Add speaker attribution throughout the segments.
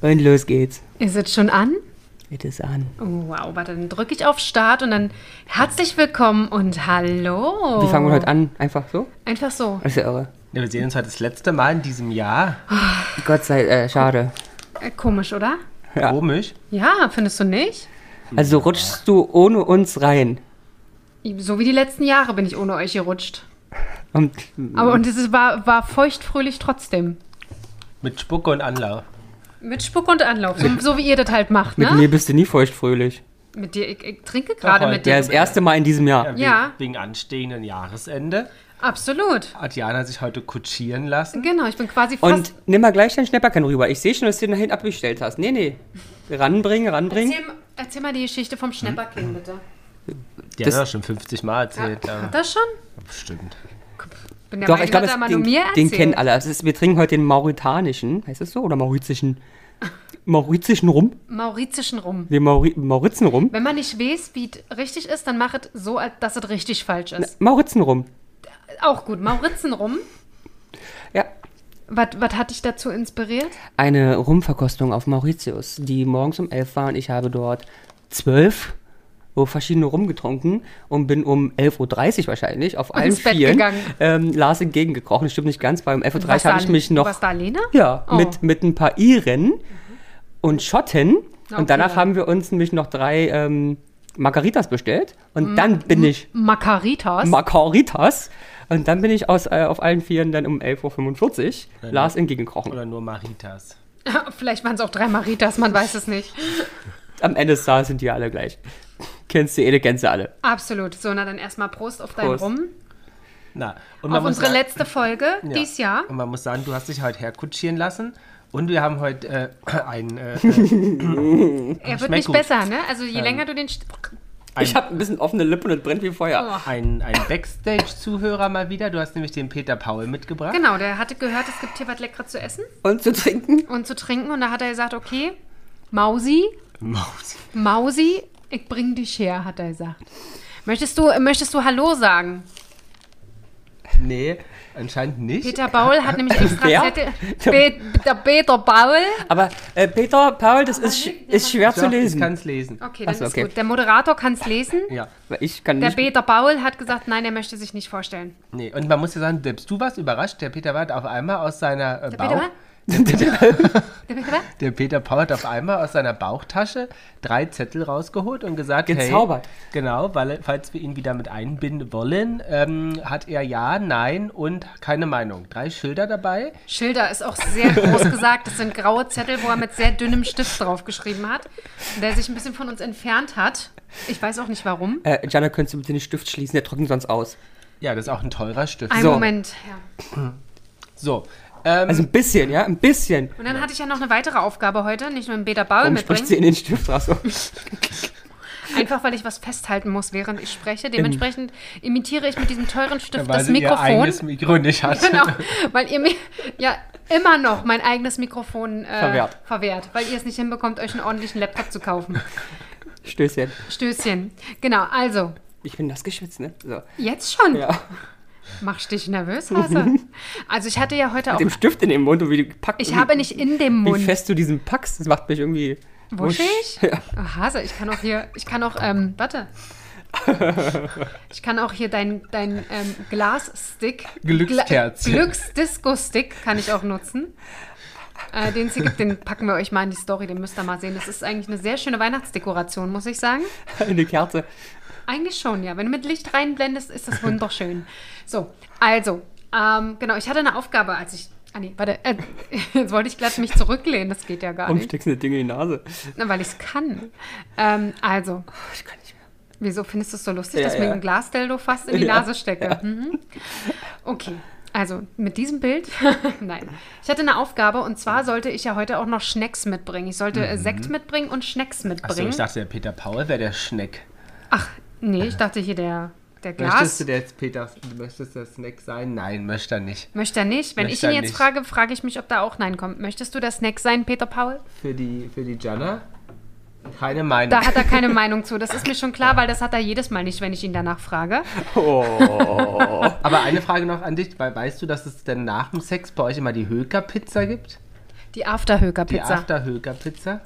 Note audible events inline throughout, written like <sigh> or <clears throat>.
Speaker 1: Und los geht's.
Speaker 2: Ist es schon an?
Speaker 1: Bitte es an.
Speaker 2: Oh, wow, warte, dann drücke ich auf Start und dann herzlich willkommen und hallo.
Speaker 1: Wie fangen
Speaker 2: Oh.
Speaker 1: wir heute an? Einfach so?
Speaker 2: Einfach so.
Speaker 1: Das ist ja irre.
Speaker 3: Ja, wir sehen uns heute das letzte Mal in diesem Jahr.
Speaker 1: Gott sei äh, schade.
Speaker 2: Äh, komisch, oder?
Speaker 1: Ja.
Speaker 3: Komisch.
Speaker 2: Ja, findest du nicht?
Speaker 1: Also rutschst du ohne uns rein.
Speaker 2: So wie die letzten Jahre bin ich ohne euch gerutscht.
Speaker 1: Und
Speaker 2: Aber und es ist- war, war feuchtfröhlich trotzdem.
Speaker 3: Mit Spucke und Anlauf.
Speaker 2: Mit Spuck und Anlauf, so, so wie ihr das halt macht,
Speaker 1: mit
Speaker 2: ne?
Speaker 1: mir bist du nie feuchtfröhlich.
Speaker 2: Mit dir, ich, ich trinke gerade
Speaker 3: Doch,
Speaker 2: mit
Speaker 3: heute.
Speaker 1: Ja,
Speaker 2: dir.
Speaker 1: das erste Mal in diesem Jahr.
Speaker 2: Ja.
Speaker 3: Wegen, wegen anstehenden Jahresende
Speaker 2: Absolut.
Speaker 3: hat Jana sich heute kutschieren lassen.
Speaker 2: Genau, ich bin quasi fast...
Speaker 1: Und nimm mal gleich deinen Schnäpperkern rüber. Ich sehe schon, dass du den dahin abgestellt hast. Nee, nee. Ranbringen, ranbringen.
Speaker 2: Erzähl, erzähl mal die Geschichte vom Schnäpperkind, bitte.
Speaker 3: Die
Speaker 1: Das-
Speaker 3: Jana hat schon 50 Mal erzählt. ähm, Ja.
Speaker 2: Hat das schon?
Speaker 1: <laughs>
Speaker 3: Bestimmt.
Speaker 2: Bin der
Speaker 1: Doch,
Speaker 2: Meinung,
Speaker 1: ich glaube,
Speaker 2: hat er
Speaker 1: es-
Speaker 2: mal
Speaker 1: den,
Speaker 2: nur mir
Speaker 1: den
Speaker 2: erzählt.
Speaker 1: kennen alle. Also Es ist, wir trinken heute den mauritanischen, heißt es so? Oder
Speaker 2: <laughs>
Speaker 1: mauritischen? Mauritischen Rum?
Speaker 2: Mauritischen Rum.
Speaker 1: Den Mauri Mauritzen Rum?
Speaker 2: Wenn man nicht weiß, wie es richtig ist, dann mach es so, als dass es richtig falsch ist.
Speaker 1: Mauritzen Rum.
Speaker 2: Auch gut, Mauritzen rum.
Speaker 1: Ja.
Speaker 2: Was, was hat dich dazu inspiriert?
Speaker 1: Eine Rumverkostung auf Mauritius, die morgens um 11 war und ich habe dort zwölf so verschiedene Rum getrunken und bin um 11.30 Uhr wahrscheinlich auf allen
Speaker 2: Ins Bett
Speaker 1: Vieren
Speaker 2: gegangen.
Speaker 1: Ähm, Lars entgegengekrochen. Das stimmt nicht ganz, weil um 11.30 Uhr
Speaker 2: Warst
Speaker 1: habe
Speaker 2: du
Speaker 1: ich
Speaker 2: al-
Speaker 1: mich
Speaker 2: du
Speaker 1: noch...
Speaker 2: Warst du alleine?
Speaker 1: Ja,
Speaker 2: Oh.
Speaker 1: mit, mit ein paar Iren und Schotten.
Speaker 2: Okay.
Speaker 1: Und danach haben wir uns nämlich noch drei ähm, Margaritas bestellt.
Speaker 2: Mhm.
Speaker 1: Und dann bin ich
Speaker 2: Macaritas.
Speaker 1: Margaritas. Und dann bin ich aus, äh, auf allen Vieren dann um 11.45 Uhr Lars entgegengekrochen.
Speaker 3: Oder nur Maritas.
Speaker 2: <laughs> Vielleicht waren es auch drei Maritas, man weiß es nicht.
Speaker 1: Am Ende des Tages sind die alle gleich. Kennst du eh, kennst du alle.
Speaker 2: Absolut. So, na dann erstmal Prost auf deinen
Speaker 1: Prost.
Speaker 2: Rum.
Speaker 3: Na, und
Speaker 2: Auf
Speaker 3: muss
Speaker 2: unsere
Speaker 3: sagen-
Speaker 2: letzte Folge
Speaker 3: Ja.
Speaker 2: dies Jahr.
Speaker 3: Und man muss sagen, du hast dich heute herkutschieren lassen. Und wir haben heute äh, ein,
Speaker 1: <laughs>
Speaker 3: äh, äh,
Speaker 2: Er wird
Speaker 3: schmeckt
Speaker 2: nicht
Speaker 3: gut.
Speaker 2: besser, ne? Also
Speaker 1: Ähm.
Speaker 2: je länger du den... St
Speaker 1: Ich habe ein bisschen offene Lippen und brennt wie Feuer.
Speaker 2: oh.
Speaker 3: ein, ein Backstage-Zuhörer mal wieder. Du hast nämlich den Peter Paul mitgebracht.
Speaker 2: Genau, der hatte gehört, es gibt hier was Leckeres zu essen
Speaker 1: Und zu trinken.
Speaker 2: und zu trinken. Und da hat er gesagt, okay, Mausi,
Speaker 3: Maus.
Speaker 2: Mausi, ich bring dich her, hat er gesagt. Möchtest du, möchtest du Hallo sagen?
Speaker 3: Nee, anscheinend nicht.
Speaker 2: Peter Baul hat nämlich
Speaker 1: <laughs>
Speaker 2: extra
Speaker 1: Wer?
Speaker 2: Zettel. Pe der Peter Baul.
Speaker 1: Aber äh, Peter, Paul, das ist, sch- ist schwer zu
Speaker 3: Doch, Ich
Speaker 1: lesen.
Speaker 3: kann es lesen.
Speaker 2: Okay, dann
Speaker 1: Ach so,
Speaker 2: ist
Speaker 1: okay.
Speaker 2: gut. Der Moderator kann es lesen.
Speaker 3: Ja.
Speaker 1: Weil Ich kann
Speaker 2: Der
Speaker 1: nicht.
Speaker 2: Peter Baul hat gesagt, nein, er möchte sich nicht vorstellen.
Speaker 3: Nee, und man muss ja sagen, selbst du warst überrascht, der Peter war auf einmal aus seiner äh,
Speaker 2: Der Peter
Speaker 3: Bauch...
Speaker 2: Baul? Der Peter Baul?
Speaker 3: Der Peter Paul hat auf einmal aus seiner Bauchtasche drei Zettel rausgeholt und gesagt,
Speaker 1: Gezaubert.
Speaker 3: hey, genau, weil er- falls wir ihn wieder mit einbinden wollen, ähm, hat er ja, nein und keine Meinung. Drei Schilder dabei.
Speaker 2: Schilder ist auch sehr groß gesagt. Das sind graue Zettel, wo er mit sehr dünnem Stift draufgeschrieben hat. Und der sich ein bisschen von uns entfernt hat. Ich weiß auch nicht warum.
Speaker 1: Äh, Jana, könntest du bitte den Stift schließen? Der trocknet sonst aus.
Speaker 3: Ja, das ist auch ein teurer Stift.
Speaker 2: Ein
Speaker 1: So.
Speaker 2: Moment. Ja.
Speaker 3: So, ähm,
Speaker 1: Also ein bisschen, ja? Ein bisschen.
Speaker 2: Und dann hatte ich ja noch eine weitere Aufgabe heute, nicht nur einen Peter Baul
Speaker 1: Warum spricht sie in
Speaker 2: mitbringen,
Speaker 1: den Stift raus?
Speaker 2: einfach weil ich was festhalten muss, während ich spreche. Dementsprechend imitiere ich mit diesem teuren Stift das
Speaker 3: sie ihr
Speaker 2: Mikrofon.
Speaker 3: eigenes Mikro nicht hat.
Speaker 2: <laughs> Genau, weil ihr mir ja immer noch mein eigenes Mikrofon äh,
Speaker 1: Verwehrt.
Speaker 2: verwehrt, weil ihr es nicht hinbekommt, euch einen ordentlichen Laptop
Speaker 1: <laughs>
Speaker 2: zu kaufen.
Speaker 1: Stößchen.
Speaker 2: Stößchen. Genau, also,
Speaker 1: Ich bin nass geschwitzt, ne? So.
Speaker 2: jetzt schon.
Speaker 1: Ja.
Speaker 2: Machst dich
Speaker 1: <laughs>
Speaker 2: nervös, Hase. Also ich hatte ja heute auch,
Speaker 1: Mit dem Stift in den Mund und wie du gepackt
Speaker 2: ich
Speaker 1: wie-
Speaker 2: habe nicht in dem
Speaker 1: Wie
Speaker 2: Mund.
Speaker 1: fest du diesen packst, das macht mich irgendwie.
Speaker 2: Wuschig?
Speaker 1: Ja.
Speaker 2: Oh, Hase, ich kann auch hier, ich kann auch, ähm, warte. Ich kann auch hier dein, dein ähm, Glasstick.
Speaker 3: Glücksterzchen.
Speaker 2: Gla Glücksdisco-Stick kann ich auch nutzen. Äh, den es hier gibt, den packen wir euch mal in die Story, den müsst ihr mal sehen. Das ist eigentlich eine sehr schöne Weihnachtsdekoration, muss ich sagen.
Speaker 1: <laughs> Eine Kerze.
Speaker 2: Eigentlich schon, ja. Wenn du mit Licht reinblendest, ist das wunderschön. So, also, ähm, genau, ich hatte eine Aufgabe, als ich. Ah, nee, warte, äh, <laughs> jetzt wollte ich glatt mich zurücklehnen, das geht ja gar
Speaker 1: Warum
Speaker 2: nicht.
Speaker 1: steckst du das Ding in die Nase?
Speaker 2: Na, weil ich es kann. Ähm, also,
Speaker 1: Ich kann nicht mehr.
Speaker 2: Wieso findest du es so lustig,
Speaker 1: Ja,
Speaker 2: dass mir
Speaker 1: ja.
Speaker 2: ein Glasdeldo fast in die
Speaker 1: Ja,
Speaker 2: Nase stecke? Mhm. Okay, also mit diesem Bild,
Speaker 3: <laughs>
Speaker 2: nein. Ich hatte eine Aufgabe und zwar sollte ich ja heute auch noch Schnecks mitbringen. Ich sollte äh, Sekt mitbringen und Schnecks
Speaker 3: Achso,
Speaker 2: mitbringen.
Speaker 3: Mhm. ich dachte, der Peter Paul wäre der Schneck.
Speaker 2: Ach, nee, ich dachte hier der, der
Speaker 3: Möchtest
Speaker 2: Glas.
Speaker 3: du der Peter, möchtest der Snack sein? Nein, möchte er nicht.
Speaker 2: Möchte er nicht. Wenn ich
Speaker 3: Möchte
Speaker 2: ihn
Speaker 3: er
Speaker 2: jetzt
Speaker 3: nicht.
Speaker 2: frage, frage ich mich, ob da auch Nein kommt. Möchtest du der Snack sein, Peter Paul?
Speaker 3: Für die, für die Jana? Keine Meinung.
Speaker 2: Da hat er
Speaker 3: <laughs>
Speaker 2: keine Meinung zu. Das ist mir schon klar, weil das hat er jedes Mal nicht, wenn ich ihn danach frage.
Speaker 3: Aber eine Frage noch an dich. weil Weißt du, dass es denn nach dem Sex bei euch immer die Höker-Pizza gibt?
Speaker 2: Die Afterhöker
Speaker 3: Die
Speaker 2: Pizza.
Speaker 3: Afterhöker Pizza?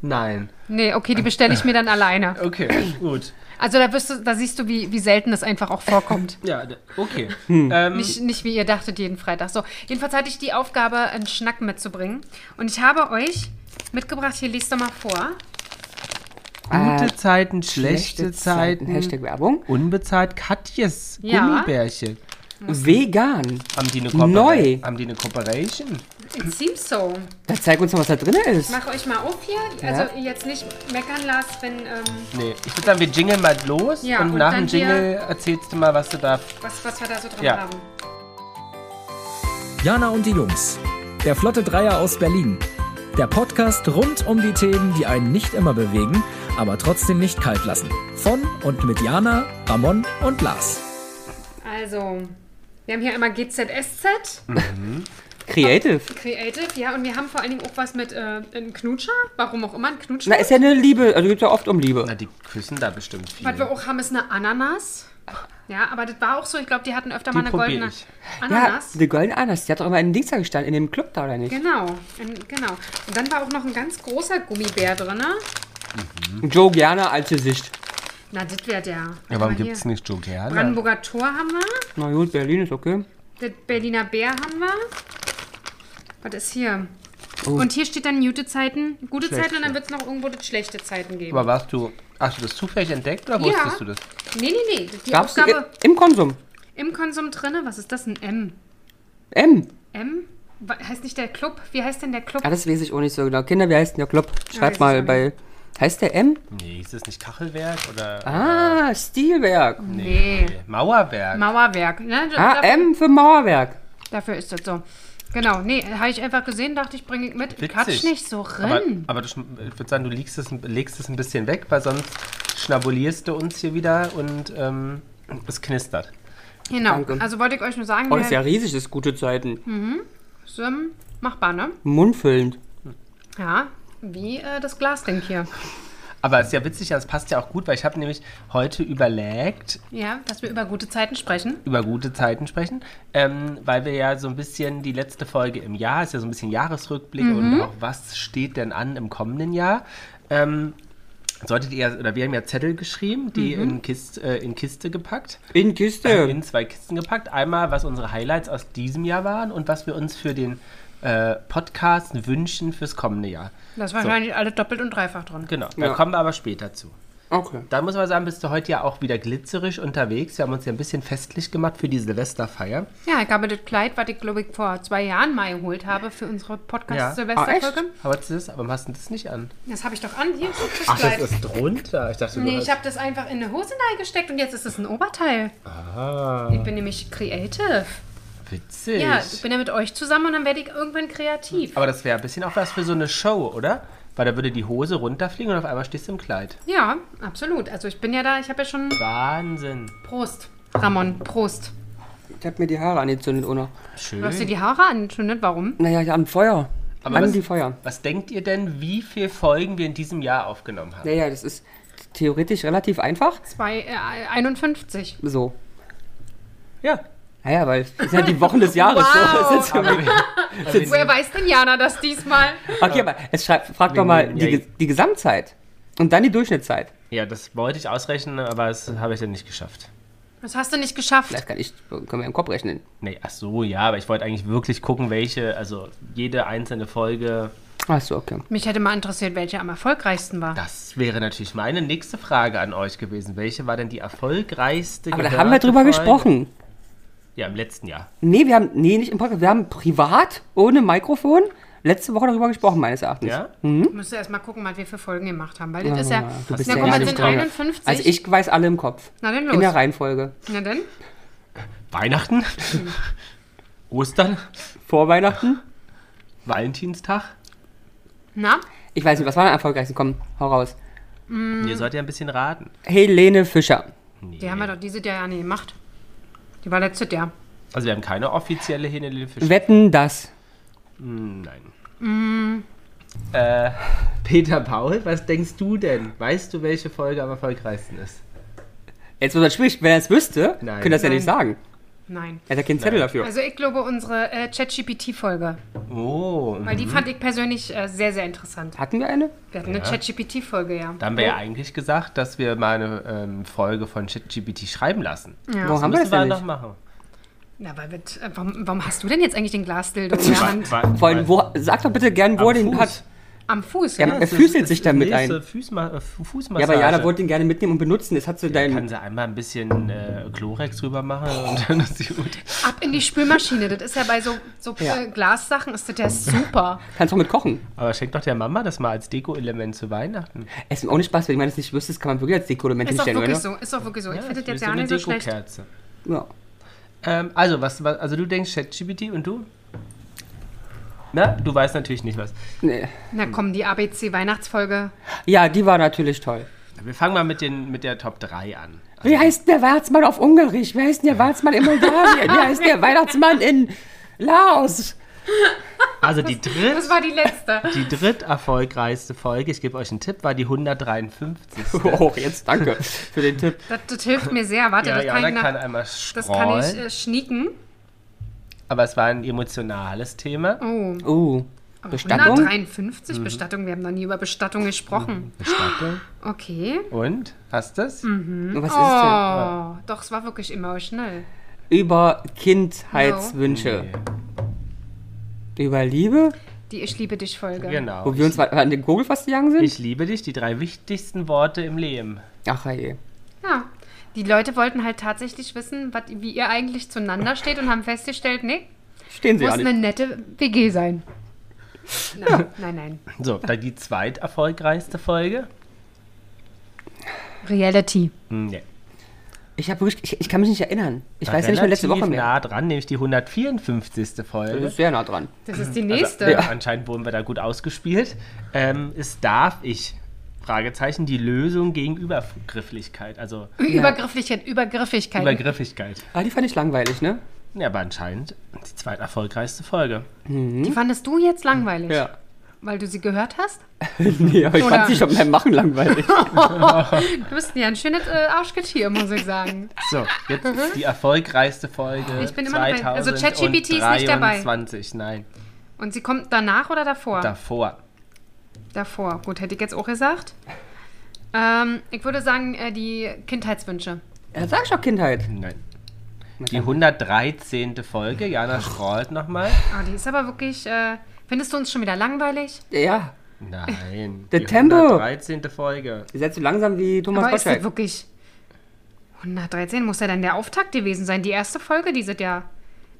Speaker 3: Nein.
Speaker 2: nee, okay, die bestelle ich mir dann alleine.
Speaker 3: Okay, <clears throat> gut.
Speaker 2: Also da, wirst du, da siehst du, wie, wie selten das einfach auch vorkommt.
Speaker 3: Ja, d- okay. Ähm,
Speaker 2: Nicht, nicht wie ihr dachtet, jeden Freitag. So, jedenfalls hatte ich die Aufgabe, einen Schnack mitzubringen. Und ich habe euch mitgebracht, hier liest doch mal vor.
Speaker 3: gute
Speaker 1: Äh,
Speaker 3: Zeiten, schlechte, Zeiten.
Speaker 1: Hashtag Werbung.
Speaker 3: Unbezahlt Katjes
Speaker 2: Ja.
Speaker 3: Gummibärchen.
Speaker 1: Vegan.
Speaker 3: Haben die eine
Speaker 1: Neu.
Speaker 3: Haben die eine Corporation?
Speaker 2: It seems so.
Speaker 1: Da zeig uns mal, was da drin ist.
Speaker 2: Mach euch mal auf hier. Also jetzt nicht meckern, Lars, wenn, ähm,
Speaker 3: Nee, ich würde sagen, wir jingeln mal los
Speaker 2: Ja,
Speaker 3: und,
Speaker 2: und
Speaker 3: nach dem
Speaker 2: dann wir-
Speaker 3: Jingle erzählst du mal, was du da.
Speaker 2: was, was wir da so dran
Speaker 3: Ja.
Speaker 2: haben.
Speaker 4: Jana und die Jungs. Der Flotte Dreier aus Berlin. Der Podcast rund um die Themen, die einen nicht immer bewegen, aber trotzdem nicht kalt lassen. Von und mit Jana, Ramon und Lars.
Speaker 2: Also, wir haben hier einmal GZSZ,
Speaker 1: Creative.
Speaker 2: Creative, ja, und wir haben vor allen Dingen auch was mit äh, einem Knutscher, warum auch immer, ein Knutscher.
Speaker 1: Na, ist ja eine Liebe. Also gibt's ja oft um Liebe.
Speaker 3: Na, die küssen da bestimmt viel.
Speaker 2: was wir auch haben, ist eine Ananas. Ja, aber das war auch so, ich glaube, die hatten öfter mal
Speaker 3: Die
Speaker 2: eine
Speaker 3: probier
Speaker 2: goldene
Speaker 3: ich.
Speaker 1: Ja,
Speaker 2: Ananas.
Speaker 1: die goldene Ananas. Die hat doch immer in Dings da gestanden, in dem Club da, oder nicht?
Speaker 2: Genau, in, genau. Und dann war auch noch ein ganz großer Gummibär drin. Ne?
Speaker 1: Joe Gerner als Gesicht.
Speaker 2: Na, das wäre der.
Speaker 3: Ja,
Speaker 2: Warte mal
Speaker 3: warum
Speaker 2: hier.
Speaker 3: gibt es nicht Joker?
Speaker 2: Brandenburger Tor haben wir.
Speaker 1: Na gut, Berlin ist okay.
Speaker 2: Das Berliner Bär haben wir. Was ist hier?
Speaker 3: Oh.
Speaker 2: Und hier steht dann gute Zeiten, gute
Speaker 1: Schlecht,
Speaker 2: Zeiten und dann wird es noch irgendwo das schlechte Zeiten geben.
Speaker 3: Aber warst du. Hast du das zufällig entdeckt oder
Speaker 2: Ja.
Speaker 3: wusstest du das?
Speaker 2: Nee, nee, nee. Die
Speaker 1: Gab's die
Speaker 2: Aufgabe
Speaker 1: im Konsum.
Speaker 2: im Konsum drinne. Was ist das? Ein M.
Speaker 1: M.
Speaker 2: M? Wa- Heißt nicht der Club? Wie heißt denn der Club?
Speaker 3: Ah,
Speaker 1: Ja, das weiß ich auch nicht so genau. Kinder, wie heißt denn der Club? Schreibt
Speaker 2: weiß ich
Speaker 1: mal
Speaker 2: auch
Speaker 1: bei. Heißt der M?
Speaker 3: Nee, ist das nicht Kachelwerk oder.
Speaker 1: Ah, Stilwerk.
Speaker 2: Hm. nee.
Speaker 3: Nee, Mauerwerk.
Speaker 2: Mauerwerk. Ne?
Speaker 1: Ah,
Speaker 2: dafür,
Speaker 1: M für Mauerwerk.
Speaker 2: dafür ist das so. Genau, nee, habe ich einfach gesehen, dachte ich, bringe ich mit.
Speaker 3: Witzig.
Speaker 2: Quatsch nicht so
Speaker 3: aber,
Speaker 2: rin.
Speaker 3: aber du, schm- ich würde sagen, du legst es, legst es ein bisschen weg, weil sonst schnabulierst du uns hier wieder und ähm, es knistert.
Speaker 2: genau,
Speaker 1: danke.
Speaker 2: also wollte ich euch nur sagen,
Speaker 1: Oh, das ist ja
Speaker 2: wir
Speaker 1: riesig, das ist gute
Speaker 2: Hm.
Speaker 1: Zeiten.
Speaker 2: sind machbar, ne?
Speaker 1: Mundfüllend.
Speaker 2: Ja, wie äh, das Glasding hier.
Speaker 3: Aber es ist ja witzig, das passt ja auch gut, weil ich habe nämlich heute überlegt,
Speaker 2: Ja, dass wir über gute Zeiten sprechen.
Speaker 3: über gute Zeiten sprechen, ähm, weil wir ja so ein bisschen die letzte Folge im Jahr ist ja so ein bisschen Jahresrückblick und auch was steht denn an im kommenden Jahr. Ähm, solltet ihr oder wir haben ja Zettel geschrieben, die in, Kist, äh, in Kiste gepackt,
Speaker 1: In Kiste.
Speaker 3: in zwei Kisten gepackt. Einmal was unsere Highlights aus diesem Jahr waren und was wir uns für den äh, Podcast wünschen fürs kommende Jahr.
Speaker 2: Da ist wahrscheinlich alles doppelt und dreifach drin.
Speaker 3: Genau, da
Speaker 1: Ja.
Speaker 3: kommen wir aber später zu.
Speaker 1: Okay.
Speaker 3: Da muss man sagen, bist du heute ja auch wieder glitzerisch unterwegs. Wir haben uns ja ein bisschen festlich gemacht für die Silvesterfeier.
Speaker 2: Ja, ich habe das Kleid, was ich glaube ich vor zwei Jahren mal geholt habe für unsere
Speaker 1: Ah,
Speaker 2: Podcast-Silvesterfolge.
Speaker 3: Aber das ist, aber hast du das nicht an?
Speaker 2: das habe ich doch an. Hier ist das Kleid.
Speaker 3: drunter. Ich dachte,
Speaker 2: nee, ich habe das einfach in eine Hose gesteckt und jetzt ist es ein Oberteil.
Speaker 3: Ah.
Speaker 2: Ich bin nämlich creative.
Speaker 3: Witzig.
Speaker 2: Ja, ich bin ja mit euch zusammen und dann werde ich irgendwann kreativ.
Speaker 3: aber das wäre ein bisschen auch was für so eine Show, oder? Weil da würde die Hose runterfliegen und auf einmal stehst du im Kleid.
Speaker 2: Ja, absolut. Also ich bin ja da, ich habe ja schon...
Speaker 3: Wahnsinn.
Speaker 2: Prost, Ramon, Prost.
Speaker 1: Ich hab mir die Haare angezündet, oder?
Speaker 2: Du hast dir
Speaker 3: Schön.
Speaker 2: die Haare angezündet, warum?
Speaker 1: Naja, ja, am Feuer.
Speaker 3: Aber
Speaker 1: an
Speaker 3: was-
Speaker 1: die Feuer.
Speaker 3: Was denkt ihr denn, wie viele Folgen wir in diesem Jahr aufgenommen haben?
Speaker 1: Naja, das ist theoretisch relativ einfach.
Speaker 2: Zwei, äh, 51.
Speaker 1: So.
Speaker 3: Ja.
Speaker 1: Naja, weil es sind ja die Wochen des Jahres.
Speaker 2: Wow.
Speaker 1: So, es ist
Speaker 3: Aber wir,
Speaker 2: Woher weiß denn Jana das diesmal?
Speaker 1: okay, aber es schreibt, frag doch mal die, Ge- die Gesamtzeit und dann die Durchschnittszeit.
Speaker 3: <laughs> ja, das wollte ich ausrechnen, aber das habe ich dann nicht geschafft.
Speaker 2: Das hast du nicht geschafft.
Speaker 1: Das kann ich, können wir im Kopf rechnen.
Speaker 3: Nee, ach so, ja, aber ich wollte eigentlich wirklich gucken, welche, also jede einzelne Folge.
Speaker 1: Ach so, okay.
Speaker 2: Mich hätte mal interessiert, welche am erfolgreichsten war.
Speaker 3: Das wäre natürlich meine nächste Frage an euch gewesen. Welche war denn die erfolgreichste
Speaker 1: Aber da
Speaker 3: gehörte
Speaker 1: haben wir drüber
Speaker 3: Folge?
Speaker 1: gesprochen. Hm.
Speaker 3: Ja, im letzten Jahr.
Speaker 1: Nee, wir haben, nee, nicht im Podcast. Wir haben privat, ohne Mikrofon, letzte Woche darüber gesprochen, meines Erachtens.
Speaker 3: Ja?
Speaker 2: Ich müsste erst mal gucken, was wir für Folgen gemacht haben, weil das ist ja.
Speaker 1: Du bist
Speaker 2: na
Speaker 1: ja,
Speaker 2: guck mal,
Speaker 1: ehrlich
Speaker 2: sind
Speaker 1: dran.
Speaker 2: 51.
Speaker 1: Also ich weiß alle im Kopf.
Speaker 2: Na dann
Speaker 1: In der
Speaker 2: los.
Speaker 1: Reihenfolge.
Speaker 2: Na denn?
Speaker 3: Weihnachten?
Speaker 1: Hm.
Speaker 3: <laughs> Ostern?
Speaker 1: Vor Weihnachten.
Speaker 3: Valentinstag?
Speaker 2: Na?
Speaker 1: Ich weiß nicht, was war am erfolgreichsten? Komm, hau raus.
Speaker 3: Ihr sollt ja ein bisschen raten.
Speaker 1: Helene Fischer.
Speaker 3: Nee.
Speaker 2: Die haben wir doch dieses Jahr ja nie gemacht. Die war letztes Jahr.
Speaker 3: Also wir haben keine offizielle Helene Fischer.
Speaker 1: Wetten, das.
Speaker 3: Hm, Nein. Äh, Peter Paul, was denkst du denn? Weißt du, welche Folge am erfolgreichsten ist?
Speaker 1: Jetzt wird das schwierig. Wenn er es wüsste,
Speaker 3: Nein.
Speaker 1: könnte er es ja nicht sagen.
Speaker 2: Nein.
Speaker 1: Er hat keinen Zettel dafür.
Speaker 2: Also ich glaube unsere äh, ChatGPT-Folge,
Speaker 3: Oh,
Speaker 2: weil die fand ich persönlich äh, sehr, sehr interessant.
Speaker 1: Hatten wir eine?
Speaker 2: Wir hatten eine ChatGPT-Folge, ja.
Speaker 3: da haben wir ja eigentlich gesagt, dass wir mal eine ähm, Folge von ChatGPT schreiben lassen.
Speaker 2: Ja.
Speaker 1: Warum haben wir das
Speaker 3: Müssen wir
Speaker 1: denn
Speaker 3: noch
Speaker 1: nicht?
Speaker 3: machen.
Speaker 2: Na, weil wir, äh, warum, warum hast du denn jetzt eigentlich den Glasdildo in der Hand?
Speaker 1: Vor allem, wo, sag doch bitte gern, wo er den
Speaker 3: Fuß.
Speaker 1: hat.
Speaker 2: Am Fuß,
Speaker 1: Ja,
Speaker 2: ja.
Speaker 1: Er füßelt sich damit ein.
Speaker 3: Fußma äh, Fußmassage.
Speaker 1: Ja, aber Jana wollte ihn gerne mitnehmen und benutzen. Jetzt hat sie
Speaker 3: Kann
Speaker 1: deinen.
Speaker 3: sie einmal ein bisschen äh, Chlorex drüber machen und dann ist sie gut.
Speaker 2: Ab in die Spülmaschine. Das ist ja bei so, so
Speaker 1: Ja.
Speaker 2: äh, Glassachen, ist das ja super.
Speaker 1: Kannst du auch mit kochen.
Speaker 3: Aber schenk doch der Mama das mal als Deko-Element zu Weihnachten.
Speaker 1: Es ist auch nicht Spaß, wenn man das nicht wüsste, das kann man wirklich als Deko-Element
Speaker 2: Ist doch
Speaker 1: hinstellen,
Speaker 2: wirklich
Speaker 1: oder?
Speaker 2: so, ist doch wirklich so. Ich finde das
Speaker 3: ist wie
Speaker 2: jetzt ja nicht so schlecht.
Speaker 3: Dekokerze.
Speaker 1: Ja.
Speaker 3: Ähm, also, was, was, also du denkst ChatGPT und du? Na, du weißt natürlich nicht was.
Speaker 1: Nee.
Speaker 2: Na komm, die ABC-Weihnachtsfolge.
Speaker 1: ja, die war natürlich toll.
Speaker 3: Wir fangen mal mit, den, mit der Top 3 an.
Speaker 1: Wie heißt denn der Weihnachtsmann auf Ungarisch? Wie heißt denn der Weihnachtsmann in Moldawien? Wie heißt der Weihnachtsmann in Laos?
Speaker 3: Also die dritt,
Speaker 2: Das war die letzte.
Speaker 3: die dritt erfolgreichste Folge, ich gebe euch einen Tipp, war die 153.
Speaker 1: <laughs>
Speaker 2: <laughs>
Speaker 1: Oh, jetzt danke für den Tipp.
Speaker 2: Das, das hilft mir sehr. Warte,
Speaker 3: Ja,
Speaker 2: das,
Speaker 3: Jana
Speaker 2: kann ich
Speaker 3: kann
Speaker 2: nach,
Speaker 3: einmal
Speaker 2: das kann ich
Speaker 3: scrollen,
Speaker 2: äh, schnieken.
Speaker 3: aber es war ein emotionales Thema.
Speaker 2: Oh,
Speaker 1: Oh, Bestattung?
Speaker 2: 153 Bestattung. Wir haben noch nie über Bestattung gesprochen.
Speaker 3: Bestattung.
Speaker 2: Okay.
Speaker 3: Und? Hast du's?
Speaker 1: Was ist
Speaker 2: Oh, doch, es war wirklich emotional.
Speaker 1: denn? Über Kindheitswünsche. Über Liebe,
Speaker 2: Die Ich liebe dich Folge.
Speaker 3: Genau.
Speaker 1: wo wir uns an den Kugel fast gegangen sind?
Speaker 3: Ich liebe dich, die drei wichtigsten Worte im Leben.
Speaker 1: Ach, hey.
Speaker 2: Ja. Die Leute wollten halt tatsächlich wissen, wat, wie ihr eigentlich zueinander steht und haben festgestellt, nee,
Speaker 1: Stehen sie
Speaker 2: muss
Speaker 1: alle.
Speaker 2: eine nette WG sein. Nein, nein, nein.
Speaker 3: So, dann die zweiterfolgreichste Folge.
Speaker 2: Reality.
Speaker 3: Hm, Nee.
Speaker 1: Ich, hab wirklich, ich, ich kann mich nicht erinnern. Ich weiß ja nicht mehr letzte Woche mehr.
Speaker 3: nah dran, nämlich die 154.
Speaker 1: Das
Speaker 3: Folge.
Speaker 1: ist sehr nah dran.
Speaker 2: Das ist die
Speaker 3: Also,
Speaker 2: nächste.
Speaker 3: ja. Anscheinend wurden wir da gut ausgespielt. Ähm, es darf ich, Fragezeichen, die Lösung gegen Übergrifflichkeit. Also
Speaker 2: <laughs> Übergrifflichkeit, Übergrifflichkeit.
Speaker 3: Übergriffigkeit.
Speaker 1: Ah, die fand ich langweilig, ne?
Speaker 3: Ja, aber anscheinend die zweiterfolgreichste Folge.
Speaker 2: Die fandest du jetzt langweilig,
Speaker 1: Ja.
Speaker 2: weil du sie gehört hast?
Speaker 1: <laughs> Nee, aber ich
Speaker 2: Oder-
Speaker 1: fand sie schon beim Machen langweilig. <laughs>
Speaker 2: Du bist ja ein schönes äh, Arschgetier, muss ich sagen.
Speaker 3: So, jetzt ist die erfolgreichste Folge.
Speaker 2: Mhm. Ich bin immer noch bei- also ChatGPT ist nicht dabei. Oh.
Speaker 3: 2023, nein,
Speaker 2: Und sie kommt danach oder davor?
Speaker 3: davor.
Speaker 2: Davor. Gut, hätte ich jetzt auch gesagt. Ähm, ich würde sagen, äh, die Kindheitswünsche.
Speaker 1: Ja, sag schon Kindheit.
Speaker 3: Nein. Die 113. Folge, Jana scrollt nochmal.
Speaker 2: Ah, die ist aber wirklich. Äh, findest du uns schon wieder langweilig?
Speaker 1: Ja,
Speaker 3: Nein.
Speaker 1: Der
Speaker 3: die
Speaker 1: Tempo.
Speaker 3: 113. Folge.
Speaker 1: ihr seid so langsam wie Thomas
Speaker 2: aber ist das
Speaker 1: Gottschalk.
Speaker 2: wirklich. 113 muss ja dann der Auftakt gewesen sein. Die erste Folge dieses Jahr.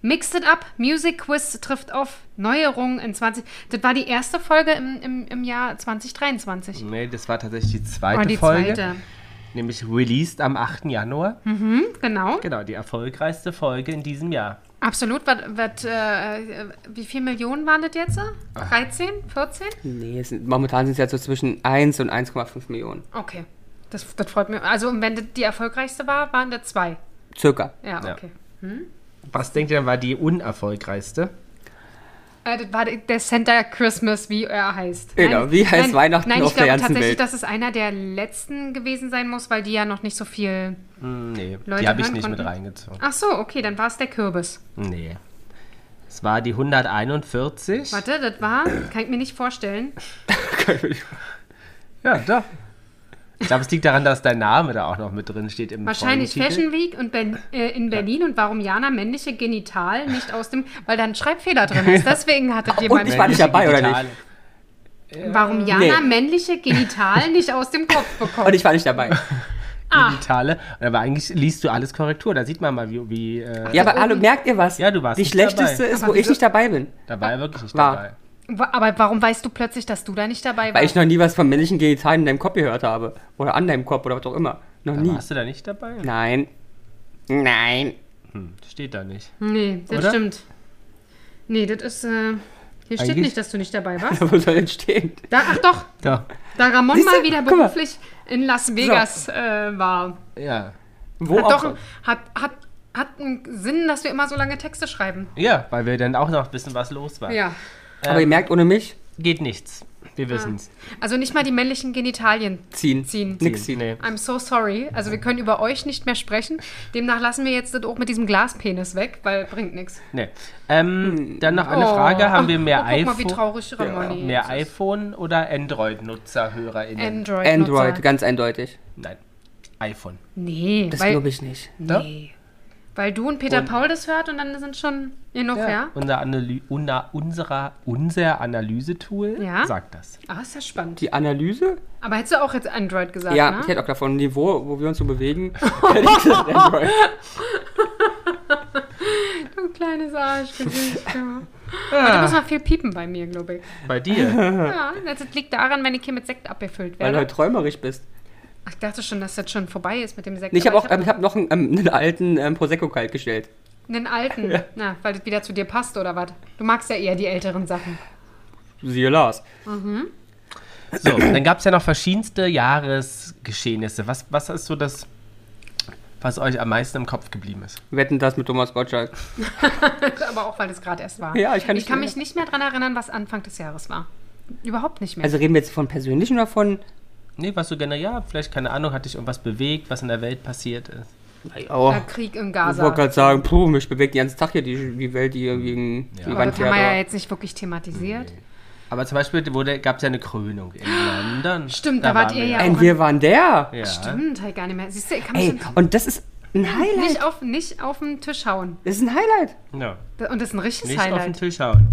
Speaker 2: Mixed It Up, Music Quiz trifft auf Neuerungen in 20. Das war die erste Folge im, im, im Jahr 2023.
Speaker 3: Nee, das war tatsächlich die
Speaker 2: Ah,
Speaker 3: zweite
Speaker 2: die
Speaker 3: Folge.
Speaker 2: zweite.
Speaker 3: Nämlich released am 8. Januar.
Speaker 2: Genau.
Speaker 3: Genau, die erfolgreichste Folge in diesem Jahr.
Speaker 2: Absolut. Wat, wat, äh, wie viel Millionen waren das
Speaker 3: Ah.
Speaker 2: jetzt? 13? 14?
Speaker 1: Nee, es sind, momentan sind es ja so zwischen 1 und 1,5 Millionen.
Speaker 2: Okay. Das, das freut mich. Also, und wenn das die erfolgreichste war, waren das zwei.
Speaker 1: Circa.
Speaker 2: Ja,
Speaker 3: Ja.
Speaker 2: okay.
Speaker 3: Was denkt ihr, war die unerfolgreichste?
Speaker 2: Äh, das war der Santa Christmas, wie er heißt.
Speaker 1: Genau, wie heißt Weihnachten
Speaker 2: nein,
Speaker 1: auf
Speaker 2: ich
Speaker 1: der
Speaker 2: glaube
Speaker 1: ganzen
Speaker 2: tatsächlich,
Speaker 1: Welt?
Speaker 2: dass es einer der letzten gewesen sein muss, weil die ja noch nicht so viel.
Speaker 3: Hm, Nee,
Speaker 2: Leute
Speaker 3: die habe ich
Speaker 2: hören
Speaker 3: nicht mit
Speaker 2: konnten.
Speaker 3: reingezogen.
Speaker 2: Ach so, okay, dann war es der Kürbis.
Speaker 3: Nee. Es war die 141.
Speaker 2: Warte, das war, kann ich mir nicht vorstellen.
Speaker 3: Ja, doch. Ich glaube, es liegt daran, dass dein Name da auch noch mit drin steht im
Speaker 2: Wahrscheinlich
Speaker 3: Folgentitel.
Speaker 2: Fashion Week und ben, äh, in Berlin und warum Jana männliche Genital nicht aus dem, weil da ein Schreibfehler drin
Speaker 1: <laughs>
Speaker 2: ist. Deswegen hatte
Speaker 1: Und
Speaker 2: jemand,
Speaker 1: ich war nicht dabei, oder nicht?
Speaker 2: warum Jana
Speaker 1: Nee.
Speaker 2: männliche Genital nicht aus dem Kopf bekommt. Ah,
Speaker 1: Und ich war nicht dabei.
Speaker 3: digitale. Aber eigentlich liest du alles Korrektur. Da sieht man mal, wie, wie äh,
Speaker 1: Ja, aber hallo, merkt ihr was?
Speaker 3: Ja, du warst
Speaker 1: Die
Speaker 3: nicht
Speaker 1: schlechteste
Speaker 3: dabei.
Speaker 1: ist,
Speaker 2: Aber
Speaker 1: wo ich
Speaker 2: wieso-
Speaker 1: nicht dabei bin.
Speaker 3: dabei wirklich nicht
Speaker 1: War.
Speaker 3: dabei.
Speaker 2: Wa- Aber warum weißt du plötzlich, dass du da nicht dabei warst?
Speaker 1: Weil ich noch nie was von männlichen Genitalien in deinem Kopf gehört habe. Oder an deinem Kopf oder was auch immer. Noch nie.
Speaker 3: Warst du da nicht dabei?
Speaker 1: Nein. Nein.
Speaker 3: Hm, steht da nicht.
Speaker 2: Nee, das
Speaker 3: Oder?
Speaker 2: stimmt. Nee, das ist. Äh, hier steht
Speaker 3: Eigentlich-
Speaker 2: nicht, dass du nicht dabei warst.
Speaker 1: <laughs> Wo soll denn stehen?
Speaker 2: Da, ach doch,
Speaker 3: Da.
Speaker 2: da Ramon
Speaker 1: Siehst du?
Speaker 2: mal wieder
Speaker 1: Guck mal.
Speaker 2: beruflich in Las Vegas äh, war.
Speaker 3: Ja. Oh,
Speaker 1: Wo
Speaker 2: Hat
Speaker 1: auch.
Speaker 2: doch hat, hat, hat einen Sinn, dass wir immer so lange Texte schreiben.
Speaker 3: Ja, weil wir dann auch noch wissen, was los war.
Speaker 2: Ja.
Speaker 1: aber ihr merkt, ohne mich
Speaker 3: Geht nichts. Wir wissen es.
Speaker 2: Also nicht mal die männlichen Genitalien
Speaker 1: Ziehen.
Speaker 2: ziehen.
Speaker 1: Nix ziehen.
Speaker 3: Nee.
Speaker 2: I'm so sorry. Also wir können über euch nicht mehr sprechen. Demnach lassen wir jetzt das auch mit diesem Glaspenis weg, weil bringt nichts.
Speaker 3: Nee.
Speaker 1: Hm.
Speaker 3: Ähm, dann noch eine
Speaker 2: Oh.
Speaker 3: Frage. Haben wir mehr
Speaker 2: oh, <laughs> guck mal, wie
Speaker 3: iPhone,
Speaker 2: traurig Ramoni
Speaker 3: mehr
Speaker 2: ist. Ähm.
Speaker 3: iPhone oder Android-Nutzer, HörerInnen?
Speaker 2: Android.
Speaker 1: Android,
Speaker 2: Nutzer.
Speaker 1: ganz eindeutig.
Speaker 3: Nein, iPhone.
Speaker 2: Nee,
Speaker 1: Das
Speaker 2: weil,
Speaker 1: glaube ich nicht.
Speaker 2: nee. Weil du und Peter
Speaker 3: Und-
Speaker 2: Paul das hört und dann sind schon genug, ja?
Speaker 3: Unser, Analy unser, unserer, unser Analysetool
Speaker 2: Ja.
Speaker 3: sagt das.
Speaker 2: Ah, ist ja spannend.
Speaker 1: Die Analyse?
Speaker 2: Aber hättest du auch jetzt Android gesagt,
Speaker 1: ja,
Speaker 2: ne?
Speaker 1: ich hätte auch davon ein Niveau, wo wir uns so <laughs> bewegen. hätte ich gesagt, halt Android.
Speaker 2: Du
Speaker 1: <laughs>
Speaker 2: kleines Arschgesicht.
Speaker 1: Ah.
Speaker 2: Ja. Aber da muss man viel piepen bei mir, glaube ich.
Speaker 3: Bei dir.
Speaker 2: Ja, das liegt daran, wenn ich hier mit Sekt abgefüllt
Speaker 1: Weil du
Speaker 2: werde.
Speaker 1: halt träumerisch bist.
Speaker 2: Ach, ich dachte schon, dass das schon vorbei ist mit dem Sekt.
Speaker 1: Nee, ich habe
Speaker 2: aber
Speaker 1: auch ähm, ich hab noch einen, ähm, einen alten ähm, Prosecco kalt gestellt.
Speaker 2: einen alten. Na, weil das wieder zu dir passt, oder was? Du magst ja eher die älteren Sachen.
Speaker 1: Siehe Lars.
Speaker 3: <laughs> so, dann gab es ja noch verschiedenste Jahresgeschehnisse. Was, was ist so das, was euch am meisten im Kopf geblieben ist?
Speaker 1: Wetten das mit Thomas Gottschalk.
Speaker 2: aber auch, weil das gerade erst war.
Speaker 1: Ja, ich kann
Speaker 2: ich
Speaker 1: nicht-
Speaker 2: kann mich nicht mehr daran erinnern, was Anfang des Jahres war. Überhaupt nicht mehr.
Speaker 1: Also reden wir jetzt von persönlichen oder von.
Speaker 3: Nee, was so generell, ja, vielleicht, keine Ahnung, hat dich irgendwas bewegt, was in der Welt passiert ist?
Speaker 1: Oh,
Speaker 2: Der Krieg in
Speaker 1: ich wollte
Speaker 2: Gaza.
Speaker 1: gerade sagen, puh, mich bewegt den ganzen Tag hier die, die Welt, die hier gegen die
Speaker 2: Aber
Speaker 1: Wand
Speaker 2: das haben wir ja
Speaker 1: fährt.
Speaker 2: jetzt nicht wirklich thematisiert.
Speaker 3: Aber zum Beispiel gab es ja eine Krönung in London.
Speaker 2: Stimmt, da wart
Speaker 3: waren
Speaker 2: ihr
Speaker 3: wir.
Speaker 2: ja
Speaker 1: Ey, wir waren der!
Speaker 3: ja.
Speaker 2: Stimmt, halt gar nicht mehr. Siehst du, ich kann mich
Speaker 1: Ey, und das ist ein
Speaker 2: schon
Speaker 1: Highlight.
Speaker 2: nicht auf, nicht auf den Tisch hauen.
Speaker 1: Das ist ein Highlight.
Speaker 3: Ja.
Speaker 2: Und das ist ein richtiges
Speaker 3: Nicht genau. auf den
Speaker 2: Highlight.
Speaker 3: Tisch hauen.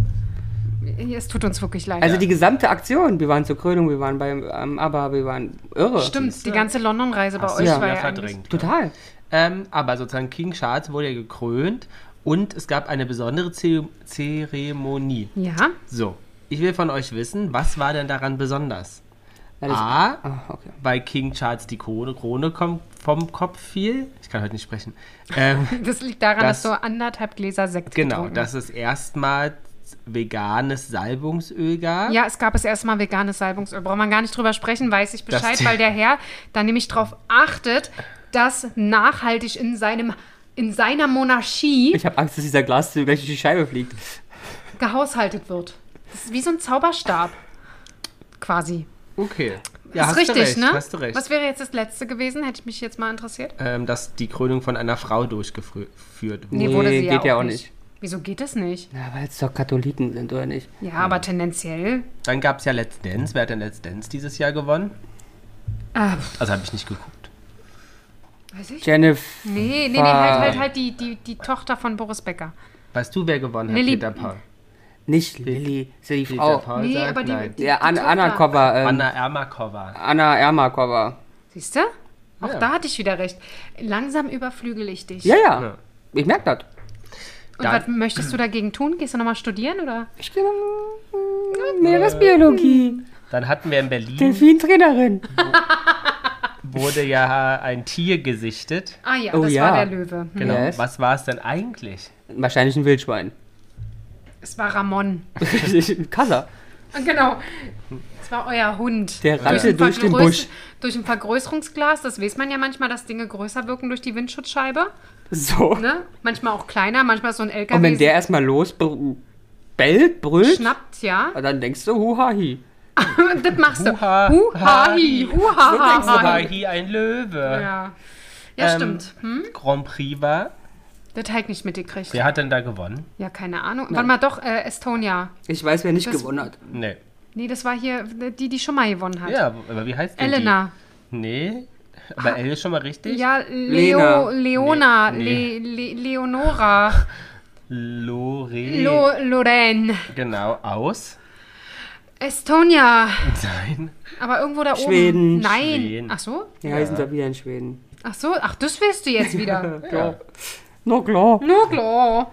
Speaker 2: Es tut uns wirklich leid.
Speaker 1: Also die gesamte Aktion. Wir waren zur Krönung, wir waren beim ähm, ABBA, wir waren irre.
Speaker 2: Stimmt, die ganze London-Reise bei
Speaker 3: Hast
Speaker 2: euch
Speaker 3: du
Speaker 2: war
Speaker 3: wieder
Speaker 2: ja eigentlich-
Speaker 3: verdrängt.
Speaker 1: Total.
Speaker 3: Ähm, aber sozusagen King Charles wurde ja gekrönt und es gab eine besondere Ze Zeremonie.
Speaker 2: Ja, <laughs>
Speaker 3: So, ich will von euch wissen, was war denn daran besonders?
Speaker 1: Ja, das-
Speaker 3: A,
Speaker 1: Ah, okay.
Speaker 3: weil King Charles die Krone, Krone kom- vom Kopf fiel. Ich kann heute nicht sprechen.
Speaker 2: <laughs>
Speaker 3: Ähm,
Speaker 2: das liegt daran,
Speaker 3: Das-
Speaker 2: dass du anderthalb Gläser Sekt
Speaker 3: genau,
Speaker 2: getrunken
Speaker 3: dass es erstmals veganes Salbungsöl gab.
Speaker 2: Ja, es gab es erstmal veganes Salbungsöl. Braucht man gar nicht drüber sprechen, weiß ich
Speaker 3: Das-
Speaker 2: Bescheid, weil der Herr da nämlich drauf achtet, dass nachhaltig in seinem in seiner Monarchie
Speaker 1: <laughs> Ich habe Angst, dass dieser Glas gleich durch die Scheibe fliegt.
Speaker 2: gehaushaltet wird. Das ist wie so ein Zauberstab. Quasi.
Speaker 3: Okay. Ja,
Speaker 2: ist
Speaker 3: hast
Speaker 2: richtig,
Speaker 3: du recht,
Speaker 2: ne?
Speaker 3: Hast du recht.
Speaker 2: Was wäre jetzt das letzte gewesen? Hätte ich mich jetzt mal interessiert.
Speaker 3: ähm, dass die Krönung von einer Frau durchgeführt wurde.
Speaker 1: Nee, geht ja auch
Speaker 2: Wieso geht das nicht?
Speaker 1: Na, weil es doch Katholiken sind, oder nicht?
Speaker 2: Ja, aber tendenziell.
Speaker 3: Dann gab es ja Let's Dance. Wer hat denn Let's Dance dieses Jahr gewonnen?
Speaker 2: Ah,
Speaker 3: Also habe ich nicht geguckt.
Speaker 2: weiß ich.
Speaker 1: Jennifer.
Speaker 2: Nee, nee, nee, halt, halt, halt die, die, die Tochter von Boris Becker.
Speaker 3: Weißt du, wer gewonnen hat?
Speaker 2: Lilly-
Speaker 3: Peter Paul.
Speaker 1: Nicht Lilly, ist ja die
Speaker 3: Peter
Speaker 1: Frau.
Speaker 3: Paul
Speaker 2: Nee,
Speaker 3: sagt
Speaker 2: aber die-
Speaker 3: Oh, nein.
Speaker 1: Ja, An
Speaker 2: Tochter.
Speaker 1: Anna Cover. Ähm, Anna.
Speaker 3: Anna Ermakova.
Speaker 1: Ermakova.
Speaker 2: Siehst du? Auch
Speaker 3: Ja.
Speaker 2: da hatte ich wieder recht. Langsam überflügel ich dich.
Speaker 1: Ja, ja,
Speaker 3: Ja.
Speaker 1: Ich merke das.
Speaker 2: Und
Speaker 3: Da-
Speaker 2: was möchtest du dagegen tun? Gehst du nochmal studieren oder?
Speaker 1: Ich bin ähm, Meeresbiologie.
Speaker 3: Dann hatten wir in Berlin,
Speaker 1: Delfintrainerin.
Speaker 3: wurde ja ein Tier gesichtet.
Speaker 2: Ah ja,
Speaker 1: Oh
Speaker 2: das
Speaker 1: ja.
Speaker 2: war der Löwe. Hm.
Speaker 3: Genau.
Speaker 1: Yes.
Speaker 3: Was war es denn eigentlich?
Speaker 1: Wahrscheinlich ein Wildschwein. <laughs>
Speaker 2: Es war Ramon.
Speaker 1: ein Kasser.
Speaker 2: genau. Es war euer Hund.
Speaker 1: Der rannte
Speaker 2: ein
Speaker 1: durch den
Speaker 2: Vergröß-
Speaker 1: Busch.
Speaker 2: Durch ein Vergrößerungsglas, das weiß man ja manchmal, dass Dinge größer wirken durch die Windschutzscheibe.
Speaker 1: So.
Speaker 2: Ne? Manchmal auch kleiner, manchmal ist so ein LKW.
Speaker 1: Und wenn der erstmal losbellt, brüllt,
Speaker 2: schnappt, ja.
Speaker 1: dann denkst du, huhahi.
Speaker 2: <laughs> das machst du.
Speaker 3: Huha,
Speaker 2: Huhahi,
Speaker 3: War
Speaker 2: huhaha.
Speaker 3: hier ein Löwe.
Speaker 2: Ja, ja
Speaker 3: Ähm,
Speaker 2: stimmt. Hm?
Speaker 3: Grand Prix war.
Speaker 2: Das halt nicht mitgekriegt.
Speaker 3: Wer hat denn da gewonnen?
Speaker 2: Ja, keine Ahnung. Warte mal, doch, äh, Estonia.
Speaker 1: Ich weiß, wer nicht
Speaker 2: Das-
Speaker 1: gewonnen hat.
Speaker 3: Nee.
Speaker 2: Nee, das war hier die, die schon mal gewonnen hat.
Speaker 3: Ja, aber wie heißt denn
Speaker 2: Elena. Ah.
Speaker 3: Die? Nee. Aber Elle ist schon mal richtig.
Speaker 2: Ja, Leo, Leona, Le, Le, Leonora,
Speaker 3: Lore.
Speaker 2: Lo, Lorraine,
Speaker 3: Genau, aus.
Speaker 2: Estonia.
Speaker 3: Nein.
Speaker 2: Aber irgendwo da
Speaker 1: Schweden.
Speaker 2: oben. Nein.
Speaker 3: Schweden.
Speaker 2: Ach so?
Speaker 1: Die heißen da wieder in Schweden.
Speaker 2: Ach so? Ach, das willst du jetzt wieder. <laughs>
Speaker 3: Ja.
Speaker 1: No, klar.
Speaker 2: Na klar.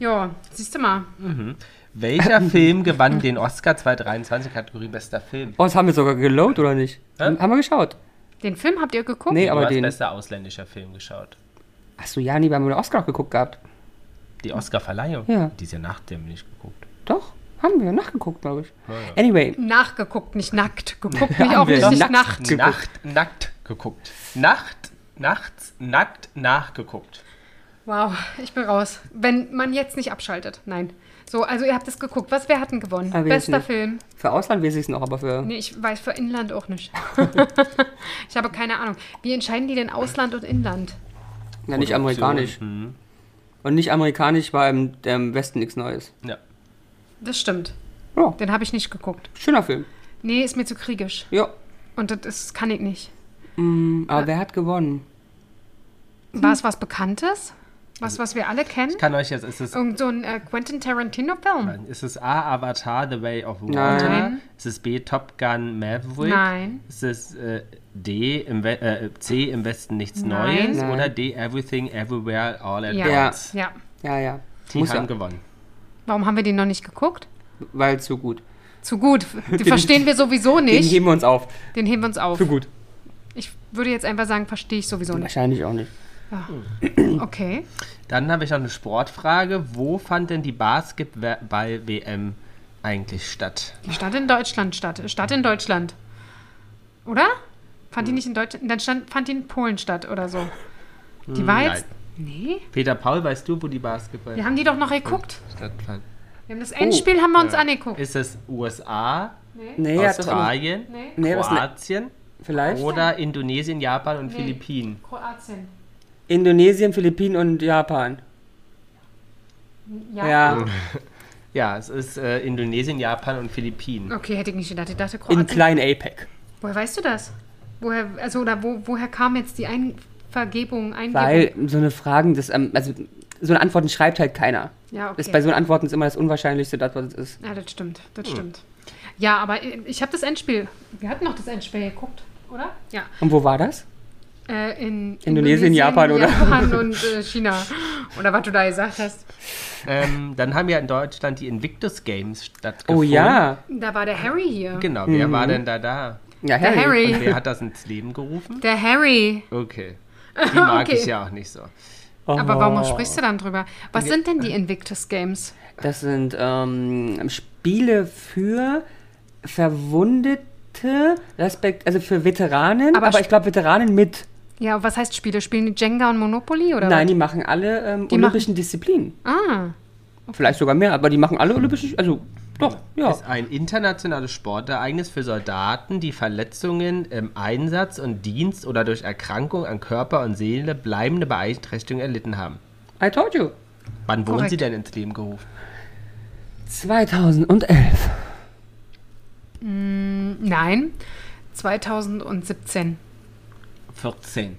Speaker 2: Ja, siehst du mal.
Speaker 1: <laughs>
Speaker 3: Welcher Film gewann den Oscar 2023 Kategorie Bester Film?
Speaker 1: Oh, das haben wir sogar gelobt, oder nicht?
Speaker 3: Hä?
Speaker 1: Haben wir geschaut.
Speaker 2: Den Film habt ihr geguckt?
Speaker 1: Nee,
Speaker 3: du
Speaker 1: aber
Speaker 3: hast
Speaker 1: den.
Speaker 3: bester ausländischer Film geschaut.
Speaker 1: Achso, ja, nee, wir haben den Oscar noch geguckt gehabt.
Speaker 3: Die Oscar-Verleihung.
Speaker 1: Ja.
Speaker 3: Diese Nacht, die haben wir nicht geguckt.
Speaker 1: Doch, haben wir nachgeguckt, glaube ich. Anyway,
Speaker 2: Nachgeguckt, nicht nackt. Geguckt, nicht auch
Speaker 1: wir
Speaker 2: nicht,
Speaker 1: nackt
Speaker 2: nicht nackt.
Speaker 1: Geguckt.
Speaker 3: Nacht, nackt geguckt. Nacht, nachts, nackt nachgeguckt.
Speaker 2: Wow, ich bin raus. Wenn man jetzt nicht abschaltet. Nein. So, also ihr habt es geguckt. Was, wer hat denn gewonnen?
Speaker 1: Ah, wir
Speaker 2: Bester
Speaker 1: nicht.
Speaker 2: Film.
Speaker 1: Für Ausland weiß ich es noch, aber für.
Speaker 2: Nee, ich weiß für Inland
Speaker 1: <laughs>
Speaker 2: auch nicht. ich habe keine Ahnung. Wie entscheiden die denn Ausland und Inland?
Speaker 1: Ja, nicht amerikanisch.
Speaker 3: Mhm.
Speaker 1: Und nicht amerikanisch war im, im Westen nichts Neues.
Speaker 3: Hm. Ja.
Speaker 2: Das stimmt.
Speaker 1: Ja,
Speaker 2: Den habe ich nicht geguckt.
Speaker 1: schöner Film.
Speaker 2: Nee, ist mir zu kriegisch.
Speaker 1: Ja.
Speaker 2: Und das ist, kann ich nicht.
Speaker 1: Mhm, aber wer hat gewonnen?
Speaker 2: War es was Bekanntes? Was, was wir alle kennen?
Speaker 3: Ich kann euch jetzt, ist es,
Speaker 2: Irgend so ein äh, Quentin Tarantino-Film?
Speaker 3: ist es A, Avatar, The Way of Water?
Speaker 1: Nein.
Speaker 3: Ist es B, Top Gun, Maverick?
Speaker 2: Nein.
Speaker 3: Ist es äh, D, im We äh, C, im Westen nichts
Speaker 2: Nein.
Speaker 3: Neues?
Speaker 1: Nein.
Speaker 3: Oder D, Everything, Everywhere, All at
Speaker 2: Ja.
Speaker 1: Ja.
Speaker 3: Once?
Speaker 2: Ja.
Speaker 1: Ja, ja.
Speaker 3: Die
Speaker 1: Muss
Speaker 3: haben
Speaker 1: ja,
Speaker 3: gewonnen.
Speaker 2: Warum haben wir den noch nicht geguckt?
Speaker 1: weil zu gut.
Speaker 2: Zu gut. Die verstehen wir sowieso
Speaker 1: Den
Speaker 2: nicht.
Speaker 1: heben wir uns auf.
Speaker 2: Den heben wir uns auf.
Speaker 1: Zu gut.
Speaker 2: Ich würde jetzt einfach sagen, verstehe ich sowieso nicht.
Speaker 1: Wahrscheinlich auch nicht.
Speaker 2: Okay.
Speaker 3: Dann habe ich noch eine Sportfrage. Wo fand denn die Basketball-WM eigentlich statt?
Speaker 2: Die Stadt in Deutschland statt. Stadt in Deutschland. Oder? Fand die nicht in Deutschland? Dann stand, fand die in Polen statt oder so. Die war
Speaker 3: nein.
Speaker 2: jetzt. Nee?
Speaker 3: Peter Paul, weißt du, wo die Basketball
Speaker 2: Wir haben die doch noch geguckt.
Speaker 3: stattfand?
Speaker 2: Wir haben das Endspiel haben wir uns angeguckt.
Speaker 3: Ist es USA,
Speaker 1: Nee, er hat das auch nicht.
Speaker 3: Australien,
Speaker 2: Nee.
Speaker 1: Nee, was- ne-
Speaker 3: Kroatien
Speaker 1: Vielleicht.
Speaker 3: oder Indonesien, Japan und Philippinen?
Speaker 2: Kroatien.
Speaker 1: Indonesien, Philippinen und Japan.
Speaker 2: Ja.
Speaker 1: Ja.
Speaker 3: Oh. Ja, es ist äh, Indonesien, Japan und
Speaker 2: <laughs>
Speaker 3: Philippinen.
Speaker 2: Okay, hätte ich nicht gedacht. Ich dachte
Speaker 1: In
Speaker 2: Kroatien.
Speaker 1: klein E APEC.
Speaker 2: Woher weißt du das? Woher, also, oder wo, woher kam jetzt die Einvergebung, Eingebung?
Speaker 1: Weil so eine Fragen, das, ähm, also so eine Antworten schreibt halt keiner.
Speaker 2: ja, okay.
Speaker 1: Das bei so Hm. einen Antworten ist immer das Unwahrscheinlichste, das was es ist.
Speaker 2: Ja, das stimmt, das stimmt. Ja, aber äh, ich habe das Endspiel, wir hatten noch das Endspiel geguckt, oder? Ja.
Speaker 1: Und wo war das?
Speaker 2: Äh, in
Speaker 1: Indonesien, Japan, oder?
Speaker 2: Japan und
Speaker 1: <laughs>
Speaker 2: äh, China. Oder was du da gesagt hast.
Speaker 3: Ähm, dann haben ja in Deutschland die Invictus Games
Speaker 1: Oh
Speaker 3: stattgefunden.
Speaker 1: ja. Mhm.
Speaker 2: Da war der Harry hier.
Speaker 3: Genau, wer war denn da da?
Speaker 1: Ja,
Speaker 2: Der Harry.
Speaker 3: Wer hat das ins Leben gerufen?
Speaker 2: Der Harry.
Speaker 3: Okay. Die mag
Speaker 2: Okay.
Speaker 3: ich ja auch nicht so.
Speaker 2: Aber warum sprichst du dann drüber? Was sind denn die Invictus Games?
Speaker 1: Das sind ähm, Spiele für Verwundete, respekt, also für Veteranen,
Speaker 2: Aber
Speaker 1: aber, ich glaube Veteranen mit.
Speaker 2: Ja, was heißt Spiele? Spielen die Jenga und Monopoly oder
Speaker 1: Nein, die machen alle ähm,
Speaker 2: machen-
Speaker 1: olympischen Disziplinen.
Speaker 2: was? Ah,
Speaker 1: Vielleicht sogar mehr, aber die machen alle olympischen, also doch, ja.
Speaker 3: Ist ein internationales Sportereignis für Soldaten, die Verletzungen im Einsatz und Dienst oder durch Erkrankung an Körper und Seele bleibende Beeinträchtigungen erlitten haben.
Speaker 1: I told you.
Speaker 3: Wann wurden
Speaker 2: Korrekt.
Speaker 3: sie denn ins Leben gerufen?
Speaker 1: 2011.
Speaker 2: nein. 2017.
Speaker 3: 14.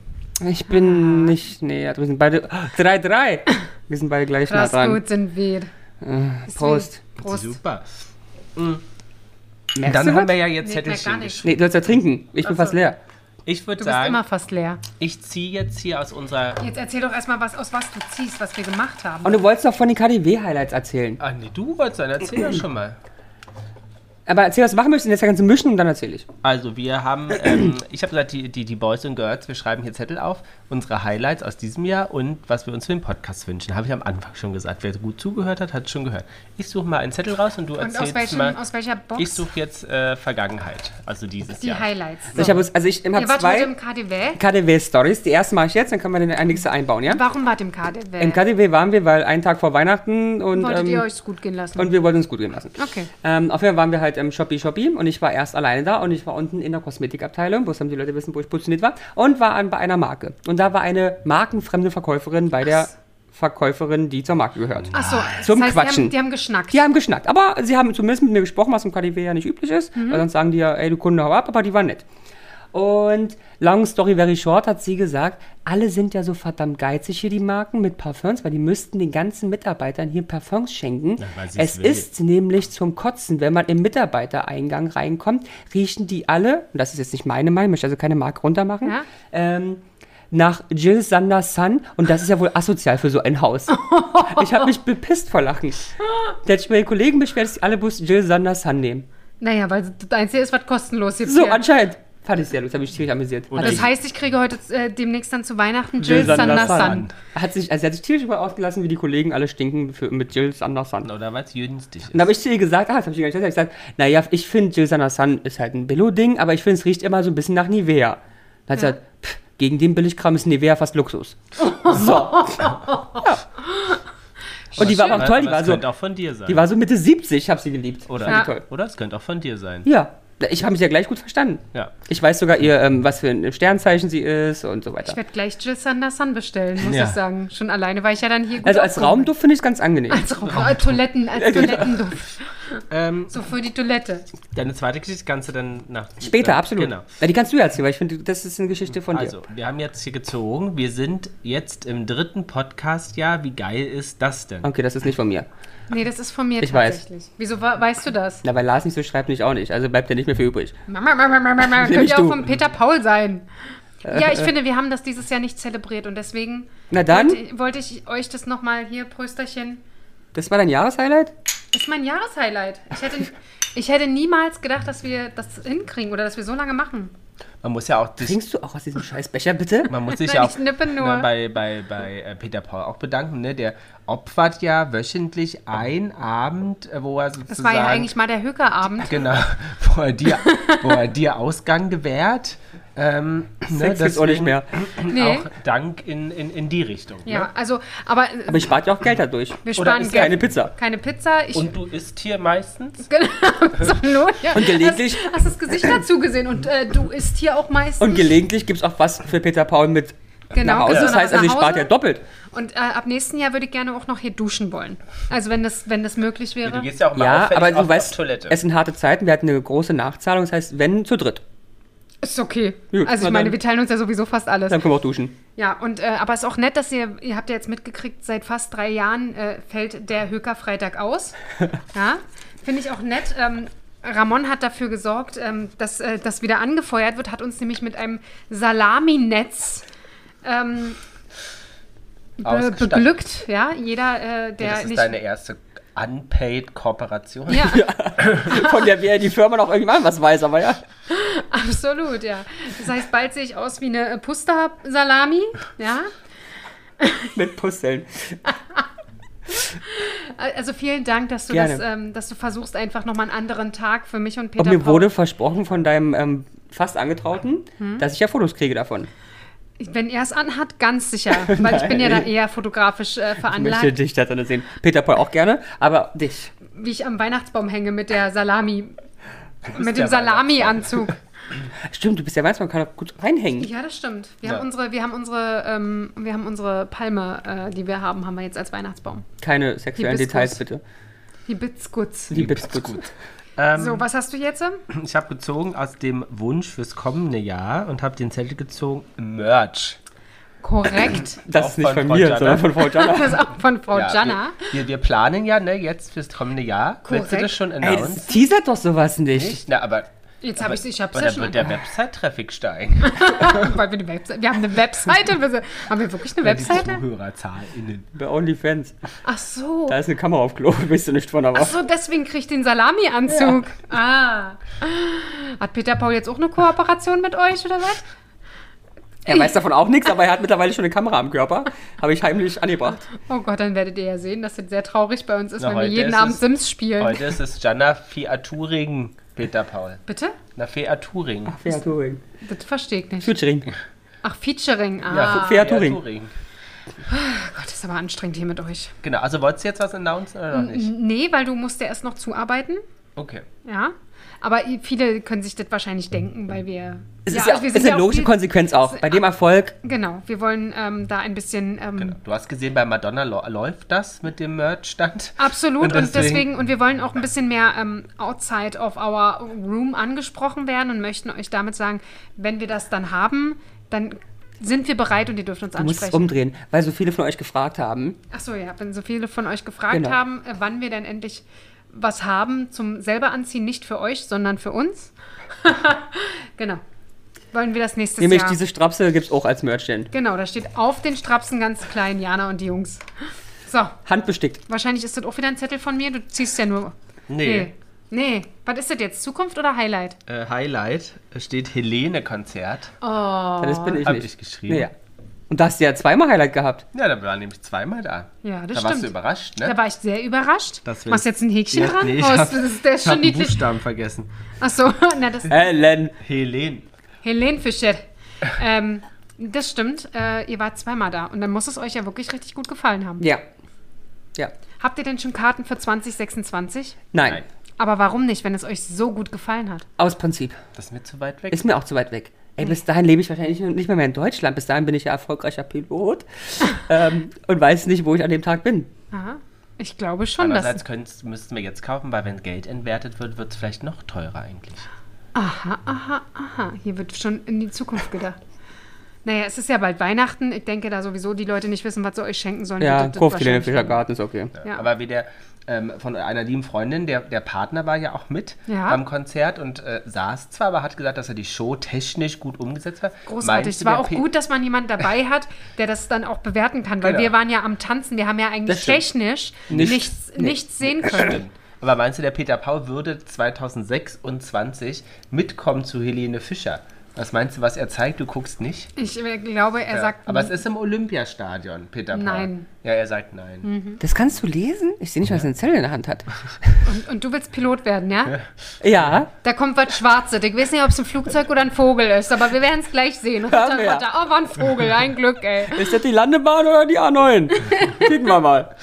Speaker 1: Ich bin nicht näher. Wir sind beide. 3-3. Wir sind beide gleich nah
Speaker 2: Das
Speaker 1: dran.
Speaker 2: gut sind wir. Ist
Speaker 1: Äh, Prost.
Speaker 2: wie- Prost.
Speaker 3: Super.
Speaker 1: Merkst
Speaker 3: Dann
Speaker 1: du
Speaker 3: haben
Speaker 1: was?
Speaker 3: wir ja jetzt
Speaker 2: Nee, ich merk gar
Speaker 3: Zettelchen
Speaker 2: nicht.
Speaker 3: geschrieben.
Speaker 1: Nee, du sollst ja trinken. Ich bin
Speaker 2: so.
Speaker 1: fast leer.
Speaker 3: Ich würde
Speaker 2: Du bist immer
Speaker 3: sagen,
Speaker 2: fast leer.
Speaker 3: ich ziehe jetzt hier aus unserer.
Speaker 2: Jetzt erzähl doch erstmal, was, aus was du ziehst, was wir gemacht haben.
Speaker 1: Und du wolltest doch von den KDW-Highlights erzählen.
Speaker 3: Ah, nee, du wolltest dann erzähl
Speaker 2: <clears throat>
Speaker 3: doch schon mal.
Speaker 1: Aber erzähl, was du machen möchtest, und jetzt das ganze mischen und dann erzähle ich.
Speaker 3: Also wir haben, ähm, <clears throat> ich habe gesagt, die, die, die Boys und Girls, wir schreiben hier Zettel auf, unsere Highlights aus diesem Jahr und was wir uns für den Podcast wünschen. Habe ich am Anfang schon gesagt. Wer gut zugehört hat, hat schon gehört. Ich suche mal einen Zettel raus und du
Speaker 2: Und
Speaker 3: erzählst
Speaker 2: aus, welchem,
Speaker 3: mal.
Speaker 2: aus welcher Box
Speaker 3: ich suche jetzt äh, Vergangenheit, also dieses
Speaker 2: die
Speaker 3: Jahr.
Speaker 2: Highlights?
Speaker 1: Ich habe also ich
Speaker 2: Ihr
Speaker 1: habe
Speaker 2: wart heute im
Speaker 1: zwei
Speaker 2: KDW.
Speaker 1: KDW-Stories. Die erste mache ich jetzt, dann können wir den einiges einbauen, ja?
Speaker 2: Warum wart ihr im KDW?
Speaker 1: Im KDW waren wir, weil einen Tag vor Weihnachten und,
Speaker 2: Wolltet ihr
Speaker 1: ähm,
Speaker 2: euch gut gehen lassen?
Speaker 1: und wir wollten uns gut gehen lassen.
Speaker 2: okay.
Speaker 1: Ähm, auf jeden Fall waren wir halt im Shopee Shopee und ich war erst alleine da und ich war unten in der Kosmetikabteilung, bloß haben die Leute wissen, wo ich positioniert war, und war an, bei einer Marke. Und da war eine markenfremde Verkäuferin bei der Verkäuferin, die zur Marke gehört.
Speaker 2: Achso,
Speaker 1: Zum
Speaker 2: das heißt, Die haben,
Speaker 1: Quatschen.
Speaker 2: die haben geschnackt.
Speaker 1: Die haben geschnackt, aber sie haben zumindest mit mir gesprochen, was im KDW ja nicht üblich ist, weil sonst sagen die ja, ey, du Kunde, hau ab, aber die waren nett. Und long story very short hat sie gesagt, alle sind ja so verdammt geizig hier, die Marken mit Parfums, weil die müssten den ganzen Mitarbeitern hier Parfums schenken.
Speaker 3: weil sie's
Speaker 1: es
Speaker 3: will.
Speaker 1: ist nämlich zum Kotzen, wenn man im Mitarbeitereingang reinkommt, riechen die alle, und das ist jetzt nicht meine Meinung, ich möchte also keine Marke runtermachen,
Speaker 2: Ja.
Speaker 1: ähm, nach Jill Sander Sun und das ist ja wohl asozial für so ein
Speaker 2: <laughs>
Speaker 1: Haus. Ich habe mich bepisst vor Lachen. Da hätte ich mir den Kollegen beschwert, dass die alle bloß Jill Sander Sun nehmen.
Speaker 2: Naja, weil das Einzige ist, was kostenlos gibt.
Speaker 1: So,
Speaker 2: hier.
Speaker 1: anscheinend. Fand ich sehr lustig, habe mich tierisch amüsiert. Hat,
Speaker 2: Das
Speaker 1: sich-
Speaker 2: heißt, ich kriege heute äh, demnächst dann zu Weihnachten Jill
Speaker 1: Jill Sander
Speaker 2: Sander Sun.
Speaker 1: hat sich, also sie hat sich tierisch über ausgelassen, wie die Kollegen alle stinken für, mit Jill Sander Sun.
Speaker 3: Oder weil es jüngstig ist.
Speaker 1: Und da habe ich zu ihr gesagt, ah, das habe ich ihr gar nicht gesagt, ich gesagt, naja, ich finde Jill Sander Sun ist halt ein Billo-Ding, aber ich finde, es riecht immer so ein bisschen nach Nivea. Dann hat sie gesagt, pff,
Speaker 2: <laughs>
Speaker 1: gegen den Billigkram ist Nivea fast Luxus. So. Und die war aber auch toll, die war
Speaker 3: es
Speaker 1: so,
Speaker 3: könnte auch von dir sein.
Speaker 1: die war so Mitte 70, ich habe sie geliebt.
Speaker 3: oder,
Speaker 1: Fand die
Speaker 2: Ja.
Speaker 1: toll.
Speaker 3: oder es könnte auch von dir sein.
Speaker 1: Ja, ich habe mich ja gleich gut verstanden.
Speaker 3: Ja.
Speaker 1: Ich weiß sogar ihr, ähm, was für ein Sternzeichen sie ist und so
Speaker 2: Ich
Speaker 1: weiter.
Speaker 2: werde gleich Jill Sanders Sun bestellen, muss
Speaker 3: Ja.
Speaker 2: ich sagen. Schon alleine war ich ja dann hier gut
Speaker 1: Also als
Speaker 2: aufgehoben.
Speaker 1: Raumduft genau. finde ich es ganz angenehm.
Speaker 2: <laughs> Als Raum, äh, Toiletten, als Toilettenduft.
Speaker 3: Ähm,
Speaker 2: So für die Toilette.
Speaker 3: deine zweite Geschichte kannst du dann nach.
Speaker 1: Später,
Speaker 3: dann,
Speaker 1: absolut.
Speaker 3: Genau.
Speaker 1: Ja, die kannst du ja erzählen, weil ich finde, das ist eine Geschichte von dir.
Speaker 3: Also, wir haben jetzt hier gezogen. Wir sind jetzt im dritten Podcast-Jahr. Wie geil ist das denn?
Speaker 1: Okay, das ist nicht von mir.
Speaker 2: Nee, das ist von mir
Speaker 1: Ich weiß.
Speaker 2: tatsächlich. Wieso wa- weißt du das?
Speaker 1: Na, weil Lars nicht so schreibt, nicht auch nicht. Also bleibt ja nicht mehr viel übrig.
Speaker 2: Mama, Mama, Mama, Mama, könnte
Speaker 1: Nämlich
Speaker 2: ja auch
Speaker 1: du.
Speaker 2: von Peter Paul sein. Ja, ich finde, wir haben das dieses Jahr nicht zelebriert und deswegen
Speaker 1: Na dann?
Speaker 2: Wollte, wollte ich euch das nochmal hier, Prösterchen.
Speaker 1: Das war dein Jahreshighlight?
Speaker 2: Ist mein Jahreshighlight. Ich hätte, ich hätte niemals gedacht, dass wir das hinkriegen oder dass wir so lange machen.
Speaker 3: Man muss ja auch. Das,
Speaker 1: Trinkst du auch aus diesem scheiß Becher,
Speaker 3: <laughs>
Speaker 1: bitte?
Speaker 3: Man muss sich
Speaker 2: Nein,
Speaker 3: ja
Speaker 2: ich
Speaker 3: auch
Speaker 2: nippe nur.
Speaker 3: na, bei, bei, bei äh, Peter Paul auch bedanken. Ne? Der opfert ja wöchentlich einen Abend, äh, wo er sozusagen.
Speaker 2: Das war ja eigentlich mal
Speaker 1: <laughs>
Speaker 2: der Höckerabend.
Speaker 3: <laughs> Genau, wo er dir, wo er dir Ausgang gewährt. Ähm,
Speaker 1: Sex gibt's auch ne? nicht mehr.
Speaker 2: Nee.
Speaker 3: Auch Dank in, in, in die Richtung. Ne?
Speaker 2: Ja, also, aber äh,
Speaker 1: Aber ich spart ja auch Geld dadurch.
Speaker 2: wir
Speaker 3: Oder
Speaker 2: sparen
Speaker 3: ist
Speaker 2: Geld.
Speaker 1: keine Pizza.
Speaker 2: Keine Pizza. Ich,
Speaker 3: Und du isst hier meistens?
Speaker 2: Genau, so Not. Ja.
Speaker 1: Und gelegentlich-
Speaker 2: Hast, hast das Gesicht dazu gesehen und äh, du isst hier auch meistens.
Speaker 1: Und gelegentlich gibt es auch was für Peter Paul mit
Speaker 2: Genau,
Speaker 1: nach Hause.
Speaker 2: genau,
Speaker 1: Das heißt, also ich
Speaker 2: nach
Speaker 1: spart
Speaker 2: Hause.
Speaker 1: ja doppelt.
Speaker 2: Und äh, ab nächsten Jahr würde ich gerne auch noch hier duschen wollen. Also wenn das, wenn das möglich
Speaker 3: Du
Speaker 2: wäre.
Speaker 3: gehst ja auch mal
Speaker 1: Ja,
Speaker 3: auffällig
Speaker 1: aber
Speaker 3: auf,
Speaker 1: du weißt,
Speaker 3: auf Toilette.
Speaker 1: es sind harte Zeiten. Wir hatten eine große Nachzahlung. Das heißt, wenn, zu dritt.
Speaker 2: ist okay.
Speaker 1: Gut,
Speaker 2: also ich
Speaker 1: na
Speaker 2: meine,
Speaker 1: dann.
Speaker 2: wir teilen uns ja sowieso fast alles.
Speaker 1: Dann können wir auch duschen.
Speaker 2: Ja, und äh, aber es ist auch nett, dass ihr, ihr habt ja jetzt mitgekriegt, seit fast drei Jahren äh, fällt der Höker Freitag
Speaker 1: <laughs>
Speaker 2: aus. Ja, finde ich auch nett. Ähm, Ramon hat dafür gesorgt, ähm, dass äh, das wieder angefeuert wird, hat uns nämlich mit einem Salaminetz ähm, be
Speaker 3: Ausgestattet.
Speaker 2: beglückt. Ja, jeder, äh, der
Speaker 3: das ist
Speaker 2: nicht.
Speaker 3: deine erste Unpaid-Kooperation. <laughs>
Speaker 2: ja,
Speaker 1: Von der wäre die Firma noch irgendwann was weiß, aber ja.
Speaker 2: absolut, ja. Das heißt, bald sehe ich aus wie eine äh, Pusta-Salami, ja.
Speaker 1: Mit Pusteln.
Speaker 2: Also vielen Dank, dass du,
Speaker 1: Gerne.
Speaker 2: das, ähm, dass du versuchst, einfach nochmal einen anderen Tag für mich und Peter
Speaker 1: Und mir
Speaker 2: Paul.
Speaker 1: wurde versprochen von deinem ähm, fast Angetrauten, dass ich ja Fotos kriege davon.
Speaker 2: Wenn er es anhat,
Speaker 1: <laughs>
Speaker 2: ganz sicher. Weil ich bin ja da eher fotografisch äh,
Speaker 1: Ich möchte
Speaker 2: veranlagt,
Speaker 1: dich da drin sehen. Peter Paul auch gerne, aber dich.
Speaker 2: wie ich am Weihnachtsbaum hänge mit der Salami. Mit
Speaker 3: der
Speaker 2: dem Salami-Anzug.
Speaker 1: Stimmt, du bist ja Weihnachtsmann, kann auch gut reinhängen.
Speaker 2: <laughs> Ja, das stimmt. Wir
Speaker 3: Ja.
Speaker 2: haben unsere, wir haben unsere, ähm, wir haben unsere Palme, äh, die wir haben, haben wir jetzt als Weihnachtsbaum.
Speaker 1: Keine sexuellen
Speaker 2: Hibiskus.
Speaker 1: Details, bitte.
Speaker 2: Die Bitzgutz.
Speaker 1: Die Bitzkutz.
Speaker 3: Ähm,
Speaker 2: So, was hast du jetzt?
Speaker 3: Ich habe gezogen aus dem Wunsch fürs kommende Jahr und habe den Zettel gezogen, Merch.
Speaker 2: Korrekt. <laughs>
Speaker 1: Das
Speaker 3: Auch
Speaker 1: ist nicht von,
Speaker 3: von ne? Frau
Speaker 1: mir,
Speaker 3: Gianna.
Speaker 1: sondern von Frau Gianna. <laughs>
Speaker 2: Das ist auch von Frau
Speaker 3: Ja,
Speaker 2: Jana.
Speaker 3: Wir, wir, wir planen ja ne, jetzt fürs kommende Jahr. Willst du
Speaker 2: Korrekt.
Speaker 3: das schon
Speaker 1: Ey, das
Speaker 3: announced?
Speaker 1: teasert doch sowas nicht.
Speaker 3: Na, aber
Speaker 2: Jetzt habe ich ich hab's
Speaker 3: aber
Speaker 2: ja
Speaker 3: dann
Speaker 2: schon. <laughs>
Speaker 3: wird der Website-Traffic steigen.
Speaker 2: Weil wir, eine Webse- wir haben eine Webseite. Wir sind- Haben wir wirklich eine
Speaker 3: Weil die
Speaker 2: Webseite?
Speaker 3: ZuhörerzahlInnen.
Speaker 1: Bei OnlyFans.
Speaker 2: Ach so.
Speaker 1: Da ist eine Kamera auf Klo, <laughs> bist du nicht von, aber
Speaker 2: Ach so, deswegen kriege ich den Salami-Anzug. Ah. Hat Peter Paul jetzt auch eine Kooperation mit euch oder was?
Speaker 1: er weiß davon auch nichts, aber er hat mittlerweile schon eine Kamera am Körper. Habe ich heimlich angebracht.
Speaker 2: Oh Gott, dann werdet ihr ja sehen, dass das sehr traurig bei uns ist,
Speaker 3: Na,
Speaker 2: wenn wir
Speaker 3: heute
Speaker 2: jeden
Speaker 3: ist
Speaker 2: Abend
Speaker 3: es-
Speaker 2: Sims spielen.
Speaker 3: Heute ist es Jana Fiaturing, Peter Paul.
Speaker 2: Bitte?
Speaker 3: Na, Fiaturing.
Speaker 1: Fair Touring.
Speaker 2: Das verstehe ich nicht.
Speaker 1: Featuring.
Speaker 2: Ach, Featuring. Ah,
Speaker 3: Ja,
Speaker 1: Fair Touring.
Speaker 2: Gott, ist aber anstrengend hier mit euch.
Speaker 3: Genau, also wolltest du jetzt was announcen oder noch nicht?
Speaker 2: Nee, weil du musst ja erst noch zuarbeiten.
Speaker 3: Okay.
Speaker 2: Ja. Aber i- viele können sich das wahrscheinlich denken, weil wir.
Speaker 1: Es ist ja auch,
Speaker 2: wir
Speaker 1: ist
Speaker 2: sind
Speaker 1: eine
Speaker 2: auch
Speaker 1: logische
Speaker 2: viel-
Speaker 1: Konsequenz auch. Bei dem Erfolg,
Speaker 2: Genau, wir wollen ähm, da ein bisschen ähm,
Speaker 3: Genau. Du hast gesehen, bei Madonna lo- läuft das mit dem Merch-Stand.
Speaker 2: Absolut und
Speaker 3: Und
Speaker 2: deswegen, und
Speaker 3: deswegen-
Speaker 2: wir wollen auch ein bisschen mehr ähm, outside of our room angesprochen werden und möchten euch damit sagen, wenn wir das dann haben, dann sind wir bereit und ihr dürft uns
Speaker 1: du musst um es
Speaker 2: ansprechen.
Speaker 1: umdrehen, weil so viele von euch gefragt haben.
Speaker 2: Achso, ja, wenn so viele von euch gefragt
Speaker 1: Genau.
Speaker 2: haben, äh, wann wir denn endlich was haben zum selber anziehen, nicht für euch, sondern für uns. <laughs> genau. Wollen wir das nächstes
Speaker 1: Nämlich
Speaker 2: Jahr.
Speaker 1: diese Strapse gibt es auch als Merch denn.
Speaker 2: genau, da steht auf den Strapsen ganz klein Jana und die Jungs. So,
Speaker 1: Handbestickt.
Speaker 2: wahrscheinlich ist das auch wieder ein Zettel von mir. Du ziehst ja nur
Speaker 3: Nee.
Speaker 2: Nee. Nee. Was ist das jetzt? Zukunft oder Highlight?
Speaker 3: Äh, Highlight es steht Helene-Konzert.
Speaker 2: Oh.
Speaker 1: Das bin ich
Speaker 3: Hab
Speaker 1: nicht.
Speaker 3: ich geschrieben.
Speaker 1: Ja. Und da hast du ja zweimal Highlight gehabt.
Speaker 3: Ja, da waren nämlich zweimal da.
Speaker 2: Ja, das
Speaker 3: da warst
Speaker 2: stimmt.
Speaker 3: du überrascht,
Speaker 2: Da
Speaker 3: ne?
Speaker 2: war ich sehr überrascht.
Speaker 3: Dass wir-
Speaker 2: Machst du jetzt ein Häkchen
Speaker 3: Ja,
Speaker 2: dran?
Speaker 3: nee, ich
Speaker 2: oh,
Speaker 3: hab-
Speaker 2: ist, das ist der ist
Speaker 3: Ich
Speaker 2: schon
Speaker 3: hab einen
Speaker 2: niedlich.
Speaker 3: Buchstaben Äh. vergessen.
Speaker 2: Achso, <laughs> na, das ist
Speaker 1: Ellen.
Speaker 3: Helene.
Speaker 2: Helene Fischer. Ähm, das stimmt. Äh, ihr wart zweimal da. Und dann muss es euch ja wirklich richtig gut gefallen haben.
Speaker 1: Ja. Ja.
Speaker 2: Habt ihr denn schon Karten für 2026?
Speaker 1: Nein,
Speaker 3: Nein.
Speaker 2: Aber warum nicht, wenn es euch so gut gefallen hat?
Speaker 1: aus Prinzip.
Speaker 3: Das ist mir zu weit weg.
Speaker 1: Ist mir auch zu weit weg. Ey, bis dahin lebe ich wahrscheinlich nicht mehr, mehr in Deutschland. Bis dahin bin ich ja erfolgreicher
Speaker 2: <laughs>
Speaker 1: Pilot ähm, und weiß nicht, wo ich an dem Tag bin.
Speaker 2: Aha. Ich glaube schon, dass.
Speaker 3: Andererseits könnt's- müssten wir jetzt kaufen, weil wenn Geld entwertet wird, wird es vielleicht noch teurer eigentlich.
Speaker 2: Aha, aha, aha. Hier wird schon in die Zukunft gedacht. Naja, es ist ja bald Weihnachten. Ich denke, da sowieso die Leute nicht wissen, was sie euch schenken sollen.
Speaker 1: Ja,
Speaker 2: wird das
Speaker 1: kauft dir den
Speaker 2: wahrscheinlich-
Speaker 1: Fischergarten, ist okay.
Speaker 2: Ja.
Speaker 3: Aber wie der ähm, von einer lieben Freundin, der, der Partner war ja auch mit
Speaker 2: Ja.
Speaker 3: beim Konzert und äh, saß zwar, aber hat gesagt, dass er die Show technisch gut umgesetzt hat.
Speaker 2: Großartig.
Speaker 3: Meinst du,
Speaker 2: es war
Speaker 3: der
Speaker 2: auch
Speaker 3: Pe-
Speaker 2: gut, dass man jemanden dabei hat, der das dann auch bewerten kann, weil
Speaker 3: Genau.
Speaker 2: wir waren ja am Tanzen. Wir haben ja eigentlich
Speaker 3: Das stimmt.
Speaker 2: technisch
Speaker 1: Nicht-
Speaker 2: nichts,
Speaker 1: nee.
Speaker 2: nichts sehen können.
Speaker 3: Aber meinst du, der Peter Paul würde 2026 mitkommen zu Helene Fischer? Was meinst du, was er zeigt? Du guckst nicht?
Speaker 2: Ich äh, glaube, er
Speaker 3: Ja.
Speaker 2: sagt.
Speaker 3: aber es ist im Olympiastadion, Peter Paul.
Speaker 2: Nein.
Speaker 3: Ja, er sagt nein.
Speaker 1: Das kannst du lesen? Ich sehe nicht, was er einen Zettel in der Hand
Speaker 2: <laughs>
Speaker 1: hat.
Speaker 2: und, und du willst Pilot werden, ja?
Speaker 1: Ja,
Speaker 2: Da kommt was Schwarzes. Ich weiß nicht, ob es ein Flugzeug oder ein Vogel ist, aber wir werden es gleich sehen.
Speaker 1: Hör
Speaker 2: Rotter,
Speaker 1: mir.
Speaker 2: Rotter. Oh, war ein Vogel. Ein Glück, ey.
Speaker 1: ist das die Landebahn oder die
Speaker 2: <laughs>
Speaker 1: A9? Kicken wir mal.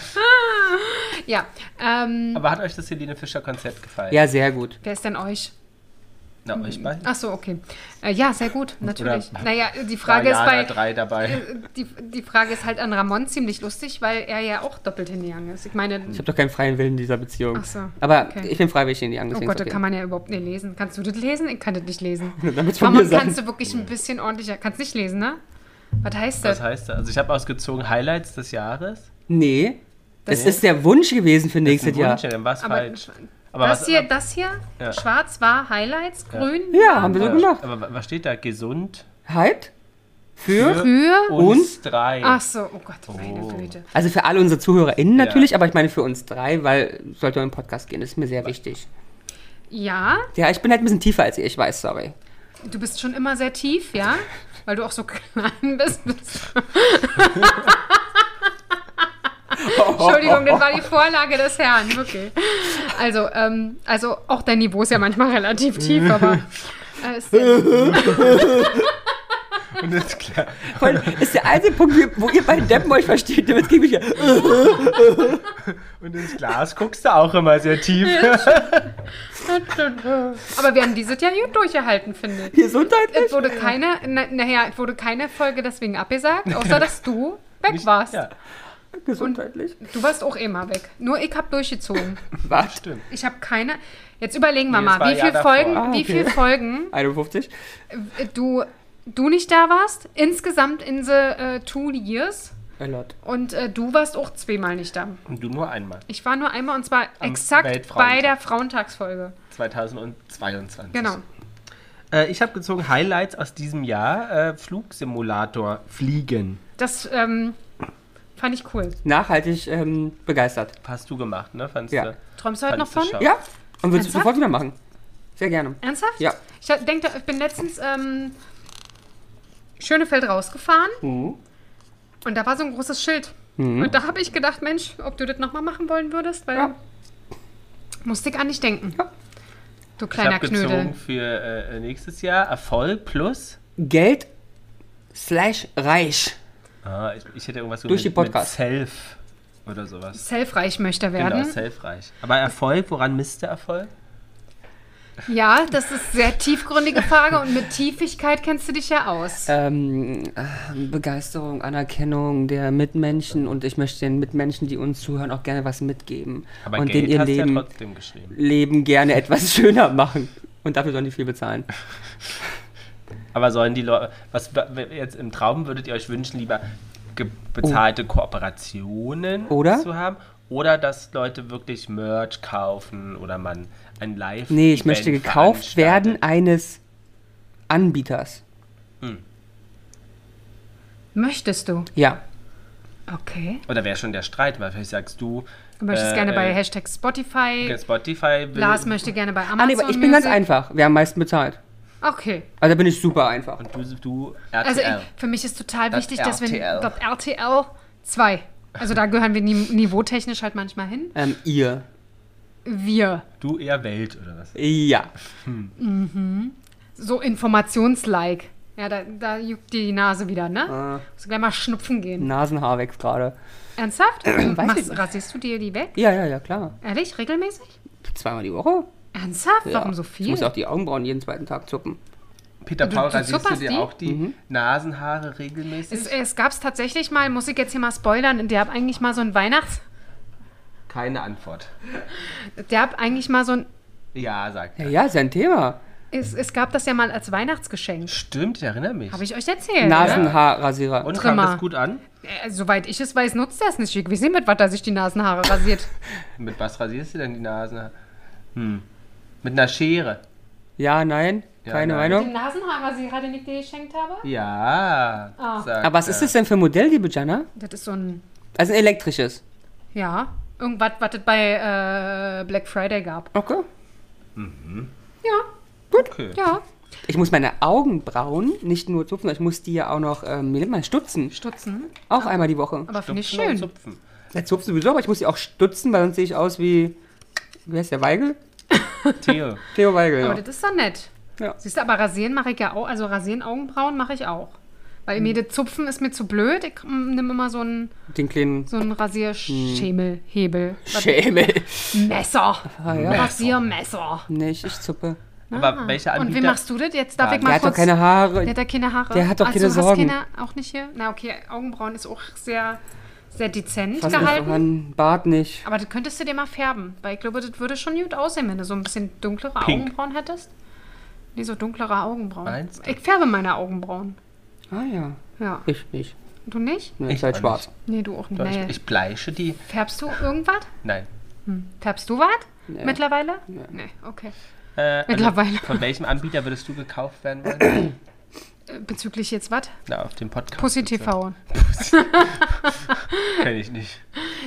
Speaker 2: Ja. Ähm,
Speaker 3: Aber hat euch das Helene Fischer Konzert gefallen?
Speaker 1: Ja, sehr gut.
Speaker 2: wer ist denn euch?
Speaker 3: Na, euch beiden?
Speaker 2: Ach so, okay. Äh, ja, sehr gut, natürlich.
Speaker 3: Oder-
Speaker 2: naja, die Frage
Speaker 3: ja,
Speaker 2: ist bei.
Speaker 3: drei dabei.
Speaker 2: äh, Die, die Frage ist halt an Ramon ziemlich lustig, weil er ja auch doppelt hingegangen ist. Ich meine, oh
Speaker 1: Ich habe doch keinen freien Willen in dieser Beziehung.
Speaker 2: Ach so,
Speaker 1: Aber
Speaker 2: okay.
Speaker 1: ich bin freiwillig in die Angst.
Speaker 2: oh Gott, das kann man ja überhaupt nicht lesen. Kannst du das lesen? Ich kann das nicht lesen.
Speaker 1: Damit's von
Speaker 2: Ramon,
Speaker 1: mir sein.
Speaker 2: kannst du wirklich ein bisschen ordentlicher. Kannst nicht lesen, ne? Was heißt das?
Speaker 3: Was heißt das? Also ich habe ausgezogen Highlights des Jahres.
Speaker 1: Nee, das
Speaker 3: Nee.
Speaker 1: ist der Wunsch gewesen für nächstes
Speaker 3: Ein
Speaker 1: Jahr.
Speaker 3: Wunsch, ja, dann war es
Speaker 2: Aber
Speaker 3: falsch. Aber
Speaker 2: das
Speaker 3: was,
Speaker 2: hier, das hier
Speaker 3: Ja.
Speaker 2: schwarz war Highlights, grün
Speaker 1: Ja, haben wir so gemacht.
Speaker 3: Aber wa- was steht da? Gesund
Speaker 1: Halt? Für?
Speaker 2: für.
Speaker 3: uns drei.
Speaker 2: Hm? Ach so, oh Gott, meine Güte.
Speaker 1: Also für alle unsere ZuhörerInnen natürlich, aber ich meine für uns drei, weil sollte um den Podcast gehen, das ist mir sehr wichtig.
Speaker 2: Ja,
Speaker 1: Ja, ich bin halt ein bisschen tiefer als ihr, ich weiß, sorry.
Speaker 2: du bist schon immer sehr tief, ja? Weil du auch so klein bist. bist Entschuldigung, das war die Vorlage des Herrn, wirklich. Also, ähm, also auch dein Niveau ist ja manchmal relativ tief, aber. Äh, ist ja-
Speaker 3: Und das ist klar.
Speaker 1: Voll, ist der einzige Punkt, wo ihr beiden Deppen euch versteht, damit gebe ich ja. äh,
Speaker 3: Und ins Glas guckst du auch immer sehr tief.
Speaker 2: aber wir haben dieses Jahr gut durchgehalten, finde ich.
Speaker 1: Gesundheitlich?
Speaker 2: Es wurde keine, na, naja, es wurde keine Folge deswegen abgesagt, außer dass du weg
Speaker 3: Nicht-
Speaker 2: warst.
Speaker 3: Ja,
Speaker 1: Gesundheitlich?
Speaker 2: Du warst auch immer weg. Nur ich habe durchgezogen.
Speaker 1: Warte.
Speaker 3: stimmt.
Speaker 2: Ich habe keine. Jetzt überlegen wir
Speaker 3: Nee, das
Speaker 2: mal,
Speaker 3: war
Speaker 2: wie
Speaker 3: ja
Speaker 2: viele
Speaker 3: davor.
Speaker 2: Folgen,
Speaker 1: Ah,
Speaker 2: wie
Speaker 1: okay.
Speaker 2: viel Folgen
Speaker 1: 51?
Speaker 2: äh, du, du nicht da warst. Insgesamt in the äh, two years.
Speaker 1: A lot.
Speaker 2: Und äh, du warst auch zweimal nicht da.
Speaker 3: Und du nur einmal.
Speaker 2: Ich war nur einmal und zwar
Speaker 3: Am
Speaker 2: exakt
Speaker 3: Weltfrauentag.
Speaker 2: bei der Frauentagsfolge.
Speaker 3: 2022.
Speaker 2: Genau.
Speaker 3: Äh, ich habe gezogen Highlights aus diesem Jahr. Äh, Flugsimulator fliegen.
Speaker 2: Das ähm, fand ich cool.
Speaker 1: Nachhaltig ähm, begeistert.
Speaker 3: Hast du gemacht, ne? Fandst
Speaker 1: Ja.
Speaker 3: du?
Speaker 2: Träumst du heute noch
Speaker 3: fandst
Speaker 2: von?
Speaker 3: scharf.
Speaker 1: Ja, und würdest du sofort
Speaker 2: Ernsthaft?
Speaker 1: wieder machen. Sehr gerne.
Speaker 2: Ernsthaft?
Speaker 1: Ja.
Speaker 2: Ich hab- denk, da- ich bin letztens ähm, Schönefeld rausgefahren
Speaker 3: Mhm.
Speaker 2: und da war so ein großes Schild. Und da habe ich gedacht, Mensch, ob du das nochmal machen wollen würdest, weil
Speaker 1: Ja.
Speaker 2: musste ich an dich denken.
Speaker 1: Ja.
Speaker 2: Du
Speaker 3: Ich
Speaker 2: kleiner
Speaker 3: habe gezogen
Speaker 2: Knödel.
Speaker 3: für äh, nächstes Jahr Erfolg plus.
Speaker 1: Geld slash reich.
Speaker 3: Ah, ich, ich hätte irgendwas
Speaker 1: Durch die
Speaker 3: mit- mit
Speaker 1: Podcast.
Speaker 3: Self oder sowas.
Speaker 2: Selfreich möchte er werden.
Speaker 3: Genau, selfreich. Aber Erfolg, woran misst der Erfolg?
Speaker 2: ja, das ist sehr tiefgründige Frage und mit Tiefigkeit kennst du dich ja aus.
Speaker 1: Ähm, äh, Begeisterung, Anerkennung der Mitmenschen und ich möchte den Mitmenschen, die uns zuhören, auch gerne was mitgeben.
Speaker 3: Aber
Speaker 1: und
Speaker 3: Geld
Speaker 1: denen ihr
Speaker 3: hast du
Speaker 1: Leben,
Speaker 3: ja trotzdem geschrieben.
Speaker 1: Leben gerne etwas <laughs> schöner machen. Und dafür sollen die viel bezahlen.
Speaker 3: Aber sollen die Leute, was wa- jetzt im Traum würdet ihr euch wünschen, lieber ge- bezahlte Kooperationen
Speaker 1: Oder?
Speaker 3: zu haben? Oder dass Leute wirklich Merch kaufen oder man ein Live.
Speaker 1: Nee, ich möchte
Speaker 3: Event
Speaker 1: gekauft werden
Speaker 3: veranstaltet.
Speaker 1: eines Anbieters.
Speaker 2: Möchtest du?
Speaker 1: Ja.
Speaker 2: Okay.
Speaker 3: Oder wäre schon der Streit, weil vielleicht sagst du.
Speaker 2: Du möchtest
Speaker 3: äh,
Speaker 2: gerne bei
Speaker 3: äh,
Speaker 2: Hashtag Spotify.
Speaker 3: Spotify will,
Speaker 2: Lars möchte gerne bei Amazon.
Speaker 1: Ah, nee, aber ich bin ganz
Speaker 2: Music.
Speaker 1: einfach. Wer am meisten bezahlt.
Speaker 2: Okay.
Speaker 1: Also da bin ich super einfach.
Speaker 3: und du, du
Speaker 2: Also
Speaker 3: RTL.
Speaker 2: ich, für mich ist total
Speaker 3: Das
Speaker 2: wichtig, dass wir
Speaker 3: RTL.
Speaker 2: das RTL 2. Also da gehören wir ni niveautechnisch halt manchmal hin.
Speaker 1: Ähm, ihr.
Speaker 2: Wir.
Speaker 3: du eher Welt oder was?
Speaker 1: Ja.
Speaker 2: So informationslike. Ja, da, da juckt dir die Nase wieder,
Speaker 1: Ah.
Speaker 2: ne? Musst du gleich mal schnupfen gehen.
Speaker 1: Nasenhaar wächst gerade. <clears throat>
Speaker 2: Ernsthaft?
Speaker 1: ich
Speaker 2: Machst,
Speaker 1: nicht.
Speaker 2: rasierst du dir die weg?
Speaker 1: Ja, ja, ja, klar.
Speaker 2: Ehrlich? Regelmäßig?
Speaker 1: Zweimal die Woche?
Speaker 2: Ernsthaft?
Speaker 1: Ja.
Speaker 2: Warum um so
Speaker 1: Ich
Speaker 2: viel?
Speaker 1: muss auch die Augenbrauen jeden zweiten Tag zuppen.
Speaker 3: Peter
Speaker 2: Du-
Speaker 3: Paul,
Speaker 2: du
Speaker 3: rasierst du
Speaker 2: zupperst
Speaker 3: dir
Speaker 2: die?
Speaker 3: auch die
Speaker 1: Mhm.
Speaker 3: Nasenhaare regelmäßig?
Speaker 2: Es, es gab es tatsächlich mal, muss ich jetzt hier mal spoilern, der hat eigentlich mal so ein Weihnachts...
Speaker 3: Keine Antwort.
Speaker 2: Der hat eigentlich mal so ein...
Speaker 3: Ja, sagt
Speaker 1: Ja,
Speaker 3: er.
Speaker 1: ja, ist ja ein Thema.
Speaker 2: Es, es gab das ja mal als Weihnachtsgeschenk.
Speaker 3: Stimmt, ich erinnere mich.
Speaker 2: Habe ich euch erzählt, ne?
Speaker 1: Nasenhaarrasierer.
Speaker 3: Und
Speaker 2: Trimmer.
Speaker 3: kam das gut an?
Speaker 2: Äh, Soweit ich es weiß, nutzt er es nicht. Wir sehen, mit was er sich die Nasenhaare
Speaker 1: <laughs>
Speaker 2: rasiert.
Speaker 3: Mit was rasierst du denn die Nase? Hm. Mit einer Schere.
Speaker 1: Ja, nein,
Speaker 3: Ja,
Speaker 1: keine
Speaker 3: nein.
Speaker 1: Meinung.
Speaker 2: Den Nasenhaarrasierer, den ich dir geschenkt habe?
Speaker 3: Ja. sagt
Speaker 1: Ah. Aber was ist
Speaker 3: er.
Speaker 1: das denn für ein Modell, liebe Jana?
Speaker 2: Das ist so ein...
Speaker 1: Also ein elektrisches.
Speaker 2: Ja, irgendwas, was es bei äh, Black Friday gab.
Speaker 1: Okay.
Speaker 2: Ja,
Speaker 3: Okay.
Speaker 2: ja.
Speaker 1: Ich muss meine Augenbrauen nicht nur zupfen, sondern ich muss die ja auch noch, ähm, wie nennt man, stutzen.
Speaker 2: Stutzen.
Speaker 1: Auch einmal die Woche.
Speaker 2: Aber finde ich
Speaker 3: Zupfen und
Speaker 2: schön.
Speaker 3: Zupfen.
Speaker 1: Ja, zupfen sowieso, aber ich muss die auch stutzen, weil sonst sehe ich aus wie, wie heißt der, Weigel?
Speaker 3: Theo.
Speaker 1: Theo Weigel,
Speaker 2: Aber
Speaker 1: ja.
Speaker 2: das ist doch nett.
Speaker 1: Ja.
Speaker 2: Siehst du, aber rasieren mache ich ja auch. Also rasieren Augenbrauen mache ich auch. Weil mir
Speaker 1: Hm.
Speaker 2: das Zupfen ist mir zu blöd. Ich nehme immer so einen,
Speaker 1: Den kleinen
Speaker 2: so einen Rasierschemel, Hebel. Was-
Speaker 1: Hm. <laughs> Schemel.
Speaker 2: Messer.
Speaker 1: <laughs> ja. Ah.
Speaker 2: Rasiermesser. Ah.
Speaker 1: Nee, ich, ich zuppe.
Speaker 3: Aber welcher Anbieter?
Speaker 2: Und wie machst du das? Jetzt darf
Speaker 3: Ja,
Speaker 2: ich mal
Speaker 1: Der hat doch
Speaker 2: kurz...
Speaker 1: keine
Speaker 2: der
Speaker 1: Haare.
Speaker 2: hat ja keine Haare.
Speaker 1: der hat doch
Speaker 2: also,
Speaker 1: keine
Speaker 2: hast
Speaker 1: Sorgen.
Speaker 2: Keine, auch nicht hier? Na okay, Augenbrauen ist auch sehr, sehr dezent
Speaker 1: Was
Speaker 2: gehalten.
Speaker 1: an Bart nicht.
Speaker 2: Aber das könntest du dir mal färben, weil ich glaube, das würde schon gut aussehen, wenn du so ein bisschen dunklere
Speaker 3: Pink.
Speaker 2: Augenbrauen hättest. Nee, so dunklere Augenbrauen.
Speaker 3: Meinst du?
Speaker 2: Ich färbe meine Augenbrauen.
Speaker 1: Ah ja.
Speaker 2: Ja.
Speaker 1: Ich nicht.
Speaker 2: Du nicht?
Speaker 1: Nee,
Speaker 3: Ich
Speaker 1: ist halt
Speaker 3: auch
Speaker 1: schwarz.
Speaker 2: Nee, du auch nicht.
Speaker 3: Ich,
Speaker 2: Nee.
Speaker 3: ich bleiche die.
Speaker 2: Färbst du irgendwas?
Speaker 3: Nein.
Speaker 2: Färbst du was? Mittlerweile? Nee. okay.
Speaker 3: Äh,
Speaker 2: Mittlerweile.
Speaker 3: Anne, Von welchem Anbieter würdest du gekauft
Speaker 1: <laughs>
Speaker 3: werden wollen?
Speaker 2: Äh, Bezüglich jetzt was?
Speaker 3: Na, auf dem Podcast.
Speaker 2: Pussy
Speaker 3: bitte.
Speaker 2: TV.
Speaker 3: Kenn ich nicht.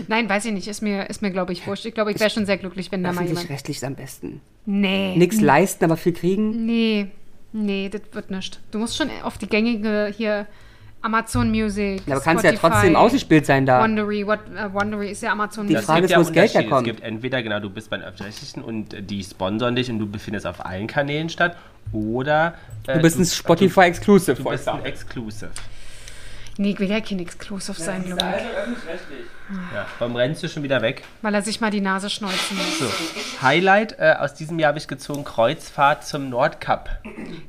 Speaker 2: Nein, weiß ich nicht. Ist mir, ist mir glaube ich, wurscht. Ich glaube, ich wäre schon sehr glücklich, wenn da mal jemand.
Speaker 1: Öffentlich-rechtlich ist am besten.
Speaker 2: Nee.
Speaker 1: Nichts leisten, aber viel kriegen.
Speaker 2: Nee. Nee, das wird nicht. Du musst schon auf die gängige hier Amazon Music.
Speaker 1: Ja, aber kannst ja
Speaker 2: Spotify,
Speaker 1: trotzdem ausgespielt sein da.
Speaker 2: Wondery, what, äh, Wondery ist ja Amazon
Speaker 1: Die
Speaker 2: Music.
Speaker 1: Frage
Speaker 3: gibt
Speaker 1: ist,
Speaker 3: ja
Speaker 1: wo das Geld
Speaker 3: Unterschiede.
Speaker 1: herkommt.
Speaker 3: Es gibt entweder, genau, du bist bei den Öffentlich-Rechtlichen und äh, die sponsern dich und du befindest auf allen Kanälen statt. Oder äh,
Speaker 1: Du bist ein Spotify Exclusive.
Speaker 3: Du, du bist ein Exclusive.
Speaker 2: Nee, ich will ja kein Exclusive sein, glaube ich.
Speaker 1: öffentlich-rechtlich.
Speaker 3: Ja. Warum rennst du schon wieder weg?
Speaker 2: Weil er sich mal die Nase schneuzen muss.
Speaker 3: So. Highlight äh, aus diesem Jahr habe ich gezogen: Kreuzfahrt zum Nordkap.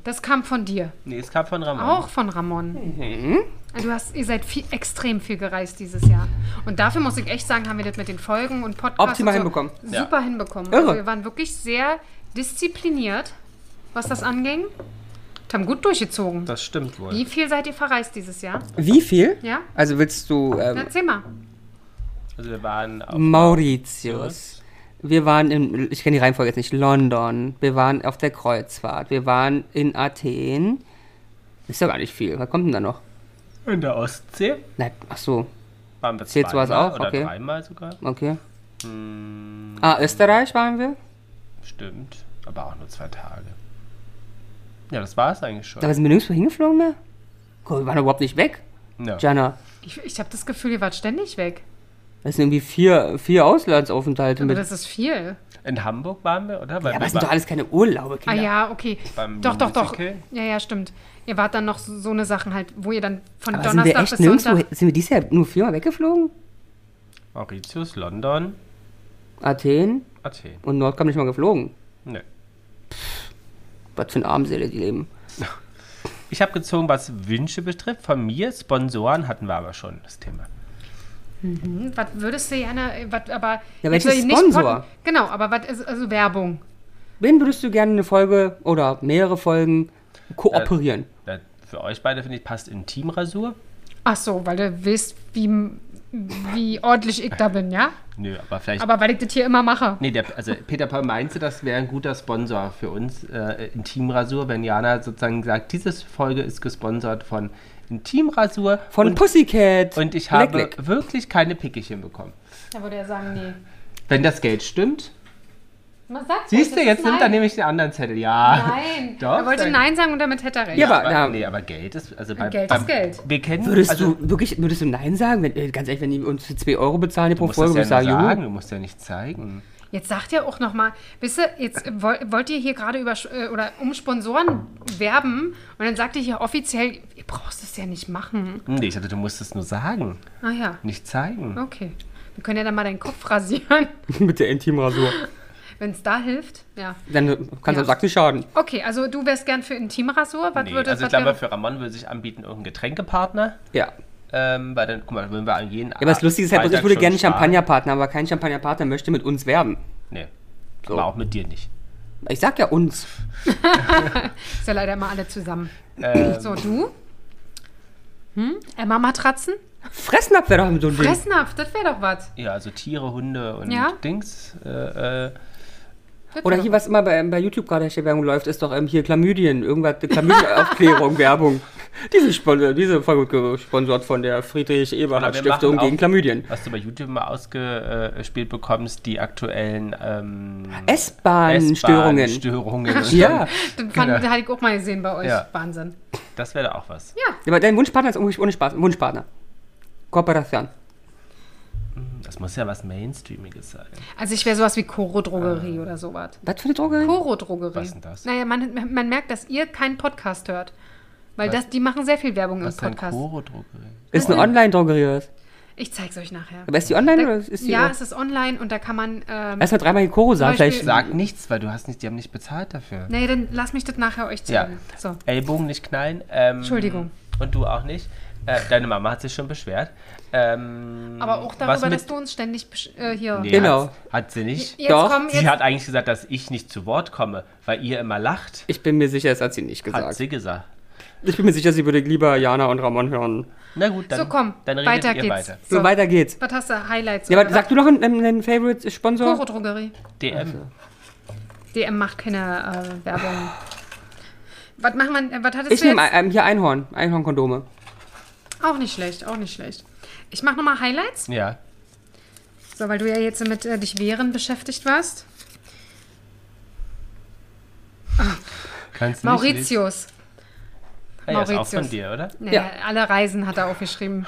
Speaker 2: Das kam von dir.
Speaker 3: Nee, es kam von Ramon.
Speaker 1: Oh.
Speaker 2: Auch von Ramon.
Speaker 1: Mhm.
Speaker 2: Also Du hast, ihr seid viel, extrem viel gereist dieses Jahr. Und dafür muss ich echt sagen, haben wir das mit den Folgen und Podcasts
Speaker 1: Optimal
Speaker 2: und so
Speaker 1: hinbekommen.
Speaker 2: super hinbekommen.
Speaker 1: Irre.
Speaker 2: Also wir waren wirklich sehr diszipliniert, was das anging. Und haben gut durchgezogen.
Speaker 3: Das stimmt wohl.
Speaker 2: Wie viel seid ihr verreist dieses Jahr?
Speaker 1: Wie viel?
Speaker 2: Ja?
Speaker 1: Also willst du
Speaker 2: Na,
Speaker 1: ähm,
Speaker 2: erzähl mal.
Speaker 3: Also, wir waren auf
Speaker 1: Mauritius. Wir waren in, ich kenne die Reihenfolge jetzt nicht, London. Wir waren auf der Kreuzfahrt. Wir waren in Athen. Ist ja gar nicht viel. Was kommt denn da noch?
Speaker 3: in der Ostsee.
Speaker 1: Nein, ach so,
Speaker 3: Waren wir
Speaker 1: Zählt sowas
Speaker 3: zweimal
Speaker 1: auch?
Speaker 3: Oder
Speaker 1: Okay.
Speaker 3: dreimal sogar.
Speaker 1: okay. Ah, Österreich waren wir.
Speaker 3: Stimmt. Aber auch nur zwei Tage. Ja, das war es eigentlich schon.
Speaker 1: Da sind wir nirgendwo hingeflogen mehr. Guck, wir waren überhaupt nicht weg.
Speaker 3: Ja.
Speaker 1: Jana,
Speaker 2: Ich, ich habe das Gefühl, ihr wart ständig weg.
Speaker 1: das sind irgendwie vier, vier Auslandsaufenthalte
Speaker 2: Aber
Speaker 1: mit.
Speaker 2: das ist viel.
Speaker 3: In Hamburg waren wir, oder? Weil
Speaker 1: Ja, aber
Speaker 3: wir
Speaker 1: es sind doch
Speaker 3: waren-
Speaker 1: alles keine Urlaube,
Speaker 2: Ah
Speaker 1: Kinder.
Speaker 2: ja, okay.
Speaker 3: Beim
Speaker 2: doch, doch, doch.
Speaker 3: Musical?
Speaker 2: Ja, ja, stimmt. Ihr wart dann noch so, so eine Sachen halt, wo ihr dann von
Speaker 1: Aber sind wir
Speaker 2: Donnerstag
Speaker 1: echt
Speaker 2: bis
Speaker 1: nirgendwo,
Speaker 2: Sonntag.
Speaker 1: sind wir dieses Jahr nur viermal weggeflogen?
Speaker 3: Mauritius, London,
Speaker 1: Athen
Speaker 3: Athen.
Speaker 1: und Nordkap nicht mal geflogen.
Speaker 3: Nö.
Speaker 1: Was für eine Armseele die leben.
Speaker 3: Ich habe gezogen, was Wünsche betrifft. Von mir, Sponsoren hatten wir aber schon das Thema.
Speaker 2: Hm, Was würdest du gerne, äh, was, aber.
Speaker 1: Ja,
Speaker 2: jetzt
Speaker 1: welchen
Speaker 2: soll ich nicht
Speaker 1: Sponsor?
Speaker 2: potten. Genau, aber was ist, also Werbung.
Speaker 1: Wen würdest du gerne eine Folge oder mehrere Folgen kooperieren?
Speaker 3: Da- Für euch beide, finde ich, passt Intimrasur.
Speaker 2: Ach so, weil du weißt, wie, wie ordentlich ich da bin, ja?
Speaker 3: Nö, aber vielleicht.
Speaker 2: Aber weil ich das hier immer mache.
Speaker 3: nee, der, also Peter Paul meinte, das wäre ein guter Sponsor für uns, äh, Intimrasur, wenn Jana sozusagen sagt, diese Folge ist gesponsert von Intimrasur.
Speaker 1: Von
Speaker 3: und,
Speaker 1: Pussycat.
Speaker 3: und ich
Speaker 1: Leck,
Speaker 3: habe
Speaker 1: leck.
Speaker 3: wirklich keine Pickelchen bekommen.
Speaker 2: Da würde er sagen, nee.
Speaker 3: Wenn das Geld stimmt,
Speaker 2: Man sagt
Speaker 3: siehst
Speaker 2: Oh, das
Speaker 3: du,
Speaker 2: ist
Speaker 3: jetzt nimmt er
Speaker 2: nein.
Speaker 3: nämlich den anderen Zettel. Ja.
Speaker 2: Nein.
Speaker 3: Doch,
Speaker 2: er wollte
Speaker 3: sag-
Speaker 2: Nein sagen und damit hätte er recht.
Speaker 1: Ja, aber-
Speaker 3: Aber,
Speaker 1: na,
Speaker 3: nee, aber Geld ist. Also bei,
Speaker 2: Geld
Speaker 3: beim,
Speaker 2: ist Geld.
Speaker 3: Wir kennen
Speaker 1: Würdest
Speaker 3: also,
Speaker 1: du wirklich, würdest du Nein sagen? Wenn, äh, ganz ehrlich, wenn die uns 2 Euro bezahlen die pro
Speaker 3: musst das
Speaker 1: Folge,
Speaker 3: ja
Speaker 1: würde ich sagen,
Speaker 3: nur
Speaker 1: Junge.
Speaker 3: sagen, du musst ja nicht zeigen.
Speaker 2: Jetzt sagt ja auch nochmal, wisst ihr, jetzt äh, woll- wollt ihr hier gerade über Sch- äh, oder um Sponsoren werben und dann sagt ihr hier offiziell, ihr brauchst es ja nicht machen.
Speaker 3: Hm, Nee, ich dachte, du musst es nur sagen,
Speaker 2: Ah ja,
Speaker 3: nicht zeigen.
Speaker 2: okay. Wir können ja dann mal deinen Kopf rasieren,
Speaker 1: <laughs>
Speaker 2: <laughs>
Speaker 1: Mit der Intimrasur.
Speaker 2: wenn es da hilft. Ja.
Speaker 1: Dann kannst du
Speaker 2: Ja.
Speaker 1: am Sack nicht schaden.
Speaker 2: Okay, also du wärst gern für Intimrasur. Was
Speaker 3: Nee,
Speaker 2: würde,
Speaker 3: also ich
Speaker 2: was
Speaker 3: glaube,
Speaker 2: wäre-
Speaker 3: für Ramon würde sich anbieten, irgendein Getränkepartner.
Speaker 1: Ja.
Speaker 3: Ähm, weil dann, guck mal, würden wir an jeden
Speaker 1: Ja, aber das Lustige ist halt,
Speaker 3: Ah, Freitag
Speaker 1: ich würde
Speaker 3: schon
Speaker 1: gerne
Speaker 3: sparen.
Speaker 1: Champagnerpartner, aber kein Champagnerpartner möchte mit uns werben.
Speaker 3: Nee,
Speaker 1: So.
Speaker 3: aber auch mit dir nicht.
Speaker 1: Ich sag ja uns.
Speaker 2: Ist ja leider immer alle zusammen.
Speaker 3: Ähm.
Speaker 2: So, du? Hm? Emma Matratzen?
Speaker 3: Hm.
Speaker 1: Fressnapf wäre doch so ein Ding.
Speaker 2: Fressnapf, das wäre doch was.
Speaker 3: Ja, also Tiere, Hunde und
Speaker 2: Ja.
Speaker 3: Dings. Äh, äh,
Speaker 2: Das wär
Speaker 1: Oder
Speaker 2: doch
Speaker 1: hier, was immer bei, ähm, bei YouTube gerade der Werbung läuft, ist doch ähm, hier Chlamydien. Irgendwas,
Speaker 3: <laughs>
Speaker 1: Chlamydienaufklärung, Werbung. Diese, Spon äh, diese Folge wird gesponsert von der
Speaker 3: Oder wir
Speaker 1: Friedrich-Eberhard-Stiftung
Speaker 3: machen
Speaker 1: gegen
Speaker 3: auch-
Speaker 1: Chlamydien.
Speaker 3: was du bei YouTube mal ausgespielt bekommst, die aktuellen ähm,
Speaker 1: S-Bahn-Störungen.
Speaker 3: Störungen. <laughs>
Speaker 1: Ja.
Speaker 2: Das fand,
Speaker 3: Genau.
Speaker 2: da hatte ich auch mal gesehen bei euch.
Speaker 3: Ja.
Speaker 2: Wahnsinn.
Speaker 3: Das wäre da auch was.
Speaker 2: Ja,
Speaker 1: Ja, aber dein Wunschpartner ist ohne Spaß. ein Wunschpartner. Kooperation.
Speaker 3: Das muss ja was Mainstreamiges sein.
Speaker 2: also ich wäre sowas wie
Speaker 3: Ähm.
Speaker 2: Koro-Drogerie oder sowas.
Speaker 1: Was für eine Drogerie?
Speaker 2: Koro-Drogerie.
Speaker 3: Was denn das?
Speaker 2: Naja, man, man merkt, dass ihr keinen Podcast hört. Weil das, die machen sehr viel Werbung
Speaker 3: Was
Speaker 2: im
Speaker 3: denn
Speaker 2: Podcast.
Speaker 3: Koro-Drogerie?
Speaker 1: Ist eine Online-Drogerie oder was?
Speaker 2: Ich zeig's euch nachher.
Speaker 1: Aber ist die online
Speaker 2: Da-
Speaker 1: oder ist die.
Speaker 2: ja, es ist online und da kann man. Ähm,
Speaker 1: Erstmal dreimal die Choro sagen.
Speaker 2: Zum Beispiel-
Speaker 1: Vielleicht
Speaker 3: Sag nichts, weil du hast nicht, die haben nicht bezahlt dafür.
Speaker 2: nee, dann lass mich das nachher euch
Speaker 3: Ja.
Speaker 2: zeigen. So.
Speaker 3: Ellbogen nicht knallen. Ähm,
Speaker 2: Entschuldigung.
Speaker 3: Und du auch nicht. Äh, deine Mama hat sich schon beschwert. Ähm,
Speaker 2: Aber auch
Speaker 3: was
Speaker 2: darüber,
Speaker 3: mit-
Speaker 2: dass du uns ständig besch- äh, hier.
Speaker 3: Nee,
Speaker 1: Genau.
Speaker 3: Hat, hat sie nicht.
Speaker 2: Jetzt
Speaker 1: Doch.
Speaker 2: komm, jetzt.
Speaker 3: Sie hat eigentlich gesagt, dass ich nicht zu Wort komme, weil ihr immer lacht.
Speaker 1: Ich bin mir sicher, das hat sie nicht
Speaker 3: Hat
Speaker 1: gesagt.
Speaker 3: sie gesagt.
Speaker 1: Ich bin mir sicher, sie würde lieber Jana und Ramon hören.
Speaker 3: Na gut, dann,
Speaker 2: so komm,
Speaker 3: dann redet
Speaker 2: weiter
Speaker 3: ihr
Speaker 2: geht's.
Speaker 3: weiter.
Speaker 1: So,
Speaker 2: So.
Speaker 1: weiter geht's.
Speaker 2: Was hast du? Highlights?
Speaker 1: Ja, aber
Speaker 2: oder
Speaker 1: sag
Speaker 2: was?
Speaker 1: du noch einen, einen, einen Favorite-Sponsor.
Speaker 2: Koro-Drogerie.
Speaker 3: DM.
Speaker 2: DM macht keine äh, Werbung. Was machen wir? äh, Was hattest
Speaker 1: Ich
Speaker 2: du jetzt?
Speaker 1: nehme ähm, hier Einhorn. Einhornkondome.
Speaker 2: Auch nicht schlecht, auch nicht schlecht. Ich mache nochmal Highlights,
Speaker 3: Ja.
Speaker 2: so weil du ja jetzt mit äh, dich wehren beschäftigt warst.
Speaker 3: Kannst du Nicht
Speaker 2: Mauritius.
Speaker 3: lesen? ja, ist auch
Speaker 2: Mauritius.
Speaker 3: von dir, oder?
Speaker 2: Naja, alle Reisen hat er aufgeschrieben,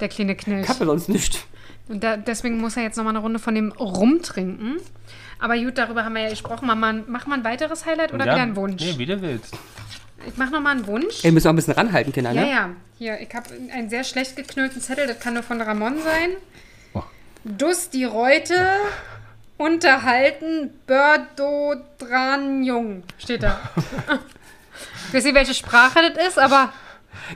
Speaker 2: der kleine Knilch.
Speaker 1: Ich habe sonst nicht.
Speaker 2: Und da, deswegen muss er jetzt nochmal eine Runde von dem rumtrinken. Aber gut, darüber haben wir ja gesprochen. Mach mal, ein- mach mal ein weiteres Highlight oder
Speaker 3: Ja.
Speaker 2: wieder einen Wunsch?
Speaker 3: Nee, wie du willst.
Speaker 2: Ich mache nochmal einen Wunsch.
Speaker 1: Ey, wir müssen auch ein bisschen ranhalten, Kinder,
Speaker 2: Ja,
Speaker 1: ne?
Speaker 2: ja. Hier, ich habe einen sehr schlecht geknüllten Zettel. Das kann nur von Ramon sein.
Speaker 3: Oh.
Speaker 2: Dus die Reute,
Speaker 1: <laughs>
Speaker 2: unterhalten, Bördo dran jung. Steht da. ich weiß nicht, welche Sprache das ist, aber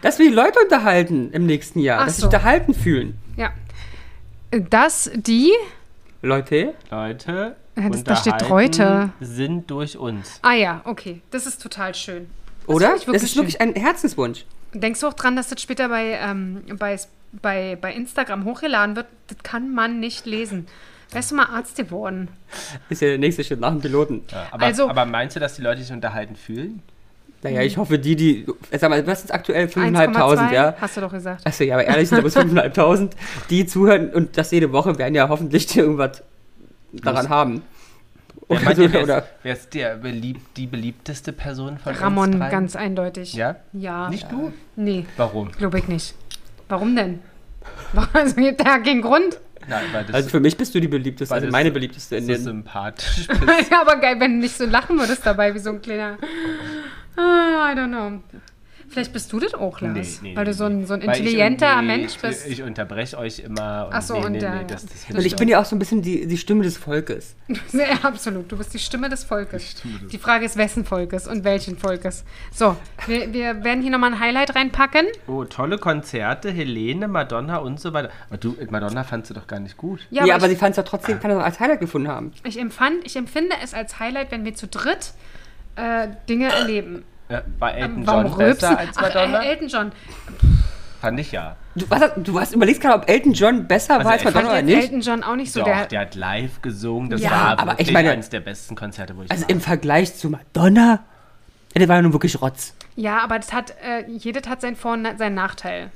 Speaker 1: Dass wir die Leute unterhalten im nächsten Jahr.
Speaker 2: Ach
Speaker 1: dass sie
Speaker 2: so.
Speaker 1: sich unterhalten fühlen.
Speaker 2: ja. Das, die.
Speaker 1: Leute,
Speaker 3: Leute,
Speaker 2: Ja, das- da steht
Speaker 3: unterhalten
Speaker 2: Reute.
Speaker 3: sind durch uns.
Speaker 2: Ah ja, okay. Das ist total schön.
Speaker 1: oder?
Speaker 2: find ich wirklich
Speaker 1: das ist wirklich ein Herzenswunsch.
Speaker 2: Denkst du auch dran, dass das später bei, ähm, bei, bei, bei Instagram hochgeladen wird? Das kann man nicht lesen. Wärst du mal Arzt geworden?
Speaker 1: Ist ja der nächste Schritt nach dem Piloten.
Speaker 3: Ja, aber,
Speaker 2: Also-
Speaker 3: aber meinst du, dass die Leute sich unterhalten fühlen?
Speaker 1: Naja, ich hoffe, die, die. Sag mal, was ist aktuell? 5.500,
Speaker 2: 1,2?
Speaker 1: ja?
Speaker 2: Hast du doch gesagt.
Speaker 1: Achso, ja, aber ehrlich,
Speaker 2: <laughs>
Speaker 1: da muss 5.500, die zuhören und das jede Woche werden ja hoffentlich <laughs> irgendwas daran haben.
Speaker 3: Wer
Speaker 1: Oder,
Speaker 3: meint
Speaker 1: so,
Speaker 3: ihr, wer, ist,
Speaker 1: oder
Speaker 3: wer ist der beliebt, die beliebteste Person von uns
Speaker 2: Ramon,
Speaker 3: dreien?
Speaker 2: ganz eindeutig.
Speaker 3: Ja?
Speaker 2: Ja.
Speaker 3: Nicht du?
Speaker 2: Nee,
Speaker 3: Warum?
Speaker 2: glaube ich nicht. Warum denn? <laughs> Also gibt da keinen Grund. <laughs>
Speaker 3: Nein, weil das,
Speaker 1: also für mich bist du die beliebteste,
Speaker 3: Weil
Speaker 1: also
Speaker 3: das-
Speaker 1: meine beliebteste in
Speaker 3: so
Speaker 1: den.
Speaker 3: sympathisch
Speaker 2: <laughs> ja, aber geil, wenn du nicht so lachen würdest dabei, wie so ein kleiner. Ah, I don't know. Vielleicht bist du das auch, Lars. weil du so ein, so ein
Speaker 3: Weil ich
Speaker 2: intelligenter
Speaker 3: irgendwie-
Speaker 2: Mensch bist.
Speaker 3: Ich unterbreche euch immer. Und
Speaker 2: Ach so,
Speaker 3: nee,
Speaker 2: und
Speaker 3: nee,
Speaker 2: der-
Speaker 3: nee, das, das
Speaker 1: Und ich
Speaker 3: hilft
Speaker 1: bin ja auch so ein bisschen die, die Stimme des Volkes.
Speaker 2: <laughs> Ja, absolut. Du bist die Stimme des Volkes. Die Frage ist, wessen Volkes und welchen Volkes. So, wir, wir werden hier nochmal ein Highlight reinpacken.
Speaker 3: nicht. Oh, tolle Konzerte, Helene, Madonna und so weiter. Aber du, Madonna fandst du doch gar nicht gut.
Speaker 1: Ja, nee, aber,
Speaker 2: ich, Ah.
Speaker 1: sie fand es ja trotzdem, kann es auch als Highlight gefunden haben.
Speaker 2: ich empfand, ich empfinde es als Highlight, wenn wir zu dritt äh, Dinge erleben.
Speaker 3: Ja, Äh, war Elton
Speaker 2: Ähm, Warum
Speaker 3: John
Speaker 2: rülpsen?
Speaker 3: besser als
Speaker 2: Ach, <laughs>
Speaker 3: Madonna?
Speaker 2: äh, Elton John.
Speaker 3: Fand ich ja.
Speaker 1: Du, was, du hast überlegst gerade, ob Elton John besser
Speaker 3: Also
Speaker 1: war als
Speaker 3: Elton-
Speaker 1: Madonna oder
Speaker 2: Fand
Speaker 1: nicht.
Speaker 2: jetzt Elton John auch nicht so
Speaker 3: Doch,
Speaker 2: der.
Speaker 3: der, hat live gesungen. Das
Speaker 2: Ja,
Speaker 3: war
Speaker 1: aber ich
Speaker 3: wirklich
Speaker 1: meine-
Speaker 3: eines der besten Konzerte, wo ich
Speaker 1: Also
Speaker 3: war.
Speaker 1: im Vergleich zu Madonna, ja, der war ja nun wirklich Rotz.
Speaker 2: Ja, aber das hat, äh, jedes hat seinen Vor- und seinen Nachteil.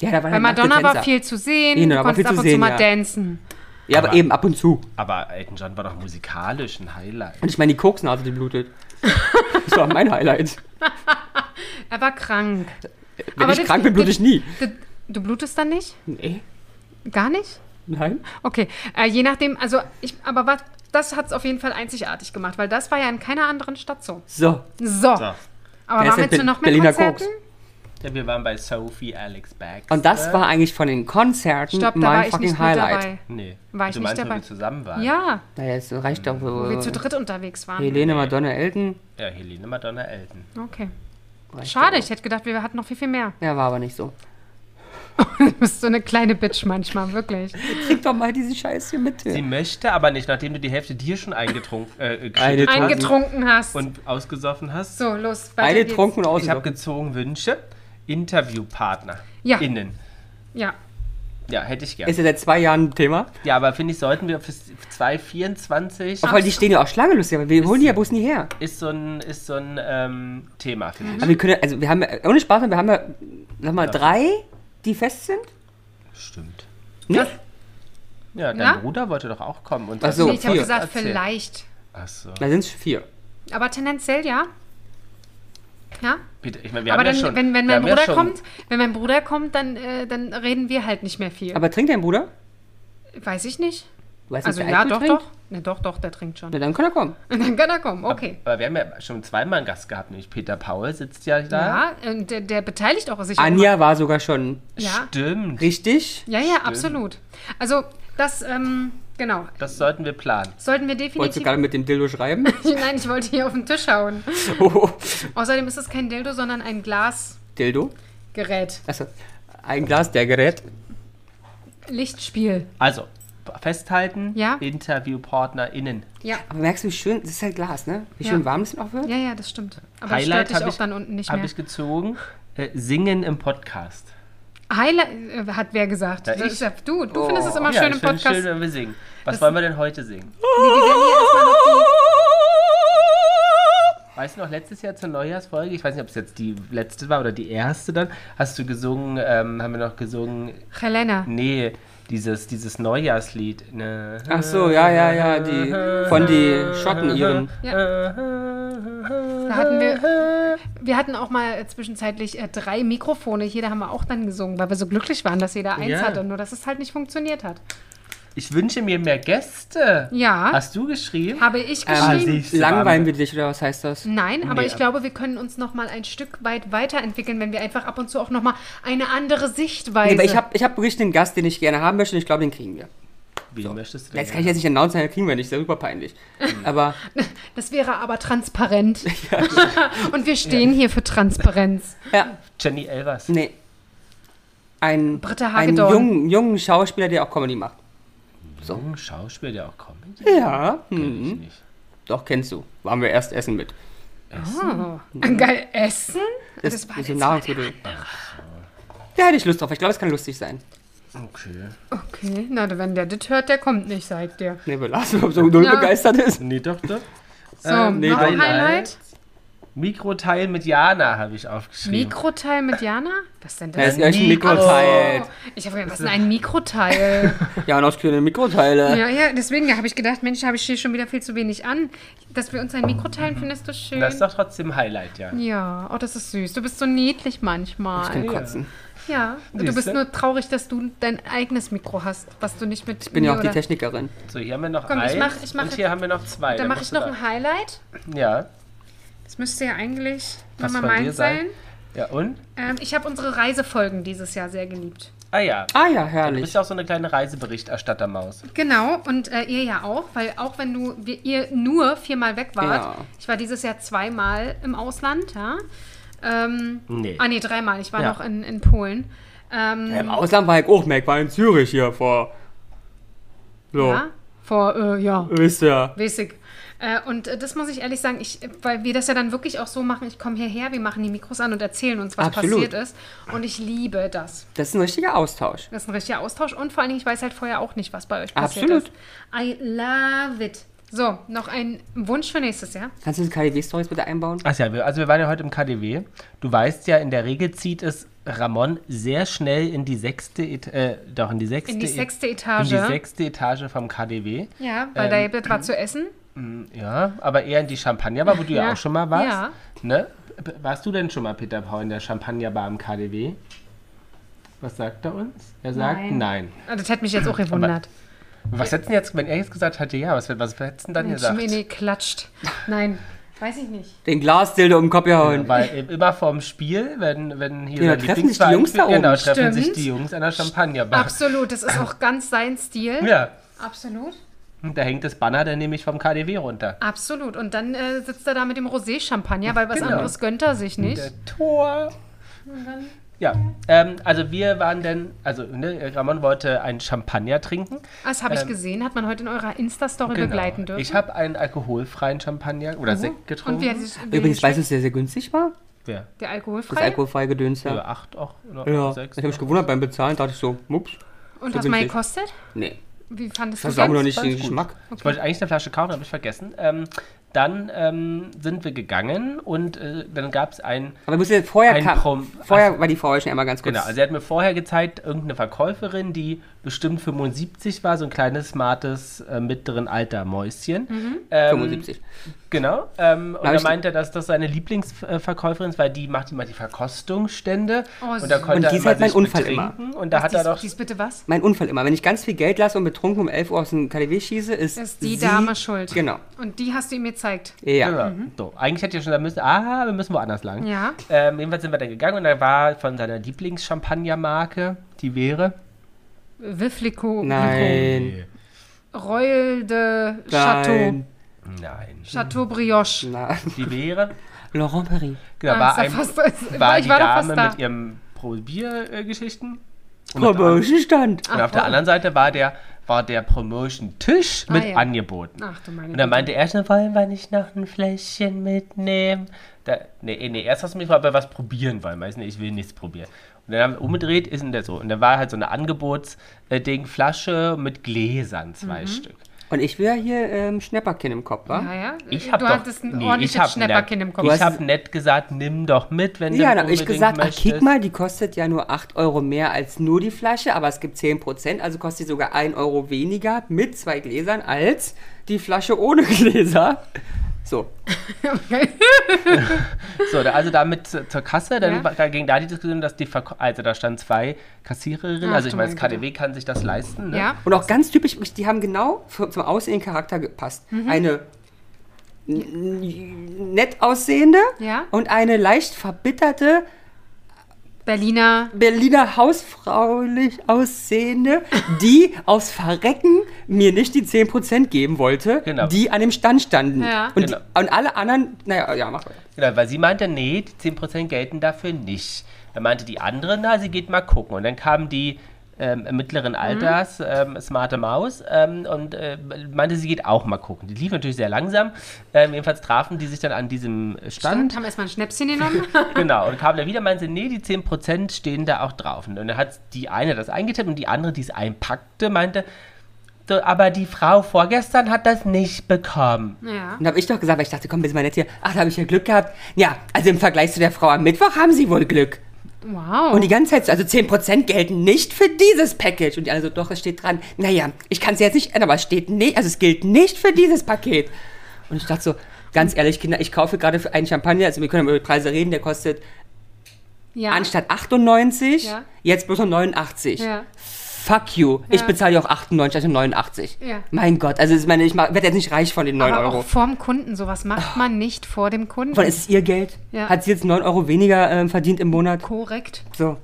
Speaker 1: Ja, da war
Speaker 2: Bei
Speaker 1: der nackte
Speaker 2: Madonna war
Speaker 1: Tänzer.
Speaker 2: viel zu sehen,
Speaker 1: Genau, da war viel
Speaker 2: konntest ab
Speaker 1: zu
Speaker 2: und zu
Speaker 1: sehen,
Speaker 2: mal
Speaker 1: ja.
Speaker 2: dancen.
Speaker 1: Ja, aber,
Speaker 3: Aber-
Speaker 1: eben ab und zu.
Speaker 3: Aber Elton John war doch musikalisch ein Highlight.
Speaker 1: Und ich meine, die Koksnase, die blutet. Das war mein Highlight.
Speaker 2: Er war krank.
Speaker 1: Wenn
Speaker 2: Aber
Speaker 1: ich
Speaker 2: das-
Speaker 1: krank bin, blute ich nie.
Speaker 2: Das- Du blutest dann nicht?
Speaker 1: Nee,
Speaker 2: Gar nicht?
Speaker 1: nein.
Speaker 2: Okay, äh, je nachdem, also ich, aber was, das hat es auf jeden Fall einzigartig gemacht, weil das war ja in keiner anderen Stadt so.
Speaker 1: So, Also
Speaker 2: So.
Speaker 3: So.
Speaker 2: Aber
Speaker 1: Wer
Speaker 2: waren
Speaker 1: ist
Speaker 2: wir
Speaker 1: denn Be-
Speaker 2: zu noch mehr
Speaker 1: Berliner
Speaker 2: Konzerten?
Speaker 1: Koks?
Speaker 3: Ja, wir waren bei Sophie Alex Bax.
Speaker 1: und das war eigentlich von den Konzerten
Speaker 2: Äh. Stopp, da
Speaker 1: mein
Speaker 2: war ich
Speaker 1: fucking
Speaker 2: nicht
Speaker 1: Highlight.
Speaker 2: mit
Speaker 3: Nee.
Speaker 2: War ich
Speaker 3: du
Speaker 2: nicht
Speaker 3: meinst,
Speaker 2: dabei.
Speaker 3: Wo wir zusammen waren.
Speaker 2: dabei. Ja,
Speaker 1: Naja, es reicht doch.
Speaker 2: wo wir zu
Speaker 1: Äh,
Speaker 2: dritt unterwegs waren.
Speaker 1: Helene, Madonna, Elton.
Speaker 3: Ja, Helene Madonna Elton.
Speaker 2: Okay.
Speaker 1: Reicht
Speaker 2: Schade, ich hätte gedacht, wir hatten noch viel, viel mehr.
Speaker 1: doch. Ja, war aber nicht so.
Speaker 2: <laughs> Du bist so eine kleine Bitch manchmal,
Speaker 3: <laughs>
Speaker 2: wirklich.
Speaker 1: Trink doch mal diese Scheiße hier mit.
Speaker 3: Sie möchte aber nicht, nachdem du die Hälfte dir schon eingetrunken äh,
Speaker 1: Eine
Speaker 3: geschüttet hast
Speaker 2: Eingetrunken hast.
Speaker 3: und ausgesoffen hast.
Speaker 2: so, los. weiter
Speaker 1: Eine
Speaker 2: geht's.
Speaker 1: trunken und
Speaker 3: Ich habe
Speaker 1: ausgesoffen.
Speaker 3: gezogen Wünsche. Interviewpartner.
Speaker 2: Ja.
Speaker 3: Innen.
Speaker 2: Ja.
Speaker 3: Ja, hätte ich gern.
Speaker 1: Ist ja seit zwei Jahren ein Thema.
Speaker 3: Ja, aber finde ich, sollten wir für 224
Speaker 1: Obwohl, die stehen ja auch Schlange, lustig, aber wir holen die ja bloß nie her.
Speaker 3: ist so ein, ist so ein ähm, Thema,
Speaker 2: Mhm.
Speaker 3: finde
Speaker 1: Aber wir können, also wir haben, ja- ohne Spaß, wir haben ja, sag mal, drei, die fest sind.
Speaker 3: ich. Stimmt.
Speaker 1: Ne?
Speaker 3: Ja, dein
Speaker 2: Na?
Speaker 3: Bruder wollte doch auch kommen. Und
Speaker 1: Ach so.
Speaker 2: Nee, ich habe
Speaker 1: vier.
Speaker 2: gesagt,
Speaker 3: Erzähl.
Speaker 2: vielleicht.
Speaker 3: Ach so.
Speaker 1: Da sind es vier.
Speaker 2: Aber tendenziell ja. Ja.
Speaker 3: Bitte, ich meine, wir
Speaker 2: Aber
Speaker 3: haben
Speaker 2: dann,
Speaker 3: ja schon.
Speaker 2: wenn, wenn mein
Speaker 3: wir haben ja
Speaker 2: Bruder
Speaker 3: schon-
Speaker 2: kommt, wenn mein Bruder kommt, dann, äh, dann reden wir halt nicht mehr viel.
Speaker 1: Aber trinkt dein Bruder?
Speaker 2: Weiß ich nicht.
Speaker 1: Du weißt
Speaker 2: Also
Speaker 1: nicht, wer
Speaker 2: ja,
Speaker 1: Alkohol
Speaker 2: doch,
Speaker 1: trinkt?
Speaker 2: doch. Ne, doch, doch, der trinkt schon.
Speaker 1: Na, dann kann er kommen.
Speaker 2: Dann kann er kommen, okay.
Speaker 3: Aber wir haben ja schon zweimal einen Gast gehabt, nämlich Peter Paul sitzt ja da.
Speaker 2: Ja, und der, der beteiligt auch sich. auch
Speaker 1: Anja war sogar schon
Speaker 2: immer. Ja,
Speaker 3: Stimmt.
Speaker 1: richtig.
Speaker 2: ja, ja absolut. Also, das, ähm, genau.
Speaker 3: Das sollten wir planen.
Speaker 2: Sollten wir
Speaker 1: Wolltest du
Speaker 2: definitiv. <laughs>
Speaker 1: gerade mit dem Dildo schreiben? <laughs>
Speaker 2: Nein, ich wollte hier auf den Tisch hauen.
Speaker 1: oh,
Speaker 2: Außerdem ist es kein Dildo, sondern ein Glasgerät.
Speaker 1: Dildo. Achso, ein Glas, der Gerät.
Speaker 2: Lichtspiel.
Speaker 3: Also, festhalten,
Speaker 2: Ja.
Speaker 3: InterviewpartnerInnen.
Speaker 2: Ja.
Speaker 1: Aber merkst du, wie schön, das ist halt Glas, ne? Wie
Speaker 2: Ja.
Speaker 1: schön warm das auch wird?
Speaker 2: Ja, ja, das stimmt. Aber
Speaker 3: Highlight
Speaker 2: Highlight stört dich
Speaker 3: hab
Speaker 2: auch
Speaker 3: ich-
Speaker 2: dann unten nicht
Speaker 3: Habe
Speaker 2: mehr.
Speaker 3: ich gezogen. Äh, singen im Podcast.
Speaker 2: Highlight äh, hat wer gesagt?
Speaker 3: Na,
Speaker 2: das
Speaker 3: ich. Oh.
Speaker 2: ist ja, du, du findest es immer
Speaker 3: ja,
Speaker 2: schön
Speaker 3: ich
Speaker 2: im
Speaker 3: find's
Speaker 2: Podcast.
Speaker 3: schön,
Speaker 2: nee,
Speaker 3: wenn wir singen. Was wollen wir denn heute singen?
Speaker 2: wir werden hier erstmal noch
Speaker 3: Weißt du noch, letztes Jahr zur Neujahrsfolge, ich weiß nicht, ob es jetzt die letzte war oder die erste dann, hast du gesungen, ähm, haben wir noch gesungen,
Speaker 2: die <laughs> Helena.
Speaker 3: nee, dieses, dieses Neujahrslied. Ne?
Speaker 1: Ach so, ja, ja, ja, die von die Schotten ihren.
Speaker 3: Äh,
Speaker 2: Da hatten wir, wir hatten auch mal zwischenzeitlich äh, drei Mikrofone. Jeder haben wir auch dann gesungen, weil wir so glücklich waren, dass jeder eins
Speaker 3: Ja.
Speaker 2: hatte, nur dass es halt nicht funktioniert hat.
Speaker 3: Ich wünsche mir mehr Gäste.
Speaker 2: Ja.
Speaker 3: Hast du geschrieben?
Speaker 2: Habe ich
Speaker 3: Ah,
Speaker 2: geschrieben.
Speaker 3: siehst du,
Speaker 1: ähm, Langweilen
Speaker 3: Arme.
Speaker 1: wir dich, oder was heißt das?
Speaker 2: Nein, aber
Speaker 3: Nee,
Speaker 2: ich
Speaker 3: ab-
Speaker 2: glaube, wir können uns noch mal ein Stück weit weiterentwickeln, wenn wir einfach ab und zu auch noch mal eine andere Sichtweise.
Speaker 1: Nee, aber ich habe ich hab wirklich den Gast, den ich gerne haben möchte und ich glaube, den kriegen wir.
Speaker 3: Wen möchtest du
Speaker 1: Jetzt kann ich jetzt nicht announcen, den kriegen wir nicht, ist ja super peinlich.
Speaker 3: Mhm.
Speaker 1: Aber
Speaker 2: das wäre aber transparent. <laughs> und wir stehen hier für Transparenz.
Speaker 1: ja,
Speaker 3: Jenny Elvers.
Speaker 1: nee. Ein,
Speaker 2: Britta
Speaker 1: einen
Speaker 2: Hagedorn.
Speaker 1: jungen, jungen Schauspieler, der auch Comedy macht.
Speaker 3: So ein Schauspieler, der auch kommt.
Speaker 1: Ja,
Speaker 2: Mhm.
Speaker 1: hm,
Speaker 3: Kenn ich nicht.
Speaker 1: doch, kennst du. Waren wir erst essen mit.
Speaker 2: Oh. Geil, Essen?
Speaker 1: Das,
Speaker 2: Das war
Speaker 1: ist so
Speaker 2: der
Speaker 1: Nahrungsmittel. Da hätte ich Lust drauf. Ich glaube, es kann lustig sein.
Speaker 3: Okay.
Speaker 2: Okay, na, wenn der das hört, der kommt nicht, sagt der.
Speaker 1: Nee, wir lassen, ob so null
Speaker 2: Ja.
Speaker 1: begeistert ist.
Speaker 3: Nee, doch, doch.
Speaker 2: So,
Speaker 3: Ähm, nee,
Speaker 2: noch ein
Speaker 3: Highlight.
Speaker 2: Highlight.
Speaker 3: Mikroteil mit Jana habe ich aufgeschrieben.
Speaker 2: Mikroteil mit Jana? Was denn
Speaker 1: Da
Speaker 2: das?
Speaker 1: ist ja ein
Speaker 3: Mikro-
Speaker 1: Mikroteil.
Speaker 2: Oh, ich habe gedacht, was ist denn ein Mikroteil?
Speaker 1: Ja, und auskühlende Mikroteile.
Speaker 2: ja, ja, deswegen habe ich gedacht, Mensch, habe ich hier schon wieder viel zu wenig an. Dass wir uns ein Mikro teilen, findest du schön.
Speaker 3: das ist doch trotzdem Highlight, ja.
Speaker 2: Ja, oh, das ist süß. Du bist so niedlich manchmal.
Speaker 1: Ich kann kotzen.
Speaker 2: ja, du
Speaker 3: Siehste?
Speaker 2: bist nur traurig, dass du dein eigenes Mikro hast, was du nicht mit
Speaker 1: Ich bin ja
Speaker 2: mir
Speaker 1: auch die
Speaker 2: oder-
Speaker 1: Technikerin.
Speaker 3: So, hier haben wir noch
Speaker 2: Komm, ich
Speaker 3: eins
Speaker 2: mach- ich mach
Speaker 3: und
Speaker 2: jetzt-
Speaker 3: hier haben wir noch zwei.
Speaker 2: Dann mache ich
Speaker 3: musst
Speaker 2: noch
Speaker 3: du
Speaker 2: ein Highlight.
Speaker 3: da- Ja,
Speaker 2: Das müsste ja eigentlich
Speaker 3: Was
Speaker 2: nochmal
Speaker 3: von dir
Speaker 2: mein
Speaker 3: sein?
Speaker 2: sein.
Speaker 3: ja und?
Speaker 2: Ähm, ich habe unsere Reisefolgen dieses Jahr sehr geliebt.
Speaker 3: Ah ja,
Speaker 1: Ah ja,
Speaker 3: du
Speaker 1: herrlich.
Speaker 3: bist ja auch so eine kleine Reiseberichterstattermaus.
Speaker 2: Genau, und äh, ihr ja auch, weil auch wenn du wir, ihr nur viermal weg wart,
Speaker 1: Ja.
Speaker 2: ich war dieses Jahr zweimal im Ausland, ja. Ähm,
Speaker 3: Nee.
Speaker 2: Ah nee, dreimal. Ich war
Speaker 3: Ja.
Speaker 2: noch in, in Polen. Ähm,
Speaker 1: Im Ausland war ich auch mehr. Ich war in Zürich hier vor. So,
Speaker 2: ja, vor, äh, ja.
Speaker 1: wisst ihr.
Speaker 2: Wesig. Äh, und äh, das muss ich ehrlich sagen, ich, äh, weil wir das ja dann wirklich auch so machen, ich komme hierher, wir machen die Mikros an und erzählen uns, was
Speaker 1: Absolut.
Speaker 2: passiert ist. Und ich liebe das.
Speaker 1: Das ist ein richtiger Austausch.
Speaker 2: Das ist ein richtiger Austausch und vor allen Dingen, ich weiß halt vorher auch nicht, was bei euch passiert
Speaker 1: Absolut.
Speaker 2: ist. I love it. So, noch ein Wunsch für nächstes Jahr.
Speaker 1: Kannst du die KDW-Stories bitte einbauen?
Speaker 3: Ach ja, wir, also wir waren ja heute im KDW. Du weißt ja, in der Regel zieht es Ramon sehr schnell in die sechste, Et äh, doch in die sechste,
Speaker 2: In die
Speaker 3: E-
Speaker 2: sechste Etage.
Speaker 3: in die sechste Etage vom KDW.
Speaker 2: Ja, weil
Speaker 3: Ähm,
Speaker 2: da gibt was zu essen.
Speaker 3: Mm, Ja, aber eher in die Champagnerbar, wo du ja,
Speaker 2: Ja.
Speaker 3: auch schon mal warst.
Speaker 2: Ja.
Speaker 3: Ne? B- Warst du denn schon mal, Peter Paul, in der Champagnerbar im KDW? Was sagt er uns? Er sagt nein.
Speaker 2: Nein. Ah, Das hätte mich jetzt auch gewundert.
Speaker 3: Was hätten jetzt, wenn er jetzt gesagt hätte, ja, was, was hätten dann
Speaker 2: Mensch,
Speaker 3: gesagt?
Speaker 2: Mene klatscht. Nein, weiß ich nicht.
Speaker 1: Den Glasdildo um den Kopf gehauen.
Speaker 3: Weil eben immer vorm Spiel, wenn, wenn hier
Speaker 1: Ja,
Speaker 3: sein
Speaker 1: treffen sich die
Speaker 3: Lieblingsverein
Speaker 1: Jungs da
Speaker 3: spielt, Genau,
Speaker 1: oben.
Speaker 3: treffen sich
Speaker 2: Stimmt.
Speaker 3: die Jungs an der Champagnerbar.
Speaker 2: Absolut, das ist auch ganz sein Stil.
Speaker 3: Ja,
Speaker 2: Absolut.
Speaker 3: und da hängt das Banner dann nämlich vom KDW runter.
Speaker 2: Absolut. Und dann äh, sitzt er da mit dem Rosé-Champagner, weil was
Speaker 3: Genau. äh,
Speaker 2: anderes gönnt er sich nicht.
Speaker 3: Der Tor. Ja, ähm, also wir waren denn, also ne, Ramon wollte einen Champagner trinken.
Speaker 2: Ah, Das habe ich
Speaker 3: Ähm, genau.
Speaker 2: gesehen, hat man heute in eurer Insta-Story begleiten dürfen. Mhm.
Speaker 3: Ich habe einen alkoholfreien Champagner oder Sekt getrunken.
Speaker 2: Und wie hat es- wie
Speaker 1: Übrigens,
Speaker 2: schmeckt
Speaker 1: weißt du, was sehr, sehr günstig war?
Speaker 3: Ja.
Speaker 2: der
Speaker 1: Das
Speaker 2: alkoholfreie?
Speaker 1: alkoholfreie Gedöns,
Speaker 3: Über
Speaker 1: ja.
Speaker 3: 8 auch oder
Speaker 1: Ja, ich
Speaker 3: sechs
Speaker 1: habe mich
Speaker 3: noch.
Speaker 1: gewundert beim Bezahlen, dachte ich so, mups,
Speaker 2: Und
Speaker 1: so
Speaker 2: hast mal
Speaker 1: günstig.
Speaker 2: gekostet?
Speaker 1: nee.
Speaker 2: Wie fandest
Speaker 1: Das
Speaker 2: du
Speaker 1: sagen wir noch
Speaker 2: das?
Speaker 1: nicht
Speaker 3: fand
Speaker 1: den
Speaker 3: ich gut.
Speaker 1: Geschmack.
Speaker 3: Ich wollte eigentlich eine Flasche kaufen, habe ich vergessen. Ähm, dann ähm, sind wir gegangen und äh, dann gab es ein
Speaker 1: Aber wir müssen jetzt vorher,
Speaker 3: Ein
Speaker 1: kam,
Speaker 3: Prom-
Speaker 1: vorher war die Frau schon einmal ganz kurz.
Speaker 3: Genau, also er hat mir vorher gezeigt, irgendeine Verkäuferin, die bestimmt 75 war, so ein kleines, smartes, äh, mittleren Alter Mäuschen. Ähm,
Speaker 1: 75.
Speaker 3: Genau.
Speaker 1: Mhm.
Speaker 3: Ähm, und
Speaker 1: Hab
Speaker 3: da
Speaker 1: ich-
Speaker 3: meinte er, dass das seine Lieblingsverkäuferin ist, weil die macht immer die Verkostungsstände.
Speaker 2: Oh,
Speaker 3: und da
Speaker 2: süß.
Speaker 3: konnte
Speaker 1: Und die
Speaker 3: er
Speaker 1: ist
Speaker 3: immer
Speaker 1: halt mein
Speaker 3: sich
Speaker 1: Unfall
Speaker 3: betrinken. Und da hat
Speaker 2: dies,
Speaker 3: er doch...
Speaker 2: dies bitte was?
Speaker 1: Mein Unfall immer. Wenn ich ganz viel Geld lasse und betrunken um 11 Uhr aus dem KDW schieße, ist,
Speaker 2: Ist die
Speaker 1: sie-
Speaker 2: Dame schuld.
Speaker 1: Genau.
Speaker 2: Und die hast du ihm gezeigt.
Speaker 1: Ja.
Speaker 3: Genau. So, eigentlich hätte ich schon sagen müssen, ah, wir müssen woanders lang.
Speaker 2: Ja.
Speaker 3: Ähm, jedenfalls sind wir da gegangen und da war von seiner Lieblingschampagnermarke, die wäre...
Speaker 2: Wifflico,
Speaker 1: Nein.
Speaker 2: Royal de Chateau,
Speaker 1: Nein.
Speaker 3: Nein.
Speaker 2: Chateau Brioche.
Speaker 1: Na,
Speaker 3: Die wäre...
Speaker 1: <laughs> Laurent Paris.
Speaker 3: Genau,
Speaker 2: Ah,
Speaker 3: war,
Speaker 2: ist ja
Speaker 3: ein,
Speaker 2: fast- ist- <laughs>
Speaker 3: war
Speaker 2: ich
Speaker 3: die
Speaker 2: war doch fast
Speaker 3: Dame
Speaker 2: da.
Speaker 3: mit ihrem Probiergeschichten. Und, auf der an-
Speaker 1: Promotion stand.
Speaker 3: und auf
Speaker 2: oh.
Speaker 3: der anderen Seite war der, war der Promotion-Tisch
Speaker 2: Ah,
Speaker 3: mit
Speaker 2: ja.
Speaker 3: Angeboten.
Speaker 2: Ach du meine
Speaker 3: Und
Speaker 2: Güte.
Speaker 3: dann meinte er schon, wollen wir nicht noch ein Fläschchen mitnehmen? Da, nee, nee, erst hast du mich gefragt, ob wir was probieren wollen. Weißt du, nee, ich will nichts probieren. Und dann haben wir umgedreht, ist denn das so? Und dann war halt so eine Angebotsding, Flasche mit Gläsern, zwei
Speaker 2: Mhm.
Speaker 3: Stück.
Speaker 1: Und ich wäre hier ähm, Schnäpperkind im Kopf, wa?
Speaker 2: Ja, ja.
Speaker 3: Ich hab
Speaker 2: du
Speaker 3: doch,
Speaker 2: hattest ein
Speaker 3: nee, ich
Speaker 2: ordentliches
Speaker 3: hab
Speaker 2: Schnäpperkind
Speaker 3: nett-
Speaker 2: im Kopf.
Speaker 1: Du
Speaker 3: Ich habe nett gesagt, nimm doch mit, wenn
Speaker 1: Ja,
Speaker 3: du
Speaker 1: dann habe ich
Speaker 3: unbedingt
Speaker 1: gesagt, ach,
Speaker 3: möchtest.
Speaker 1: kick mal, die kostet ja nur 8 Euro mehr als nur die Flasche, aber es gibt 10%, also kostet sie sogar 1 Euro weniger mit zwei Gläsern als die Flasche ohne <laughs> Gläser. So,
Speaker 3: So, da- also damit zu- zur Kasse, dann
Speaker 2: Ja.
Speaker 3: war- da ging da die Diskussion, dass die Verk also da standen zwei Kassiererinnen,
Speaker 2: Ach
Speaker 3: also
Speaker 2: du
Speaker 3: ich meine, das
Speaker 2: meine Güte.
Speaker 3: KDW kann sich das leisten, ne?
Speaker 2: ja.
Speaker 1: und auch ganz typisch, die haben genau für, zum aussehenden Charakter gepasst.
Speaker 3: Mhm.
Speaker 1: Eine n- n- nett aussehende
Speaker 2: Ja.
Speaker 1: und eine leicht verbitterte,
Speaker 2: Berliner.
Speaker 1: Berliner hausfraulich aussehende, die aufs Verrecken mir nicht die 10% geben wollte,
Speaker 3: Genau.
Speaker 1: die an dem Stand standen.
Speaker 2: Ja.
Speaker 1: Und,
Speaker 3: Genau.
Speaker 1: die, und alle anderen, naja, ja, mach weiter.
Speaker 3: Genau, weil sie meinte, nee, die 10% gelten dafür nicht. Dann meinte die andere, na, sie geht mal gucken. Und dann kam die ähm,
Speaker 2: Mhm.
Speaker 3: mittleren Alters, ähm, smarte Maus, ähm, und äh, meinte, sie geht auch mal gucken. Die lief natürlich sehr langsam. Ähm, jedenfalls trafen die sich dann an diesem Stand.
Speaker 2: Und haben erstmal ein Schnäpschen <laughs> genommen.
Speaker 3: <laughs> Genau, und kam da wieder, meinte, nee, die 10% stehen da auch drauf. Und dann hat die eine das eingetippt und die andere, die es einpackte, meinte, "So, aber die Frau vorgestern hat das nicht bekommen.
Speaker 2: ja.
Speaker 1: Und habe ich doch gesagt, weil ich dachte, komm, bist mal nett hier. Ach, da habe ich ja Glück gehabt. Ja, also im Vergleich zu der Frau am Mittwoch haben sie wohl Glück.
Speaker 2: Wow.
Speaker 1: Und die ganze Zeit, so, also 10% gelten nicht für dieses Package. Und die alle so, doch, es steht dran. Naja, ich kann es jetzt nicht ändern, aber es steht nicht, also es gilt nicht für dieses Paket. Und ich dachte so, ganz ehrlich, Kinder, ich kaufe gerade für einen Champagner, also wir können über die Preise reden, der kostet
Speaker 2: ja.
Speaker 1: anstatt 98,
Speaker 2: Ja.
Speaker 1: jetzt bloß noch 89.
Speaker 2: ja.
Speaker 1: Fuck you. Ich
Speaker 2: Ja.
Speaker 1: bezahle ja auch 98 also 89.
Speaker 2: Ja.
Speaker 1: Mein Gott, also ich meine, ich werde jetzt nicht reich von den 9
Speaker 2: Aber
Speaker 1: Euro.
Speaker 2: auch vorm Kunden. Sowas macht man nicht vor dem Kunden.
Speaker 1: Weil es ist ihr Geld.
Speaker 2: Ja.
Speaker 1: Hat sie jetzt 9 Euro weniger ähm, verdient im Monat?
Speaker 2: Korrekt.
Speaker 1: So.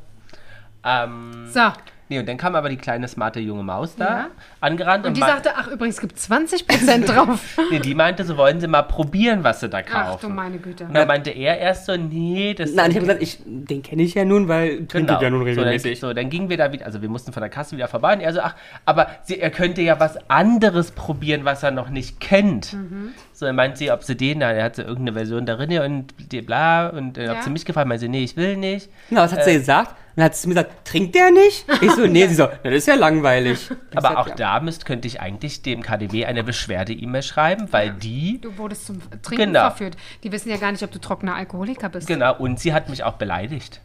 Speaker 3: Ähm,
Speaker 2: So.
Speaker 3: nee, und dann kam aber die kleine, smarte junge Maus da
Speaker 2: Ja.
Speaker 3: angerannt und,
Speaker 2: Und die
Speaker 3: mei-
Speaker 2: sagte, ach übrigens, gibt <laughs> 20% drauf.
Speaker 3: nee, die meinte, so wollen sie mal probieren, was sie da kaufen.
Speaker 2: Ach du meine Güte.
Speaker 3: Und dann meinte er erst so, nee, das
Speaker 1: Nein, ich habe gesagt, ich, den kenne ich ja nun, weil Genau. trinke ich ja nun regelmäßig.
Speaker 3: So, dann, so, dann gingen wir da wieder, also wir mussten von der Kasse wieder vorbei und er so, ach, aber sie, er könnte ja was anderes probieren, was er noch nicht kennt.
Speaker 1: Mhm.
Speaker 3: So, dann meint sie, ob sie den, da, er hat so irgendeine Version darin und die bla und äh,
Speaker 2: Ja.
Speaker 3: ob sie mich gefragt, meinte sie, nee, ich will nicht.
Speaker 1: Na, was hat
Speaker 3: Äh.
Speaker 1: sie gesagt? Dann hat sie mir gesagt, trinkt der nicht? Ich so, nee, sie so, na, das ist ja langweilig. Ich
Speaker 3: <laughs> Aber
Speaker 1: sag,
Speaker 3: auch
Speaker 1: ja.
Speaker 3: da müsst, könnte ich eigentlich dem KDW eine Beschwerde-E-Mail schreiben, weil die,
Speaker 2: Du wurdest zum Trinken
Speaker 3: Genau.
Speaker 2: verführt. Die wissen ja gar nicht, ob du trockener Alkoholiker bist.
Speaker 3: genau, und sie hat mich auch beleidigt.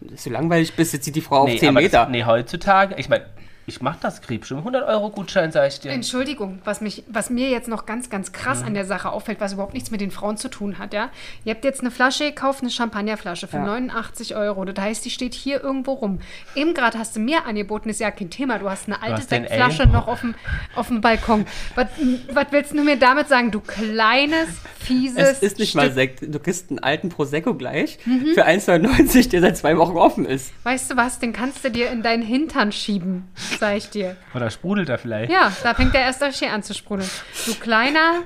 Speaker 1: Dass du langweilig bist, jetzt sieht die Frau auf 10
Speaker 3: aber
Speaker 1: Meter.
Speaker 3: Das, nee, heutzutage, ich meine, Ich mach das Griebsch. 100 Euro Gutschein, sag ich dir.
Speaker 2: Entschuldigung, was, mich, was mir jetzt noch ganz, ganz krass
Speaker 1: Mhm.
Speaker 2: an der Sache auffällt, was überhaupt nichts mit den Frauen zu tun hat, ja. Ihr habt jetzt eine Flasche, kauft eine Champagnerflasche für
Speaker 1: Ja.
Speaker 2: 89 Euro. Das heißt, die steht hier irgendwo rum. Eben gerade hast du mir angeboten, ist ja kein Thema. Du hast eine alte
Speaker 3: hast den
Speaker 2: Sektflasche
Speaker 3: Ellenbogen.
Speaker 2: noch auf dem, auf dem Balkon. Was, was willst du mir damit sagen, du kleines, fieses
Speaker 1: Es ist nicht
Speaker 2: Stück?
Speaker 1: mal Sekt. Du kriegst einen alten Prosecco gleich
Speaker 2: Mhm.
Speaker 1: für 1,99, der seit zwei Wochen offen ist.
Speaker 2: Weißt du was, den kannst du dir in deinen Hintern schieben, sag ich dir.
Speaker 3: Oder sprudelt er vielleicht?
Speaker 2: Ja, da fängt der erste Schee an zu sprudeln. Du kleiner,